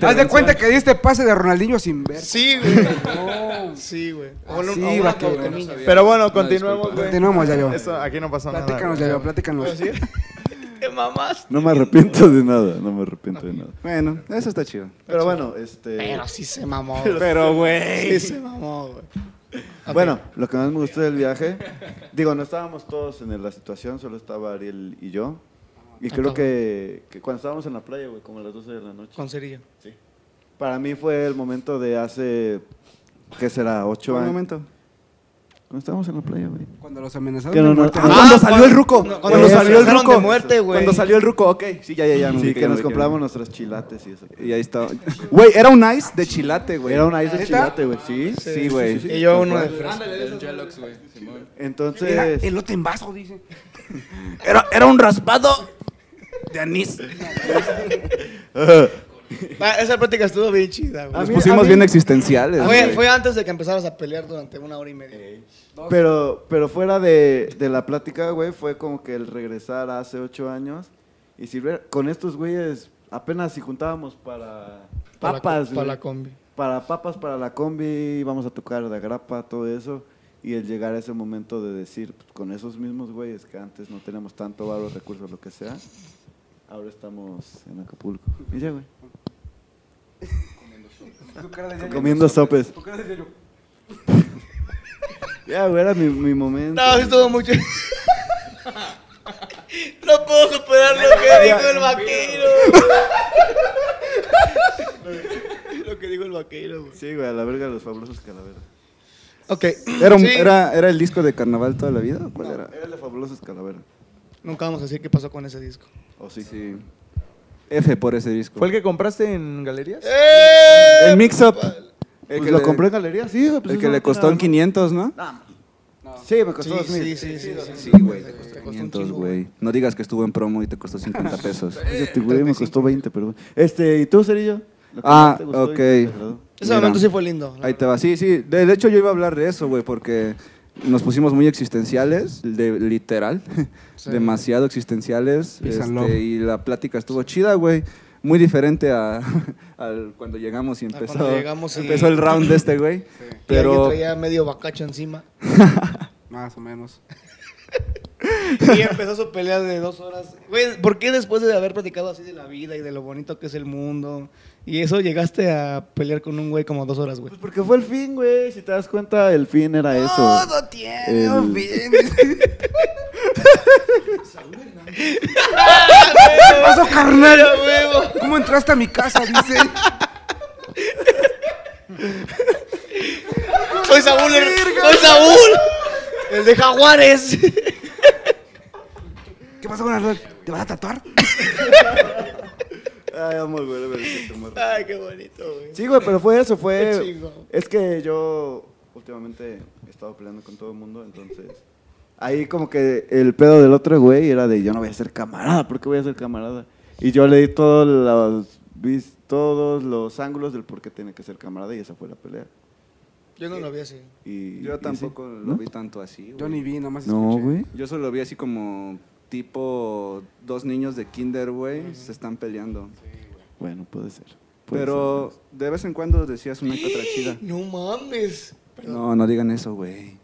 Speaker 4: Haz de cuenta que diste pase de Ronaldinho sin ver.
Speaker 3: Sí, güey. Sí, güey. O
Speaker 4: Así,
Speaker 3: o
Speaker 4: Vaquero.
Speaker 3: Cuauhtémoc.
Speaker 8: Pero bueno, continuemos, güey.
Speaker 4: Continuamos, ya yo.
Speaker 8: Eso aquí no pasó nada.
Speaker 4: Platícanos, ya yo, platícanos.
Speaker 3: Te mamaste.
Speaker 1: No me arrepiento de nada, no me arrepiento de nada.
Speaker 6: Bueno, eso está chido.
Speaker 1: Pero bueno, este.
Speaker 3: Pero sí se mamó. güey.
Speaker 6: Pero, güey.
Speaker 3: Sí se mamó, güey.
Speaker 1: Bueno, lo que más me gustó del viaje, digo, no estábamos todos en la situación, solo estaba Ariel y yo. Y creo que, que cuando estábamos en la playa, güey, como a las 12 de la noche.
Speaker 3: Con cerillo.
Speaker 1: Para mí fue el momento de hace, ¿qué será? ¿Ocho
Speaker 6: Un
Speaker 1: años?
Speaker 6: momento.
Speaker 1: Cuando estábamos en la playa, güey.
Speaker 4: Cuando los amenazaron
Speaker 1: Que no,
Speaker 4: de
Speaker 1: no,
Speaker 4: muerte.
Speaker 1: ah,
Speaker 6: cuando salió el ruco.
Speaker 3: no,
Speaker 6: Cuando
Speaker 1: nos
Speaker 3: amenazaron
Speaker 1: salió el ruco.
Speaker 3: de muerte, güey.
Speaker 6: Cuando salió el ruco, ok. Sí, ya, ya, ya. me
Speaker 1: Sí, que
Speaker 6: ubiqué, me
Speaker 1: nos
Speaker 6: ubiqué.
Speaker 1: compramos nuestros chilates y eso.
Speaker 6: Y ahí estaba. Güey, era un ice de chilate, güey.
Speaker 1: Era un ice de
Speaker 4: ¿Neta?
Speaker 1: chilate, güey, sí.
Speaker 6: Sí, güey.
Speaker 3: Y yo uno de fresa.
Speaker 7: El Jalox, güey. Simón.
Speaker 4: Era
Speaker 1: Entonces,
Speaker 4: elote en vaso, dice.
Speaker 6: Era, era un raspado de anís.
Speaker 3: Ah, Esa práctica estuvo bien chida,
Speaker 1: A
Speaker 3: güey.
Speaker 6: Nos
Speaker 1: mí-
Speaker 6: pusimos
Speaker 1: a mí-
Speaker 6: bien existenciales.
Speaker 3: Fue,
Speaker 6: güey.
Speaker 3: fue antes de que empezaras a pelear durante una hora y media.
Speaker 1: Pero, pero fuera de, de la plática, güey, fue como que el regresar hace ocho años. Y si ver- con estos güeyes apenas si juntábamos para
Speaker 3: Para la-
Speaker 1: papas,
Speaker 3: Para
Speaker 1: güey.
Speaker 3: la combi.
Speaker 1: para papas, para la combi, vamos a tocar de agrapa, todo eso. Y el llegar a ese momento de decir, pues, con esos mismos güeyes que antes no teníamos tanto valor, recursos, lo que sea, ahora estamos en Acapulco. Y ya, güey. Comiendo sopes. Ya, güey, era mi, mi momento.
Speaker 3: No, sí estuvo mucho. no puedo superar lo que dijo el vaquero. güey. lo que dijo el vaquero, güey.
Speaker 1: Sí, güey, a la verga los fabulosos calaveras.
Speaker 3: Ok.
Speaker 6: Era, un-
Speaker 3: Sí,
Speaker 6: era, ¿Era el disco de carnaval toda la vida? ¿o ¿Cuál era?
Speaker 1: Era los fabulosos calaveras.
Speaker 3: Nunca vamos a decir qué pasó con ese disco.
Speaker 1: O sí.
Speaker 6: Sí. F por ese disco.
Speaker 2: ¿Fue el que compraste en galerías?
Speaker 3: ¡Eh!
Speaker 6: El mix-up.
Speaker 1: Pues
Speaker 6: El que
Speaker 1: lo
Speaker 6: le-
Speaker 1: compré en galería, sí, güey. pues
Speaker 6: El
Speaker 1: eso no
Speaker 6: que le
Speaker 1: tiene
Speaker 6: costó
Speaker 1: nada
Speaker 6: un
Speaker 1: más.
Speaker 6: 500, ¿no?
Speaker 1: Ah, Sí, me costó
Speaker 3: Sí,
Speaker 1: dos mil.
Speaker 3: sí, sí, sí, sí,
Speaker 6: Sí, güey. Te costó
Speaker 3: costó un
Speaker 6: 500,
Speaker 3: chingo,
Speaker 6: güey. No digas que estuvo en promo y te costó 50 pesos.
Speaker 1: Este güey me costó 20, pero bueno. Este, ¿y tú, Cerillo? Lo que
Speaker 6: Ah,
Speaker 1: más te gustó y
Speaker 6: ok.
Speaker 1: que te agradó.
Speaker 3: Ese
Speaker 6: Mira.
Speaker 3: momento sí fue lindo.
Speaker 6: Ahí te va. Sí, sí. De, de hecho, yo iba a hablar de eso, güey, porque nos pusimos muy existenciales, de, literal. Demasiado existenciales.
Speaker 4: Peace and
Speaker 6: este,
Speaker 4: love.
Speaker 6: y la plática estuvo chida, güey. Muy diferente a, al cuando llegamos y
Speaker 3: cuando
Speaker 6: empezó,
Speaker 3: llegamos y-
Speaker 6: empezó el round de este, güey.
Speaker 3: Pero
Speaker 6: Pero
Speaker 3: traía medio bacacho encima.
Speaker 4: Más o menos.
Speaker 3: Y empezó su pelea de dos horas. Güey, ¿por qué después de haber platicado así de la vida y de lo bonito que es el mundo? Y eso llegaste a pelear con un güey como dos horas, güey.
Speaker 1: Pues porque fue el fin, güey. Si te das cuenta, el fin era eso.
Speaker 3: Todo tiene un
Speaker 1: El-
Speaker 3: fin.
Speaker 4: ¿Qué pasó, carnal?
Speaker 3: ¡A huevo!
Speaker 4: ¿Cómo entraste a mi casa? Dice.
Speaker 3: Soy Saúl, her- soy Saúl, el de Jaguares.
Speaker 4: ¿Qué pasó con Arnold? ¿Te vas a tatuar?
Speaker 1: Ay, vamos, güey. a ver si te muero.
Speaker 3: Ay, qué bonito, güey.
Speaker 1: Sí, güey, pero fue eso,
Speaker 3: Qué
Speaker 1: fue...
Speaker 3: chingón.
Speaker 1: Es que yo últimamente he estado peleando con todo el mundo, entonces... Ahí como que el pedo del otro güey era de, yo no voy a ser camarada, ¿por qué voy a ser camarada? Y yo leí todos los, vis- todos los ángulos del por qué tiene que ser camarada y esa fue la pelea.
Speaker 3: Yo no lo vi así.
Speaker 1: Y, y
Speaker 6: yo
Speaker 1: sí.
Speaker 6: tampoco lo
Speaker 1: ¿No?
Speaker 6: vi tanto así, güey.
Speaker 4: Yo ni vi, nomás
Speaker 1: No,
Speaker 4: escuché.
Speaker 1: güey.
Speaker 6: Yo solo vi así como tipo dos niños de kinder, güey, se están peleando.
Speaker 1: Bueno, puede ser. puede
Speaker 6: Pero de vez en cuando decías una que otra chida.
Speaker 3: No mames.
Speaker 6: No, no digan eso, güey.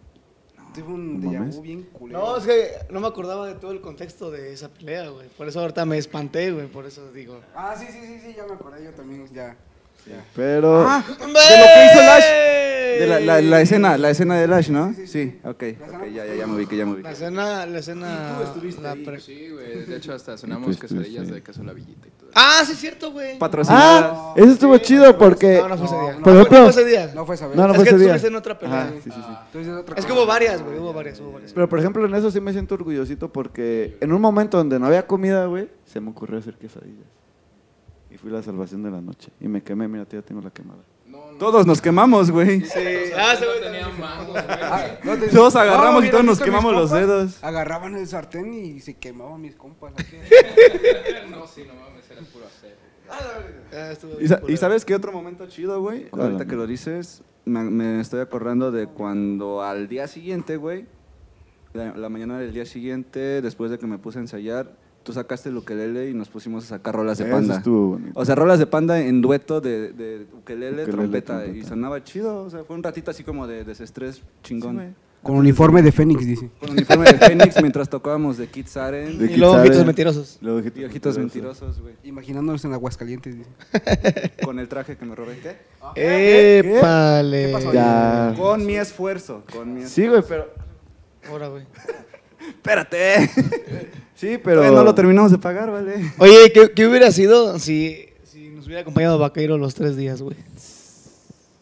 Speaker 4: Tuve un
Speaker 1: No
Speaker 4: déjà
Speaker 1: mames.
Speaker 4: vu bien culero.
Speaker 3: No, es que no me acordaba de todo el contexto de esa pelea, güey. Por eso ahorita me espanté, güey. Por eso digo.
Speaker 4: Ah, sí, sí, sí, sí, ya me acordé, yo también, ya. ya.
Speaker 1: ser. Ah, Pero...
Speaker 3: ¡De lo
Speaker 6: que hizo De la, la- la escena, la escena de Lash, ¿no? Sí, ok. ok, ya, ya, ya me vi, que ya me vi.
Speaker 3: La escena, la escena. la pre-
Speaker 7: Sí, güey. De hecho, hasta cenamos quesadillas de queso la villita y todo.
Speaker 3: Ah, sí, es cierto, güey.
Speaker 6: Patrocinadas.
Speaker 1: Ah, eso estuvo chido porque...
Speaker 3: No, no fue ese día.
Speaker 1: Por
Speaker 3: no,
Speaker 1: ejemplo-
Speaker 3: no fue ese día.
Speaker 4: No fue esa vez.
Speaker 1: No, no
Speaker 3: es
Speaker 1: fue
Speaker 3: que
Speaker 1: ese
Speaker 3: tú
Speaker 1: día.
Speaker 3: estuviste en otra pelea.
Speaker 1: Ajá, sí, sí, sí.
Speaker 4: Tú dices otra
Speaker 3: Es que
Speaker 4: cosa.
Speaker 3: hubo varias, güey. Hubo varias, hubo varias.
Speaker 1: Pero por ejemplo, en eso ah, sí me siento orgullosito porque en un momento donde no había comida, güey, se me ocurrió hacer quesadillas. Y fui la salvación de la noche. Y me quemé, mira, tío, ya tengo la quemada.
Speaker 6: Todos nos quemamos, güey.
Speaker 3: Ah, ese güey
Speaker 7: tenía
Speaker 3: también.
Speaker 7: mangos,
Speaker 4: Ah, no, te-
Speaker 6: Todos agarramos y
Speaker 4: mira,
Speaker 6: todos
Speaker 4: ¿has
Speaker 6: nos
Speaker 4: visto mis
Speaker 6: quemamos los
Speaker 4: compas?
Speaker 6: dedos.
Speaker 4: Agarraban el sartén y se quemaban mis compas. aquí.
Speaker 7: No, sí, no mames, era puro acero.
Speaker 3: Ah, estuvo
Speaker 6: ¿Y, sa-
Speaker 3: bien
Speaker 6: y sabes qué otro momento chido, güey?
Speaker 1: ¿Cuál,
Speaker 6: Ahorita
Speaker 1: amigo?
Speaker 6: que lo dices, me, me estoy acordando de cuando al día siguiente, güey, la, la mañana del día siguiente, después de que me puse a ensayar, tú sacaste el ukelele y nos pusimos a sacar rolas de
Speaker 1: Eso
Speaker 6: panda.
Speaker 1: estuvo bonito.
Speaker 6: O sea, rolas de panda en dueto de, de ukelele,
Speaker 1: Ukelele,
Speaker 6: trompeta, y
Speaker 1: trompeta.
Speaker 6: sonaba chido. O sea, fue un ratito así como de desestrés chingón.
Speaker 4: Con uniforme de Fénix, dice.
Speaker 6: Con uniforme de Fénix mientras tocábamos de Kids Aren
Speaker 1: De
Speaker 3: Y luego
Speaker 1: Quizá
Speaker 3: ojitos
Speaker 1: de-
Speaker 3: mentirosos.
Speaker 1: Luego
Speaker 6: y Ojitos Mentirosos, güey.
Speaker 4: Imaginándonos en Aguascalientes, dice.
Speaker 6: Con el traje que me robé. ¿Qué?
Speaker 3: Ah, ¡Épale! ¿Qué pasó?
Speaker 1: Ya.
Speaker 6: Con mi esfuerzo. Con mi
Speaker 1: Sí, güey, pero...
Speaker 3: Ahora, güey.
Speaker 6: Espérate.
Speaker 1: Sí, pero...
Speaker 6: no lo terminamos de pagar, vale.
Speaker 3: Oye, ¿qué, qué hubiera sido si, si nos hubiera acompañado Vaqueiro los tres días, güey?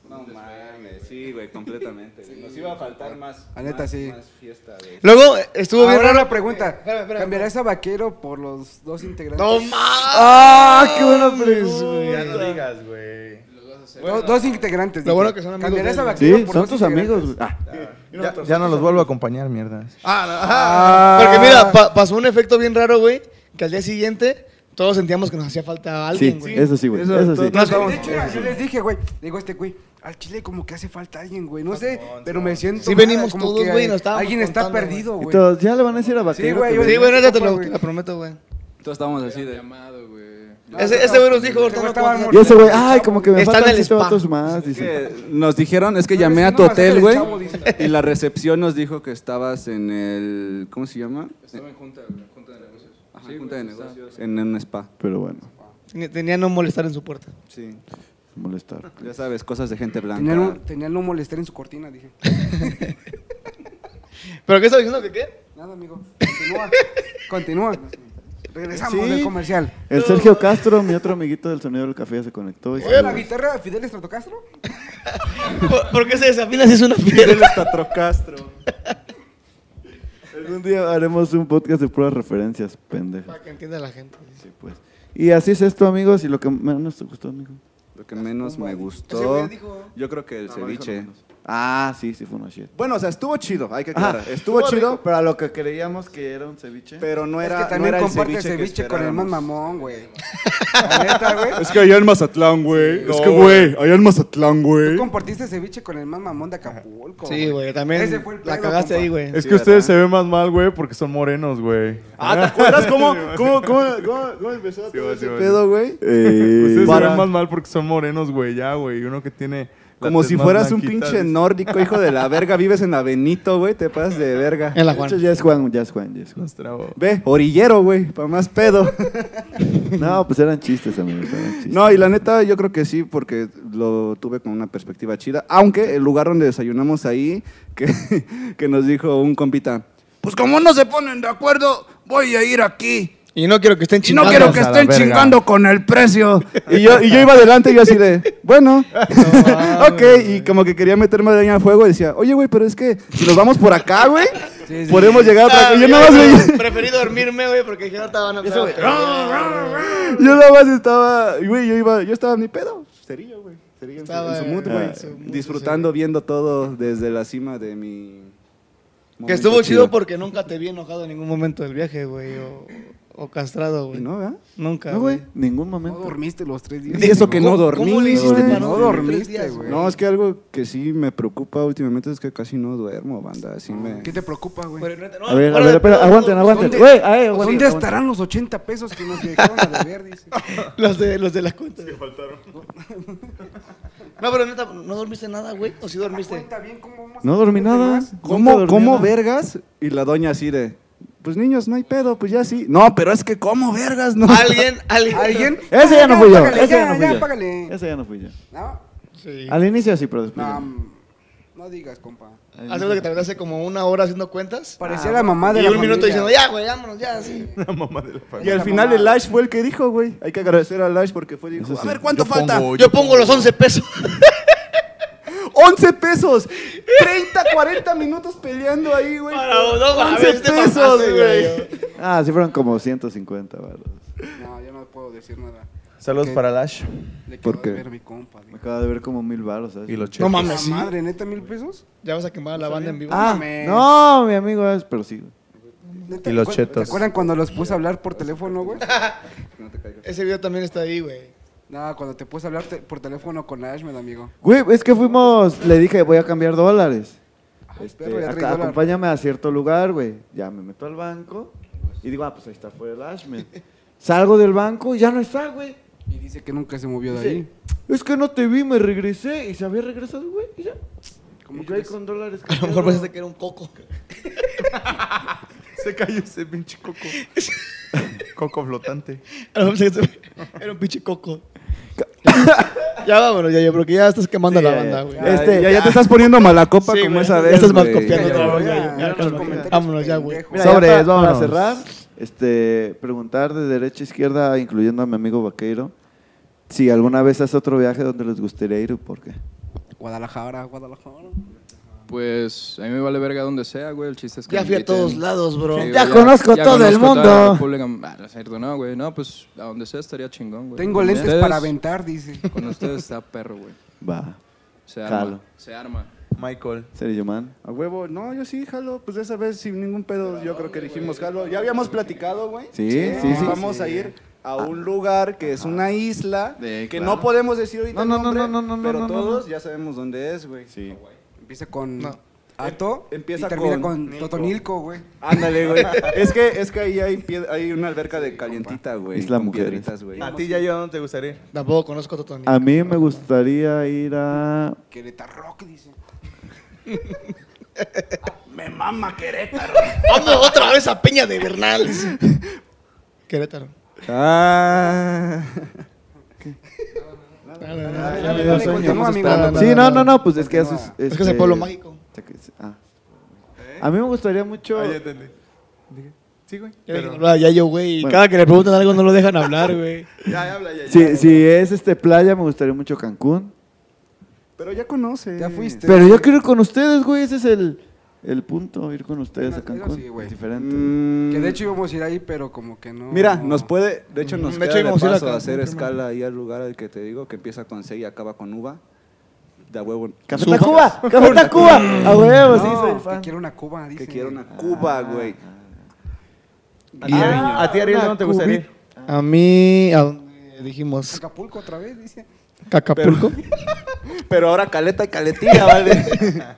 Speaker 6: No mames, sí, güey, completamente. güey. Nos iba a faltar más.
Speaker 4: La neta,
Speaker 6: más-
Speaker 4: sí.
Speaker 6: más fiesta, güey.
Speaker 3: Luego, eh, estuvo bien
Speaker 4: Ahora
Speaker 3: raro. Eh,
Speaker 4: la pregunta.
Speaker 3: Espérame, espérame,
Speaker 4: ¿Cambiarás a vaquero por los dos integrantes?
Speaker 3: ¡No mames!
Speaker 1: ¡Ah, qué
Speaker 8: Ya
Speaker 1: buena
Speaker 8: no
Speaker 1: pregunta!
Speaker 8: digas, güey.
Speaker 4: Do- dos integrantes.
Speaker 3: Lo
Speaker 4: dije.
Speaker 3: bueno que son amigos
Speaker 4: ¿Cambiarás
Speaker 3: de
Speaker 4: a
Speaker 3: él,
Speaker 4: vaquero
Speaker 1: Sí,
Speaker 4: por
Speaker 1: son
Speaker 4: dos
Speaker 1: tus
Speaker 4: integrantes?
Speaker 1: amigos, güey. Ah,
Speaker 8: Ya, ya no los vuelvo a acompañar, mierda.
Speaker 3: Porque mira, pa- pasó un efecto bien raro, güey, que al día siguiente todos sentíamos que nos hacía falta
Speaker 1: Sí,
Speaker 3: alguien, güey.
Speaker 1: eso sí, güey.
Speaker 8: Eso-
Speaker 1: Eso
Speaker 8: todo-
Speaker 1: sí.
Speaker 8: todo-
Speaker 4: De- De hecho, yo les dije, güey, digo a este güey, al chile como que hace falta alguien, güey, no sé, pero me siento
Speaker 3: Sí
Speaker 4: mal,
Speaker 3: venimos
Speaker 4: como
Speaker 3: todos,
Speaker 4: que
Speaker 3: güey, nos estábamos
Speaker 4: Alguien está
Speaker 3: contando,
Speaker 4: perdido,
Speaker 1: Y
Speaker 4: güey.
Speaker 1: todos, ya le van a decir a
Speaker 4: Sí,
Speaker 1: Vaquero.
Speaker 4: güey,
Speaker 1: que-
Speaker 4: yo-
Speaker 3: Sí, güey, neta, te lo, te lo prometo, güey.
Speaker 6: Todos estábamos así de...
Speaker 7: Llamado, güey.
Speaker 3: Ese ese güey nos dijo, ahorita
Speaker 4: Este güey
Speaker 3: no
Speaker 4: estaba
Speaker 3: puedo-
Speaker 1: Y ese güey, ay, como que me
Speaker 3: Está en
Speaker 1: faltan
Speaker 3: el
Speaker 1: siete
Speaker 3: spa.
Speaker 1: vatos más.
Speaker 6: Es
Speaker 1: Ah, Dice.
Speaker 6: que nos dijeron, es que
Speaker 4: No,
Speaker 6: llamé
Speaker 4: es
Speaker 6: a
Speaker 4: que
Speaker 6: tu
Speaker 4: no, bájale
Speaker 6: hotel,
Speaker 4: el
Speaker 6: güey.
Speaker 4: chavo, dice.
Speaker 6: Y la recepción nos dijo que estabas en el. ¿Cómo se llama?
Speaker 7: Estaba en junta, güey, junta de negocios.
Speaker 6: Ajá,
Speaker 7: Sí,
Speaker 6: junta de
Speaker 7: güey,
Speaker 6: negocios. En un spa.
Speaker 1: Pero bueno,
Speaker 3: Tenía- Tenía no molestar en su puerta.
Speaker 6: Sí.
Speaker 1: molestar.
Speaker 6: Ya sabes, cosas de gente
Speaker 4: Tenía no,
Speaker 6: blanca.
Speaker 4: tenía no molestar en su cortina, dije.
Speaker 3: ¿Pero qué estaba diciendo que qué?
Speaker 4: Nada, amigo, continúa, continúa. Regresamos
Speaker 1: Sí.
Speaker 4: del comercial.
Speaker 1: El Sergio Castro, mi otro amiguito del sonido del café, ya se conectó. Y
Speaker 4: ¿Oye la
Speaker 6: pues,
Speaker 1: saludos.
Speaker 4: guitarra de Fidel Estratocastro?
Speaker 3: ¿Por, por qué se desafina si es una piedra?
Speaker 6: Castro.
Speaker 1: Algún día haremos un podcast de puras referencias, pendejo.
Speaker 3: Para que entienda la gente.
Speaker 1: Sí, pues. Y así es esto, amigos. Y lo que menos te gustó, amigo.
Speaker 6: Lo que menos me
Speaker 4: Ese güey
Speaker 6: gustó.
Speaker 4: dijo-
Speaker 6: Yo creo que el ceviche.
Speaker 1: Ah, sí, sí, fue una shit.
Speaker 6: Bueno, o sea, estuvo chido, hay que
Speaker 1: Ajá,
Speaker 6: aclarar. estuvo chido,
Speaker 1: pero a lo que creíamos que era un ceviche.
Speaker 6: pero no
Speaker 4: Es
Speaker 6: era.
Speaker 4: que
Speaker 6: no
Speaker 4: también
Speaker 6: era
Speaker 4: comparte
Speaker 6: el ceviche, que
Speaker 4: ceviche con el más
Speaker 6: esperábamos.
Speaker 4: mamón, güey. La neta, güey.
Speaker 6: Es que allá en Mazatlán, güey. es que, güey, allá en Mazatlán, güey.
Speaker 4: Compartiste ceviche con el más mamón de Acapulco.
Speaker 3: Sí, güey, también
Speaker 4: Ese fue el
Speaker 3: la
Speaker 4: pedo,
Speaker 3: cagaste
Speaker 4: compa.
Speaker 3: ahí, güey.
Speaker 8: Es
Speaker 6: Sí,
Speaker 8: que ustedes
Speaker 6: ¿verdad?
Speaker 8: se ven más mal, güey, porque son morenos, güey.
Speaker 6: Ah, ¿te acuerdas cómo, cómo, cómo, cómo, cómo empezó todo
Speaker 8: va,
Speaker 6: ese
Speaker 8: sí, va.
Speaker 6: pedo, güey?
Speaker 8: Ustedes se
Speaker 6: Eh, Para-
Speaker 8: ven más mal porque son morenos, güey, ya, güey. Uno que tiene... la
Speaker 6: Como
Speaker 8: tez
Speaker 6: si
Speaker 8: más
Speaker 6: fueras un
Speaker 8: blanquita,
Speaker 6: pinche
Speaker 8: dice.
Speaker 6: nórdico, hijo de la verga. Vives en Avenito, güey. Te pasas de verga.
Speaker 3: En la
Speaker 1: De hecho,
Speaker 3: Juan.
Speaker 1: ya es Juan, ya es Juan, ya es Juan.
Speaker 8: Nos trabó.
Speaker 6: Ve, orillero, güey. Para más pedo.
Speaker 1: No, pues eran chistes, amigos. Eran chistes.
Speaker 6: No, y la neta, yo creo que sí, porque lo tuve con una perspectiva chida. Aunque el lugar donde desayunamos ahí, que, que nos dijo un compita, pues como no se ponen de acuerdo, voy a ir aquí.
Speaker 3: Y no quiero que estén
Speaker 6: Y no
Speaker 3: chingando.
Speaker 6: quiero que
Speaker 8: a la
Speaker 6: estén
Speaker 8: verga.
Speaker 6: chingando con el precio. Y yo, y yo iba adelante y yo así de, bueno, ok. Y como que quería meterme de al fuego y decía, oye, güey, pero es que si nos vamos por acá, güey,
Speaker 4: Sí, sí.
Speaker 6: podemos llegar a
Speaker 3: Ah,
Speaker 6: otra... Y yo nada más veía-
Speaker 3: Preferí dormirme, güey, porque dije, no estaba no estaba-
Speaker 6: Yo nada más estaba, güey, yo iba, yo estaba en mi pedo, cerillo, güey, cerillo en su-
Speaker 3: Estaba
Speaker 6: en su mood,
Speaker 3: en
Speaker 6: güey,
Speaker 3: Ah, su mood,
Speaker 6: disfrutando viendo todo desde la cima de mi
Speaker 3: Que
Speaker 6: momento
Speaker 3: estuvo chido porque nunca te vi enojado en ningún momento del viaje, güey, o, o castrado,
Speaker 6: Y
Speaker 3: güey.
Speaker 6: no, ¿verdad?
Speaker 3: Nunca,
Speaker 1: No, güey,
Speaker 3: güey.
Speaker 1: ningún
Speaker 4: No
Speaker 1: momento.
Speaker 4: dormiste los tres días.
Speaker 6: Y eso que no dormí.
Speaker 3: ¿Cómo le hiciste
Speaker 6: güey.
Speaker 3: para
Speaker 4: no
Speaker 3: dormir
Speaker 4: dormiste,
Speaker 3: tres días,
Speaker 4: güey?
Speaker 6: No, es que algo que sí me preocupa últimamente es que casi no duermo, banda, así me
Speaker 4: ¿Qué te preocupa,
Speaker 3: Pero
Speaker 4: güey?
Speaker 3: neta, no,
Speaker 1: A ver, a
Speaker 3: fuera
Speaker 1: ver,
Speaker 3: de
Speaker 1: espera,
Speaker 3: pedo,
Speaker 1: aguanten,
Speaker 3: los-
Speaker 1: aguanten.
Speaker 4: ¿Dónde-
Speaker 1: Güey, ay, aguanten,
Speaker 4: ¿Dónde
Speaker 1: aguanten.
Speaker 4: estarán los 80 pesos que nos dejaron a deber? Dice.
Speaker 3: Pues, Los de, los de las cuentas. No, pero neta, ¿no dormiste nada, güey? ¿O sí dormiste?
Speaker 4: Cuenta bien cómo vamos a
Speaker 1: No dormí
Speaker 4: hacer
Speaker 1: nada.
Speaker 4: más.
Speaker 6: ¿Cómo,
Speaker 1: Nunca dormí
Speaker 6: cómo
Speaker 1: nada.
Speaker 6: vergas? Y la doña así de, pues niños, no hay pedo, pues ya sí. No, pero es que ¿cómo vergas? No.
Speaker 3: ¿Alguien? ¿Alguien?
Speaker 4: ¿Alguien?
Speaker 1: Ese ya no fui yo. Ese ya
Speaker 4: ya,
Speaker 1: no
Speaker 4: ya,
Speaker 1: fui yo.
Speaker 4: págale.
Speaker 1: Ese ya no
Speaker 6: pues
Speaker 1: fui yo.
Speaker 4: No,
Speaker 3: Sí.
Speaker 1: Al inicio sí, pero después.
Speaker 4: no,
Speaker 1: ya no.
Speaker 4: mm, no digas, compa.
Speaker 1: Al
Speaker 3: Hace
Speaker 1: inicio-
Speaker 3: lo que te hace como una hora haciendo
Speaker 1: Ah,
Speaker 3: cuentas.
Speaker 4: Parecía la mamá de
Speaker 3: Y
Speaker 4: la
Speaker 3: un minuto
Speaker 4: familia.
Speaker 3: diciendo, ya, güey, vámonos, ya, sí.
Speaker 8: La mamá de la familia.
Speaker 6: Y al final el Lash fue el que dijo, güey. Hay que agradecer al Lash porque fue, dijo,
Speaker 1: Eso
Speaker 6: a
Speaker 1: sí.
Speaker 6: ver, ¿cuánto falta?
Speaker 3: Yo pongo los 11 pesos.
Speaker 6: 11 pesos. 30, 40 minutos peleando ahí, güey.
Speaker 3: Para uno, mames,
Speaker 6: 11
Speaker 3: te mamaste,
Speaker 6: pesos, güey.
Speaker 3: güey.
Speaker 1: Ah, sí fueron como 150 baros.
Speaker 4: No, yo no puedo decir nada.
Speaker 8: Saludos
Speaker 4: ¿Qué?
Speaker 8: para Lash.
Speaker 4: Le
Speaker 6: ¿Por
Speaker 4: quiero
Speaker 6: qué?
Speaker 4: ver a mi compa.
Speaker 1: Me
Speaker 4: dijo.
Speaker 1: acaba de ver como mil baros, ¿sabes?
Speaker 8: Y los cheques.
Speaker 3: No
Speaker 4: La
Speaker 3: mames, sí.
Speaker 4: madre, ¿neta mil pesos?
Speaker 3: Ya vas a quemar a la banda en vivo.
Speaker 1: Ah,
Speaker 4: mames.
Speaker 1: no, mi amigo es, pero sí. güey.
Speaker 4: ¿Neta?
Speaker 8: Y los
Speaker 4: ¿Cu- ¿Te
Speaker 8: chetos.
Speaker 4: acuerdan cuando los puse a hablar por teléfono, güey?
Speaker 3: Ese video también está ahí, güey.
Speaker 4: No, cuando te puse a hablar te- por teléfono con Ashmed, amigo.
Speaker 1: Güey, es que fuimos, le dije, voy a cambiar dólares.
Speaker 4: Ay,
Speaker 1: Este,
Speaker 4: perro, ya
Speaker 1: acá,
Speaker 4: traes dólar.
Speaker 1: acompáñame a cierto lugar, güey. Ya me meto al banco y digo, ah, pues ahí está fuera el Ashman. Salgo del banco y ya no está, güey.
Speaker 4: Y dice que nunca se movió de
Speaker 1: Dice,
Speaker 4: ahí.
Speaker 1: es que no te vi, me regresé y se había regresado, güey. Y ya.
Speaker 4: ¿Cómo
Speaker 1: Y yo ahí
Speaker 4: crees?
Speaker 1: con dólares.
Speaker 3: A lo mejor pues este pensaste que era un coco.
Speaker 8: Se cayó ese pinche coco. coco flotante.
Speaker 3: A lo mejor pensaste que era un pinche coco. ya vámonos, ya, yo, porque ya estás quemando a la banda, güey.
Speaker 1: ya. Este,
Speaker 6: ya, ya te estás poniendo mala copa
Speaker 3: Sí,
Speaker 6: como
Speaker 3: güey.
Speaker 6: esa
Speaker 3: Ya
Speaker 6: vez.
Speaker 3: estás
Speaker 6: güey.
Speaker 3: malcopiando
Speaker 6: Ya,
Speaker 3: otra
Speaker 6: ya,
Speaker 3: vez.
Speaker 6: ya.
Speaker 3: ya, ya,
Speaker 4: los
Speaker 3: ya.
Speaker 4: comentarios,
Speaker 3: Vámonos ya, güey.
Speaker 4: pendejo.
Speaker 1: Mira,
Speaker 4: Sobre-
Speaker 1: Sobre, vamos a
Speaker 8: vámonos.
Speaker 1: cerrar. Este, preguntar de derecha a izquierda, incluyendo a mi amigo Vaqueiro, si alguna vez hace otro viaje donde les gustaría ir o por qué.
Speaker 4: Guadalajara, Guadalajara.
Speaker 7: Pues a mí me vale verga donde sea, güey. El chiste es que.
Speaker 3: Ya
Speaker 7: me
Speaker 3: fui a
Speaker 7: inviten.
Speaker 3: todos lados, bro.
Speaker 7: Sí, güey,
Speaker 1: Ya conozco todo
Speaker 7: conozco
Speaker 1: el
Speaker 7: toda la
Speaker 1: mundo.
Speaker 7: República- Ah, no es cierto, no, güey. No, pues a donde sea estaría chingón, güey.
Speaker 4: Tengo
Speaker 7: Con
Speaker 4: lentes
Speaker 7: ustedes-
Speaker 4: para aventar, dice.
Speaker 7: Con ustedes está perro, güey.
Speaker 1: Va.
Speaker 7: Se arma.
Speaker 1: Jalo.
Speaker 7: Se arma.
Speaker 8: Michael.
Speaker 1: Sergio Man.
Speaker 6: A huevo, no, yo sí, jalo. Pues esa vez sin ningún pedo, yo creo que dijimos, jalo. Ya habíamos platicado, güey.
Speaker 1: Sí, sí, sí.
Speaker 6: Vamos a ir a un lugar que es una isla
Speaker 7: De-
Speaker 6: que
Speaker 7: claro.
Speaker 6: no podemos decir ahorita
Speaker 8: No, no, no,
Speaker 6: el nombre,
Speaker 8: no, no, no,
Speaker 6: pero
Speaker 8: no, no,
Speaker 6: todos ya sabemos dónde es, güey.
Speaker 1: Sí.
Speaker 4: Empieza con
Speaker 3: No.
Speaker 4: Ato
Speaker 1: Em,
Speaker 6: Empieza
Speaker 4: y termina
Speaker 6: con
Speaker 4: con,
Speaker 6: Nilco.
Speaker 4: Totonilco, güey.
Speaker 6: Ándale, güey. es que es que ahí hay pied- hay una alberca de calientita, güey.
Speaker 1: Isla
Speaker 6: con
Speaker 1: Mujeres.
Speaker 6: piedritas, güey.
Speaker 8: A ti ya yo no te gustaría.
Speaker 3: Tampoco conozco a Totoni.
Speaker 1: A mí me gustaría ir a.
Speaker 4: Querétaro, ¿qué dice?
Speaker 3: Vamos otra vez a Peña de Bernal. dice. Querétaro.
Speaker 6: Ah.
Speaker 4: Dale, continúa, amigo.
Speaker 3: esperando.
Speaker 1: Sí, no, no, no, pues es que eso es.
Speaker 3: Es que es el
Speaker 1: este,
Speaker 3: pueblo mágico.
Speaker 1: se que- se- ah. A mí me gustaría
Speaker 8: Ah,
Speaker 1: mucho.
Speaker 8: Sí, güey.
Speaker 3: Ya dejan hablar a Yayo, güey. y
Speaker 1: Bueno.
Speaker 3: Cada que le preguntan algo no lo dejan hablar, güey.
Speaker 8: Ya, habla, ya.
Speaker 1: Si, si es este playa, me gustaría mucho Cancún.
Speaker 6: Pero ya conoces.
Speaker 4: Ya fuiste.
Speaker 1: Pero yo quiero ir con ustedes, güey. Ese es el, el punto, ir con ustedes a
Speaker 4: Digo, digo,
Speaker 1: Cancún.
Speaker 4: sí, güey.
Speaker 1: Es diferente.
Speaker 6: Mm,
Speaker 4: Que de hecho íbamos a ir ahí, pero como que no.
Speaker 6: Mira, nos puede, de hecho nos
Speaker 3: De
Speaker 6: queda
Speaker 3: hecho,
Speaker 6: de
Speaker 3: íbamos a ir a
Speaker 6: paso
Speaker 3: Cancún
Speaker 6: hacer
Speaker 3: primero.
Speaker 6: escala ahí al lugar al que te digo, que empieza con C y acaba con uva. Da huevo.
Speaker 1: ¡Café Tacuba! ¡Café Tacuba! ¡A huevo!
Speaker 4: No,
Speaker 1: Sí, soy
Speaker 4: que
Speaker 1: fan.
Speaker 4: quiero una Cuba, dice.
Speaker 6: Que quiero una Cuba, güey.
Speaker 8: Ah, a ti, Ariel, ¿dónde te gustaría ir?
Speaker 3: A mí, a donde dijimos
Speaker 4: Acapulco otra vez, dice.
Speaker 3: Cacapulco.
Speaker 6: Pero ahora caleta y caletilla, ¿vale?
Speaker 8: La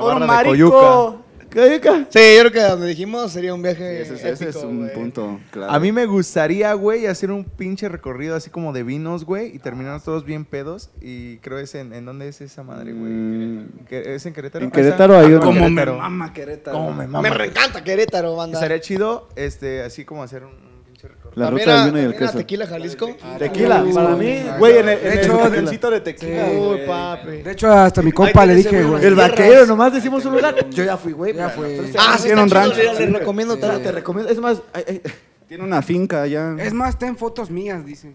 Speaker 6: Por
Speaker 8: barra de
Speaker 6: marico.
Speaker 1: Cayuca.
Speaker 3: Sí, yo creo que a donde dijimos sería un viaje.
Speaker 6: Ese, es- ese es
Speaker 3: épico,
Speaker 6: un
Speaker 3: güey.
Speaker 6: punto claro.
Speaker 2: A mí me gustaría, güey, hacer un pinche recorrido así como de vinos, güey, y terminar todos bien pedos. Y creo es en, ¿en dónde es esa madre, güey? ¿Que- ¿Es en Querétaro?
Speaker 1: En Querétaro hay uno.
Speaker 2: Como me
Speaker 6: Pero- Mama Querétaro.
Speaker 2: Como me
Speaker 3: Me
Speaker 2: mama.
Speaker 3: reencanta Querétaro, banda.
Speaker 2: Estaría chido, este, así como hacer un, un pinche recorrido.
Speaker 1: La
Speaker 3: También
Speaker 1: ruta
Speaker 3: a-
Speaker 1: del vino y el
Speaker 3: también a
Speaker 1: queso.
Speaker 3: Tequila, Jalisco.
Speaker 1: Tequila,
Speaker 4: Uy,
Speaker 1: para mí.
Speaker 4: exacto.
Speaker 1: Güey, en el, en
Speaker 4: De
Speaker 1: el
Speaker 4: hecho,
Speaker 1: jardincito de tequila.
Speaker 4: Sí.
Speaker 3: Uy,
Speaker 1: güey.
Speaker 3: papi.
Speaker 4: De hecho, hasta mi compa
Speaker 3: Ahí
Speaker 4: le
Speaker 3: tenés
Speaker 4: dije,
Speaker 3: el
Speaker 4: güey.
Speaker 1: El vaquero, nomás decimos un lugar. Yo ya fui, güey.
Speaker 4: Ya
Speaker 1: pero
Speaker 4: fue.
Speaker 1: entonces-
Speaker 3: Ah, sí,
Speaker 1: Tiene un
Speaker 3: está chido,
Speaker 1: rancho.
Speaker 3: le- le recomiendo
Speaker 4: Sí.
Speaker 3: tanto.
Speaker 1: Te recomiendo. Es más, ay, ay,
Speaker 6: Tiene una finca allá.
Speaker 4: Es más, ten fotos mías, dice.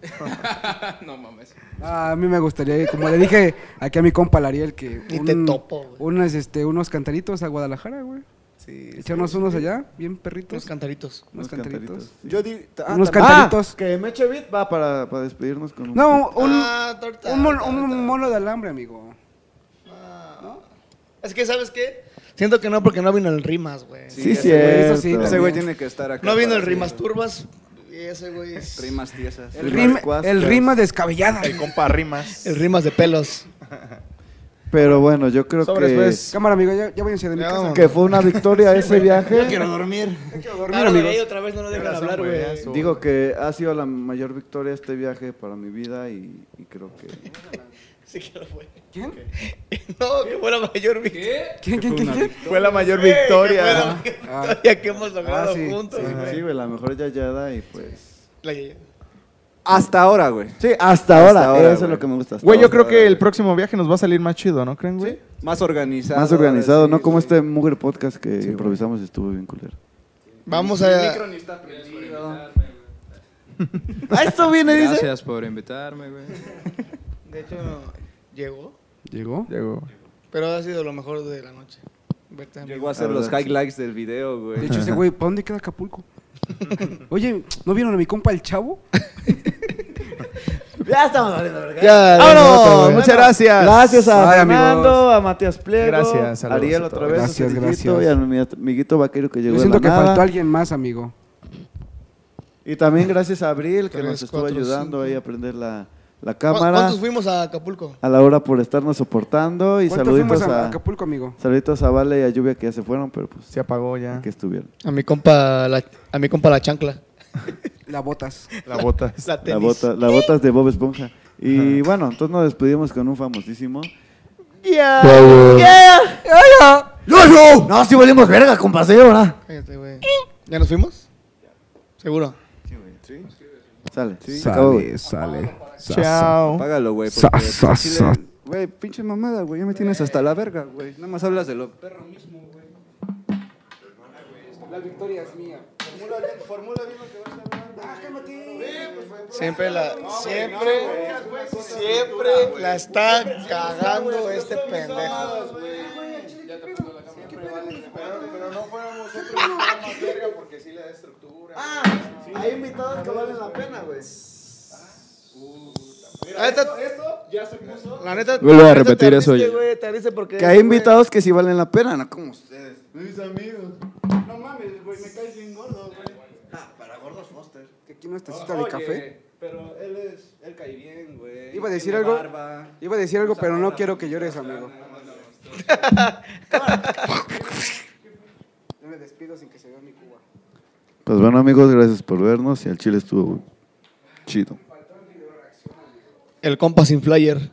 Speaker 7: No mames.
Speaker 4: Ah, a mí me gustaría, ir, como le dije aquí a mi compa el Ariel, que
Speaker 3: Ni te topo, güey.
Speaker 4: unos, este, unos cantaritos a Guadalajara, güey.
Speaker 8: Sí.
Speaker 4: Echarnos unos allá, bien
Speaker 3: Unos
Speaker 4: perritos.
Speaker 3: cantaritos.
Speaker 4: Unos cantaritos.
Speaker 6: Yo di- ah,
Speaker 4: Unos
Speaker 6: también-
Speaker 4: cantaritos.
Speaker 1: que Meche Beat va para, para despedirnos con un.
Speaker 4: No, un,
Speaker 3: Ah, torta,
Speaker 4: un, mon-
Speaker 3: torta. Ah,
Speaker 4: un mono de alambre, amigo.
Speaker 3: Es que, ¿sabes qué? Siento que no, porque no vino el Rimas, güey.
Speaker 1: Sí,
Speaker 6: ese
Speaker 1: cierto.
Speaker 4: güey, eso sí,
Speaker 6: Ese güey
Speaker 4: también.
Speaker 6: tiene que estar acá.
Speaker 3: No vino
Speaker 6: para
Speaker 3: el Rimas
Speaker 6: decir-
Speaker 3: Turbas. y Ese, güey. es-
Speaker 6: Rimas tiesas.
Speaker 4: El, rim-
Speaker 1: cuascas.
Speaker 4: el rima descabellada.
Speaker 8: El compa rimas.
Speaker 3: El Rimas de pelos.
Speaker 1: Pero bueno, yo creo
Speaker 8: Sobres,
Speaker 1: que.
Speaker 8: pues.
Speaker 4: Cámara, amigo, ya, ya voy a de mi
Speaker 3: Ya
Speaker 4: casa.
Speaker 3: vámonos.
Speaker 1: Que fue una victoria ese viaje.
Speaker 3: dormir. Quiero dormir,
Speaker 4: Claro, amigos.
Speaker 3: güey, otra vez no lo dejan
Speaker 8: Tienes razón,
Speaker 3: hablar,
Speaker 8: güey,
Speaker 3: güey.
Speaker 8: eso.
Speaker 1: Digo que ha sido la mayor victoria este viaje para mi vida y, y creo que.
Speaker 3: Sí que lo fue.
Speaker 4: ¿Quién?
Speaker 3: No, que fue la mayor victoria.
Speaker 4: ¿Quién, quién, quién? quién?
Speaker 8: Fue la mayor
Speaker 3: Güey, que fue la
Speaker 8: victoria.
Speaker 3: mayor
Speaker 4: Ah.
Speaker 3: victoria que hemos logrado
Speaker 4: sí,
Speaker 3: juntos,
Speaker 4: sí,
Speaker 3: güey.
Speaker 1: Sí, güey, la mejor yayada y pues.
Speaker 3: La yaya.
Speaker 6: Hasta ahora, güey.
Speaker 1: Sí, hasta ahora.
Speaker 6: ahora,
Speaker 1: eso es
Speaker 6: güey.
Speaker 1: lo que me gusta. hasta
Speaker 2: Güey, yo
Speaker 1: ahora.
Speaker 2: creo que el próximo viaje nos va a salir más chido, ¿no creen, güey?
Speaker 6: Más organizado.
Speaker 1: Más organizado,
Speaker 6: ahora sí,
Speaker 1: ¿no? Como
Speaker 6: güey.
Speaker 1: este Mugger Podcast que improvisamos y estuvo bien culero.
Speaker 3: Vamos a.
Speaker 1: ¡Ah, esto viene,
Speaker 7: Gracias por invitarme, güey.
Speaker 3: De hecho, llegó.
Speaker 4: ¿Llegó?
Speaker 2: Llegó.
Speaker 3: Pero ha sido lo mejor de la noche. Verte a mí.
Speaker 6: Llegó a hacer los highlights del video,
Speaker 4: De
Speaker 6: güey.
Speaker 4: hecho, ese güey, ¿para dónde queda Acapulco? Oye, ¿no vieron a mi compa el chavo?
Speaker 1: Ya estamos hablando, ¿verdad?
Speaker 3: Ya, de nuevo,
Speaker 1: ¡Vámonos!
Speaker 3: güey.
Speaker 1: Muchas gracias. Gracias a
Speaker 4: Bye,
Speaker 1: Fernando,
Speaker 4: amigos.
Speaker 1: a Matías Pliego,
Speaker 2: Gracias,
Speaker 1: a
Speaker 2: saludos
Speaker 1: Ariel
Speaker 2: a
Speaker 1: otra
Speaker 2: todos.
Speaker 1: vez,
Speaker 4: Gracias,
Speaker 1: a Sergito
Speaker 4: gracias.
Speaker 1: y a mi amiguito vaquero que llegó
Speaker 4: Yo
Speaker 1: de la
Speaker 4: siento que
Speaker 1: nada.
Speaker 4: faltó alguien más, amigo.
Speaker 1: Y también gracias a Abril que
Speaker 3: Tres,
Speaker 1: nos estuvo
Speaker 3: cuatro,
Speaker 1: ayudando
Speaker 3: cinco.
Speaker 1: ahí a aprender la, la
Speaker 3: ¿Cu-
Speaker 1: cámara.
Speaker 3: ¿Cuántos fuimos a Acapulco?
Speaker 1: A la hora por estarnos soportando y
Speaker 4: ¿Cuánto fuimos
Speaker 1: saluditos
Speaker 4: a
Speaker 1: a,
Speaker 4: Acapulco, amigo?
Speaker 1: saluditos a Vale y a Lluvia que ya se fueron, pero pues
Speaker 2: Se apagó ya.
Speaker 1: que estuvieron.
Speaker 3: A mi compa la, a mi compa la chancla.
Speaker 4: La botas.
Speaker 2: La bota.
Speaker 3: La
Speaker 1: La
Speaker 3: tenis.
Speaker 1: bota, las botas de Bob Esponja. Y bueno, entonces nos despedimos con un famosísimo. Yeah. Yeah. No, si volvimos verga con paseo, ¿verdad?
Speaker 3: Cállate, güey. ¿Ya nos fuimos? Seguro.
Speaker 1: Sale. se acabó, güey.
Speaker 8: sale.
Speaker 2: Chao.
Speaker 6: Págalo, güey.
Speaker 8: Sa,
Speaker 6: porque, pues,
Speaker 8: sa,
Speaker 6: al chile,
Speaker 8: sa.
Speaker 6: Güey, pinche mamada, güey. Ya me tienes hasta la verga, güey. Nada más hablas de lo perro mismo, güey.
Speaker 4: La victoria es mía.
Speaker 6: Formula bien, formula bien lo que vas a hablar.
Speaker 3: Siempre la siempre siempre la está cagando este pendejo.
Speaker 1: Ah, Hay invitados que valen la pena, güey.
Speaker 3: La neta, La neta,
Speaker 7: Vuelve
Speaker 3: la
Speaker 7: a
Speaker 3: neta te
Speaker 7: repetir eso,
Speaker 3: ardiste,
Speaker 7: oye.
Speaker 3: güey, te ardiste porque
Speaker 1: Que hay invitados que sí valen la pena, no como ustedes.
Speaker 6: No mames, güey. Me caes bien gordo, güey. Ah, para gordos Foster. ¿Qué
Speaker 4: aquí nuestra cita de café.
Speaker 6: Pero él es. Él cae bien, güey.
Speaker 4: Iba a decir
Speaker 6: Tiene
Speaker 4: algo.
Speaker 6: barba.
Speaker 4: Iba a decir algo, pero no quiero que llores, amigo. Yo me despido sin que se vea mi Cuba.
Speaker 1: Pues bueno, amigos, gracias por vernos y el chile estuvo chido.
Speaker 3: El compa sin flyer.